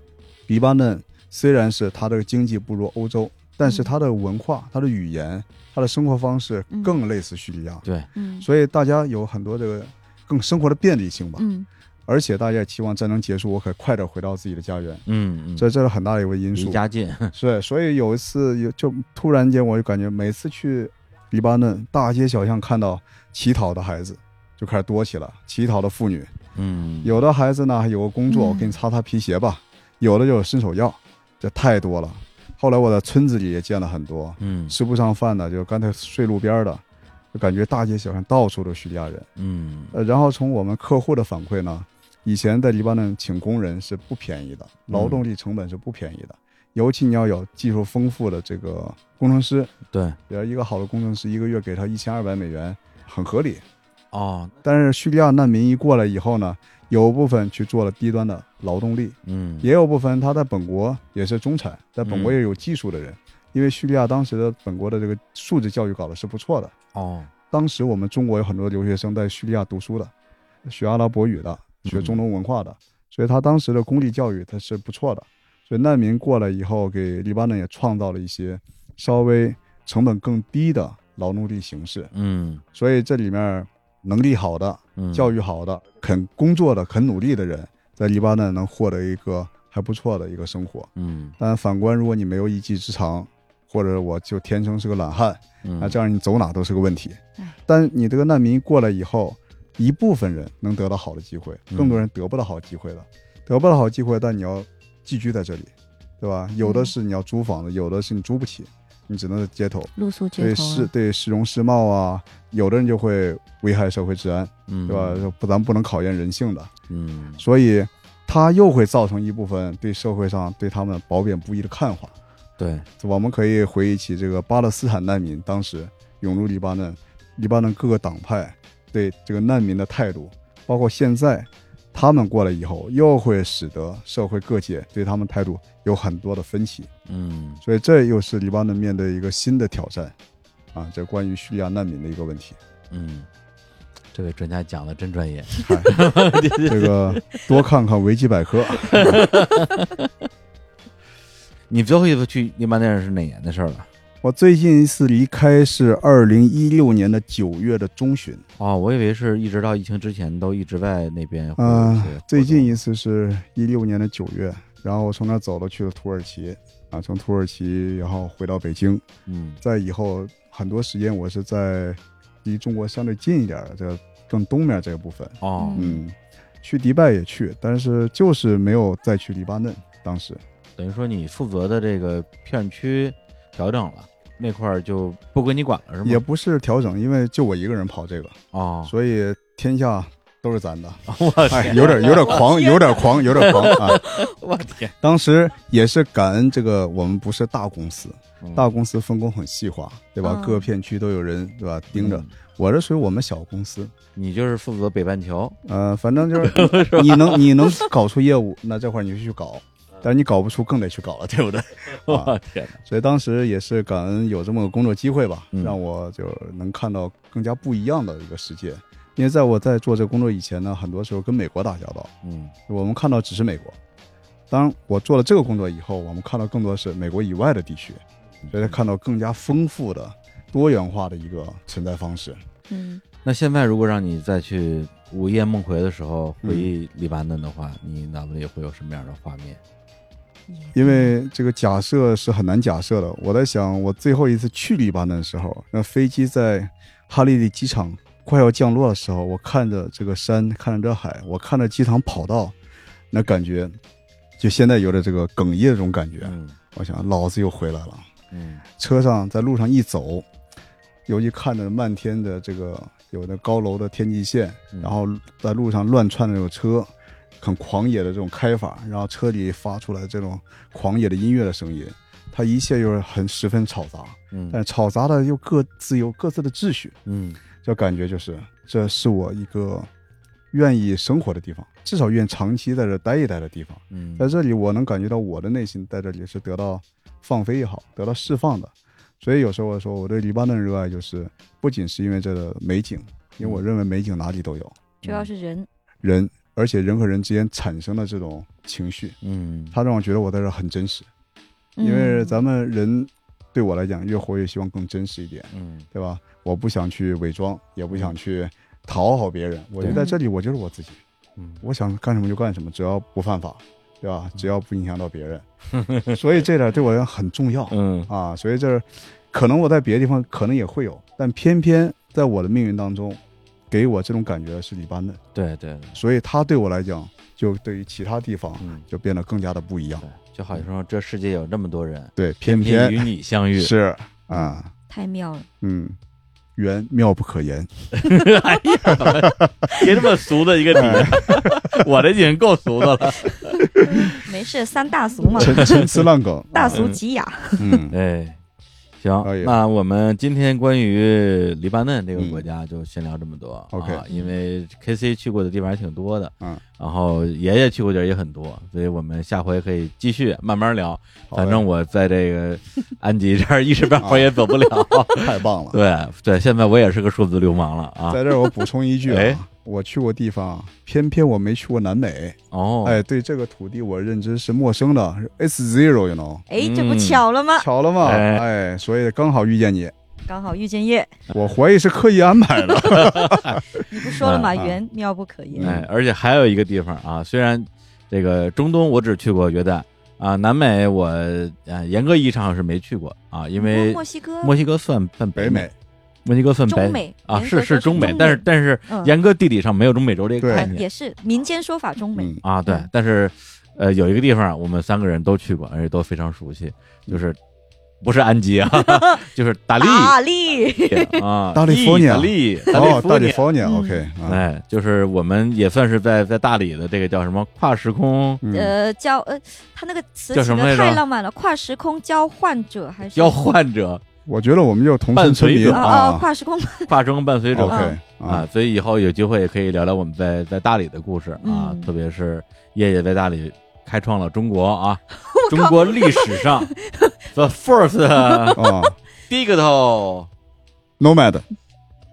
B: 黎巴嫩虽然是它的经济不如欧洲，但是它的文化、它的语言、它的生活方式
H: 嗯
B: 更类似叙利亚，
A: 对，
H: 嗯
B: 所以大家有很多这个更生活的便利性吧。
H: 嗯
B: 而且大家也期望战争结束，我可快点回到自己的家园。
A: 嗯嗯，
B: 这这是很大的一个因
A: 离
B: 素。
A: 家近，
B: 是，所以有一次有就突然间我就感觉每次去黎巴嫩大街小巷看到乞讨的孩子就开始多起来，乞讨的妇女，
A: 嗯，
B: 有的孩子呢还有个工作，
H: 嗯
B: 我给你擦擦皮鞋吧，有的就有伸手要，这太多了。后来我在村子里也见了很多
A: 嗯
B: 吃不上饭的，就干脆睡路边儿的，就感觉大街小巷到处都是叙利亚人。
A: 嗯
B: 呃，然后从我们客户的反馈呢，以前在黎巴嫩请工人是不便宜的，劳动力成本是不便宜的，尤其你要有技术丰富的这个工程师，
A: 对，
B: 比如一个好的工程师，一个月给他一千二百美元，很合理。
A: 哦，
B: 但是叙利亚难民一过来以后呢，有部分去做了低端的劳动力，
A: 嗯
B: 也有部分他在本国也是中产，在本国也有技术的人，因为叙利亚当时的本国的这个素质教育搞得是不错的。
A: 哦，
B: 当时我们中国有很多留学生在叙利亚读书的，学阿拉伯语的，学中东文化的，所以他当时的公立教育它是不错的。所以难民过来以后，给黎巴嫩也创造了一些稍微成本更低的劳动力形式。
A: 嗯
B: 所以这里面能力好的、
A: 嗯，
B: 教
A: 育
B: 育好的、肯工作的、肯努力的人，在黎巴嫩能获得一个还不错的一个生活。
A: 嗯
B: 但反观，如果你没有一技之长，或者我就天生是个懒汉，
A: 嗯
B: 啊，这样你走哪都是个问题
H: 哎。
B: 但你这个难民过来以后，一部分人能得到好的机会，
A: 嗯
B: 更多人得不到好机会了。得不到好机会，但你要寄居在这里，对吧？有的是你要租房子，有的是你租不起，你只能在街头。
C: 露宿街
B: 对
C: 头啊、
B: 市对市容市貌啊，有的人就会危害社会治安，
A: 嗯，
B: 对吧？？不，咱不能考验人性的，
A: 嗯，
B: 所以它又会造成一部分对社会上对他们褒贬不一的看法。
A: 对，
B: 我们可以回忆起这个巴勒斯坦难民当时涌入黎巴嫩，黎巴嫩各个党派对这个难民的态度，包括现在他们过来以后，又会使得社会各界对他们态度有很多的分歧。
A: 嗯
B: 所以这又是黎巴嫩面对一个新的挑战啊，这关于叙利亚难民的一个问题。
A: 嗯，这位专家讲的真专业，
B: 嗨这个多看看维基百科，
A: 你最后一次去黎巴嫩是哪年的事儿了？
B: 我最近一次离开是二零一六年的九月的中旬，
A: 哦，我以为是一直到疫情之前都一直在那边会有一
B: 嗯
A: 些活动。
B: 最近一次是一六年的九月，然后我从那儿走了去了土耳其，啊，从土耳其然后回到北京，
A: 嗯
B: 在以后很多时间我是在离中国相对近一点儿的这个更东面这个部分，
A: 哦，
B: 嗯，去迪拜也去，但是就是没有再去黎巴嫩，当时
A: 等于说你负责的这个片区调整了，那块儿就不归你管了是吗？
B: 也不是调整，因为就我一个人跑这个，
A: 哦，
B: 所以天下都是咱的，
A: 我
B: 哎，有点有点 狂，有点狂，有点狂啊！
A: 我天，
B: 当时也是感恩这个，我们不是大公司，
A: 嗯
B: 大公司分工很细化，对吧？
C: 嗯
B: 各片区都有人，对吧？盯着
A: 啊嗯。
B: 我这属于我们小公司，
A: 你就是负责北半球，
B: 呃，反正就是 你能你能搞出业务，那这块儿你就去搞，
A: 嗯
B: 但是你搞不出更得去搞了， 对不对？
A: 我天哪，
B: 所以当时也是感恩有这么个工作机会吧，
A: 嗯
B: 让我就能看到更加不一样的一个世界。因为在我在做这个工作以前呢，很多时候跟美国打交道，
A: 嗯
B: 我们看到只是美国。当然，我做了这个工作以后，我们看到更多是美国以外的地区，所以才看到更加丰富的、多元化的一个存在方式。
C: 嗯，
A: 那现在如果让你再去午夜梦回的时候
B: 嗯
A: 回忆黎巴嫩的话，你脑子里会有什么样的画面？
B: 因为这个假设是很难假设的。我在想，我最后一次去黎巴嫩的时候，那飞机在哈利利机场快要降落的时候，我看着这个山，看着这海，我看着机场跑道，那感觉就现在有点这个哽咽的这种感觉。
A: 嗯
B: 我想，老子又回来了。
A: 嗯
B: 车上在路上一走，尤其看着漫天的这个有的高楼的天际线，
A: 嗯
B: 然后在路上乱窜的那种车，很狂野的这种开法，然后车里发出来这种狂野的音乐的声音，它一切又是很十分嘈杂，但
A: 嗯
B: 是嘈杂的又各自有各自的秩序，
A: 嗯
B: 这感觉就是这是我一个愿意生活的地方，至少愿意长期在这待一待的地方。
A: 嗯，
B: 在这里，我能感觉到我的内心在这里是得到放飞也好，得到释放的。所以有时候我说，我对黎巴嫩热爱，就是不仅是因为这个美景，因为
A: 嗯
B: 我认为美景哪里都有
C: 主要是人，
B: 人，而且人和人之间产生的这种情绪，
A: 嗯
B: 它让我觉得我在这很真实。
C: 嗯
B: 因为咱们人对我来讲，越活越希望更真实一点，
A: 嗯
B: 对吧？我不想去伪装，也不想去讨好别人，我就
A: 对
B: 在这里，我就是我自己。
A: 嗯
B: 我想干什么就干什么，只要不犯法，对吧？只要不影响到别人， 所以这点对我来讲很重要
A: 嗯
B: 啊。所以这可能我在别的地方可能也会有，但偏偏在我的命运当中，给我这种感觉是黎巴嫩，
A: 对对对，
B: 所以它对我来讲，就对于其他地方
A: 嗯
B: 就变得更加的不一样。
A: 对，就好像说这世界有这么多人，
B: 对，偏
A: 偏与
B: 偏
A: 你相遇，
B: 是啊，
C: 太妙了，
B: 嗯，缘妙不可 言。
E: 别这么俗的一个 底，我这已经够俗的了。
H: 没事，三大俗 嘛，
B: 陈陈词 滥梗，
H: 大俗极雅。
B: 嗯，
A: 哎。行
B: 可以，
A: 那我们今天关于黎巴嫩这个国家就先聊这么多。
B: 嗯 OK
A: 啊因为 K C 去过的地方还挺多的，
B: 嗯，
A: 然后爷爷去过地儿也很多，所以我们下回可以继续慢慢聊。
B: 好嘞
A: 反正我在这个安吉这儿一时半会儿也走不了。
B: 太棒 了。
A: 对对，现在我也是个数字流氓了啊！
B: 在这儿我补充一句啊，
A: 哎
B: 我去过地方，偏偏我没去过南美。
A: 哦，
B: 哎，对这个土地我认知是陌生的，It's zero，you know，
H: 哎，这不
A: 嗯
H: 巧了
C: 啊
H: 吗？
B: 巧了嘛，
A: 哎
B: 哎，所以刚好遇见你，
H: 刚好遇见叶，
B: 我怀疑是刻意安 排的。
H: 你不说了
A: 啊
H: 吗？
B: 嗯嗯
H: 缘妙不可言。
A: 哎，而且还有一个地方啊，虽然这个中东我只去过约旦啊，南美我呃严格意义上是没去过啊，因为
H: 墨西哥，
A: 墨西哥算算
B: 北
A: 美
B: 美，
A: 墨西哥算北
C: 中美
A: 啊，
C: 严
A: 是
C: 格
A: 是
C: 说
A: 中
C: 美
A: 美，，但是但是
H: 嗯
A: 严格地理上没有中美洲这个
B: 对
A: 概
C: 哎
A: 念
C: 也是民间说法中美，
B: 嗯，
A: 啊。对
C: 嗯，
A: 但是呃，有一个地方我们三个人都去过，而且都非常熟悉，就是不是安吉啊，就是达利
H: 大力，
A: 啊，
B: 达利福尼亚
A: 意大利，
B: 哦，
A: 大
B: 大
A: 利
B: 利
A: 福
B: 福尼亚
H: 嗯
B: ，OK
A: 尼亚
B: 啊，
A: 哎，就是我们也算是在在大理的这个叫什么跨时空
B: 嗯，
C: 呃，交呃，他那个词
A: 叫
C: 起
A: 什么来
C: 的
A: 着
C: 太浪漫了，跨时空交换者还 是
A: 交换者、
B: 我觉得我们就同声村
A: 伴随
B: 民
A: 者
C: 啊啊，
B: 啊
C: 跨时空
A: 跨时空伴随者
B: ，OK
A: 啊
B: 啊，，
A: 所以以后有机会也可以聊聊我们在在大理的故事啊，
H: 嗯
A: 特别是叶叶在大理开创了中国 啊，中国历史上 the first
B: 啊
A: digital
B: ，Nomad，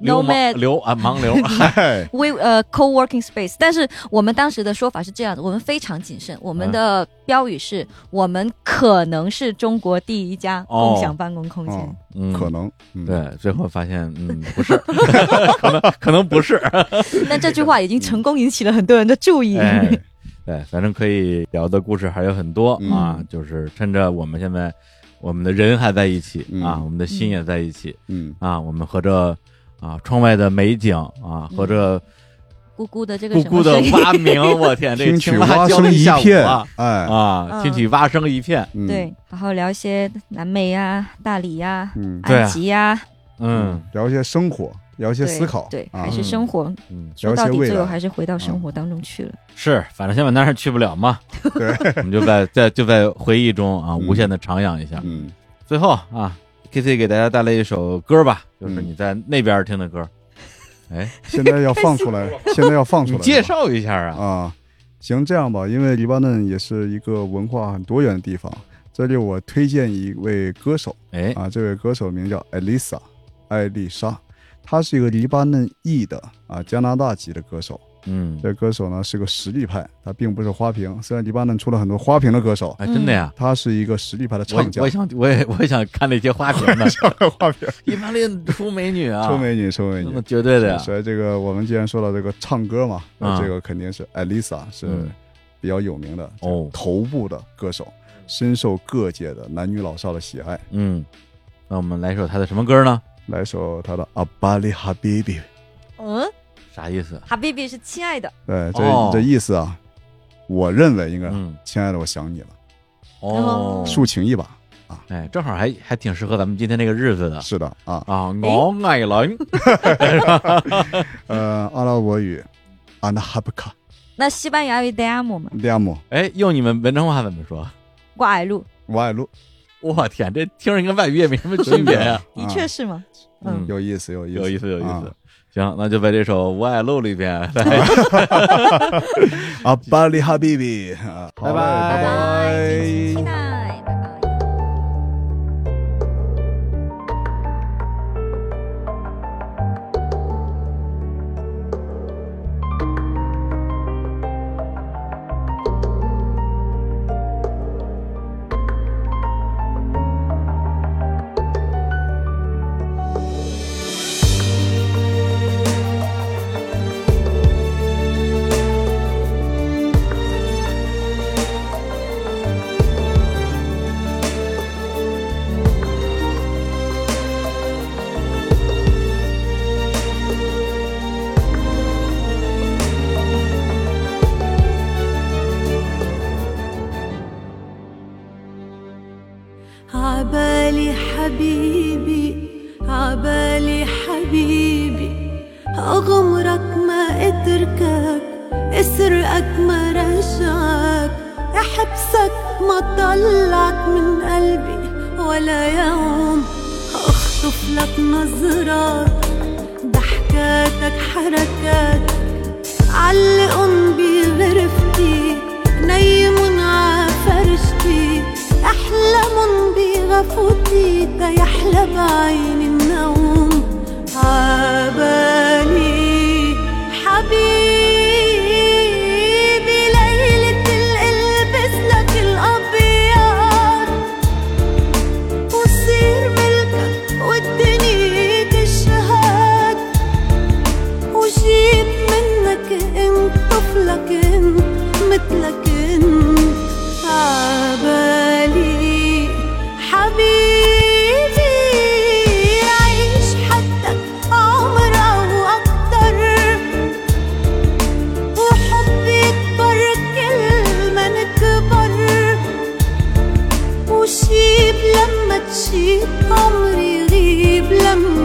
A: 流氓
C: Nomad
A: 流啊盲 流，
C: 嗯
B: 嗨，
C: we 呃 co-working space，但是我们当时的说法是这样的，我们非常谨慎，我
A: 嗯
C: 们的标语是、我们可能是中国第一家
A: 哦
H: 共享办公空
B: 哦
H: 间，，
A: 嗯，
B: 可能，嗯，
A: 对，最后发现嗯不是， 可能可能不是，
C: 但 这句话已经成功引起了很多
H: 对人的注意，
A: 哎，对，反正可以聊的故事还有很多
B: 嗯
A: 啊，就是趁着我们现在我们的人还在一起
B: 嗯
A: 啊，我们的心也在一起
B: 嗯，
A: 啊，我们和着啊窗外的美景啊，和着
C: 咕咕嗯的这个
A: 咕
C: 什
A: 咕
C: 么
A: 的
C: 声音，
A: 蛙鸣，我天，这
B: 听取
A: 青蛙
B: 蛙
A: 叫了
B: 声
A: 一
B: 一
A: 下午
B: 片
A: 啊，
B: 哎，
A: 啊，
H: 嗯
A: 听取蛙声一片，
B: 嗯，
H: 对，
C: 然后聊一些南美呀、大理呀、
B: 嗯，
A: 对啊
C: 安吉呀、
A: 嗯，
B: 聊一些生活，聊一些
C: 对
B: 思考，
C: 对，
B: 啊
C: 还，是生活，
A: 嗯，
B: 聊
C: 说
B: 一
C: 到
B: 些
C: 底
B: 未
C: 最后
B: 来，啊
C: 还是回到生活当中去了。
A: 是，反正现在当然去不了嘛，
B: 对，
A: 我们就在在就在回忆中啊，
B: 嗯
A: 无限的徜徉一下。
B: 嗯，
A: 最后啊，K C 给大家带来一首歌吧，就是
B: 嗯
A: 你在那边听的 歌，哎，
B: 现在要放出 来，现在要放出
A: 你
B: 来，
A: 介绍一下啊，
B: 啊，行，这样吧，因为黎巴嫩也是一个文化很多元的地方，这里我推荐一位歌手
A: 哎，
B: 啊，这位歌手名叫艾丽莎，艾丽莎，她是一个黎巴嫩裔的啊加拿大籍的歌手。
A: 嗯，
B: 这歌手呢是个实力派，他并不是花瓶。虽然黎巴嫩出了很多花瓶的歌手，
A: 哎，真的呀。
B: 他是一个实力派的
A: 我
B: 嗯唱将
A: 我。想我也我也想看那些花瓶 的，
B: 花瓶，
A: 一般的出美女啊，
B: 臭美女，臭美
A: 那
B: 女
A: 么。绝对的呀，
B: 所以这个我们既然说到这个唱歌嘛，
A: 啊
B: 那这个肯定是艾丽莎是
A: 嗯
B: 比较有名的
A: 哦，
B: 头部的歌手，深受各界的男女老少的喜爱。
A: 嗯，那我们来首他的什么歌呢？
B: 来首他的《阿巴里哈比比》，
H: 嗯，
A: 啥意思？
H: 哈 baby 是亲爱的，
B: 对，哎这、
A: 哦
B: 这意思啊，我认为应该，
A: 嗯，
B: 亲爱的，我想你了，
A: 哦，
B: 抒情一把，
A: 哎，正好还还挺适合咱们今天这个日子的
B: 是的啊，
A: 啊，我爱 人，
B: 呃，阿拉伯语，阿纳哈布卡
C: 那西班牙语 d a m o 嘛，
B: d a m
A: 哎，用你们文昌话怎么说？
C: 挂矮路，
B: 我爱路，
A: 我天，这听着跟外语也没什么区别呀、
H: 的确是嘛，
A: 嗯，
B: 有意思，有意思，
A: 有意思，有意思
B: 啊。
A: 行，那就在这首《我爱路》里边，拜
B: 阿巴里哈比比，啊好
A: 拜拜
B: 嘞拜拜
C: 期待，拜拜。
I: عبالي حبيبي عبالي حبيبي أغمرك ما أتركك أسرقك ما رجعك أحبسك ما طلعك من قلبي ولا يوم أخطف لك نظرات ضحكاتك حركاتك علقن بغرفتي نيمن ع فرشتي احلمن بغفوتي تيحلى بعين النوم عبالي حبيبي ليلة القلبس لك الأبيض وصير ملكك والدنيا تشهد وجيب منك انت طفلك انت مثلك انت عبالي حبيبي عيش حدك شي عمري يغيب لما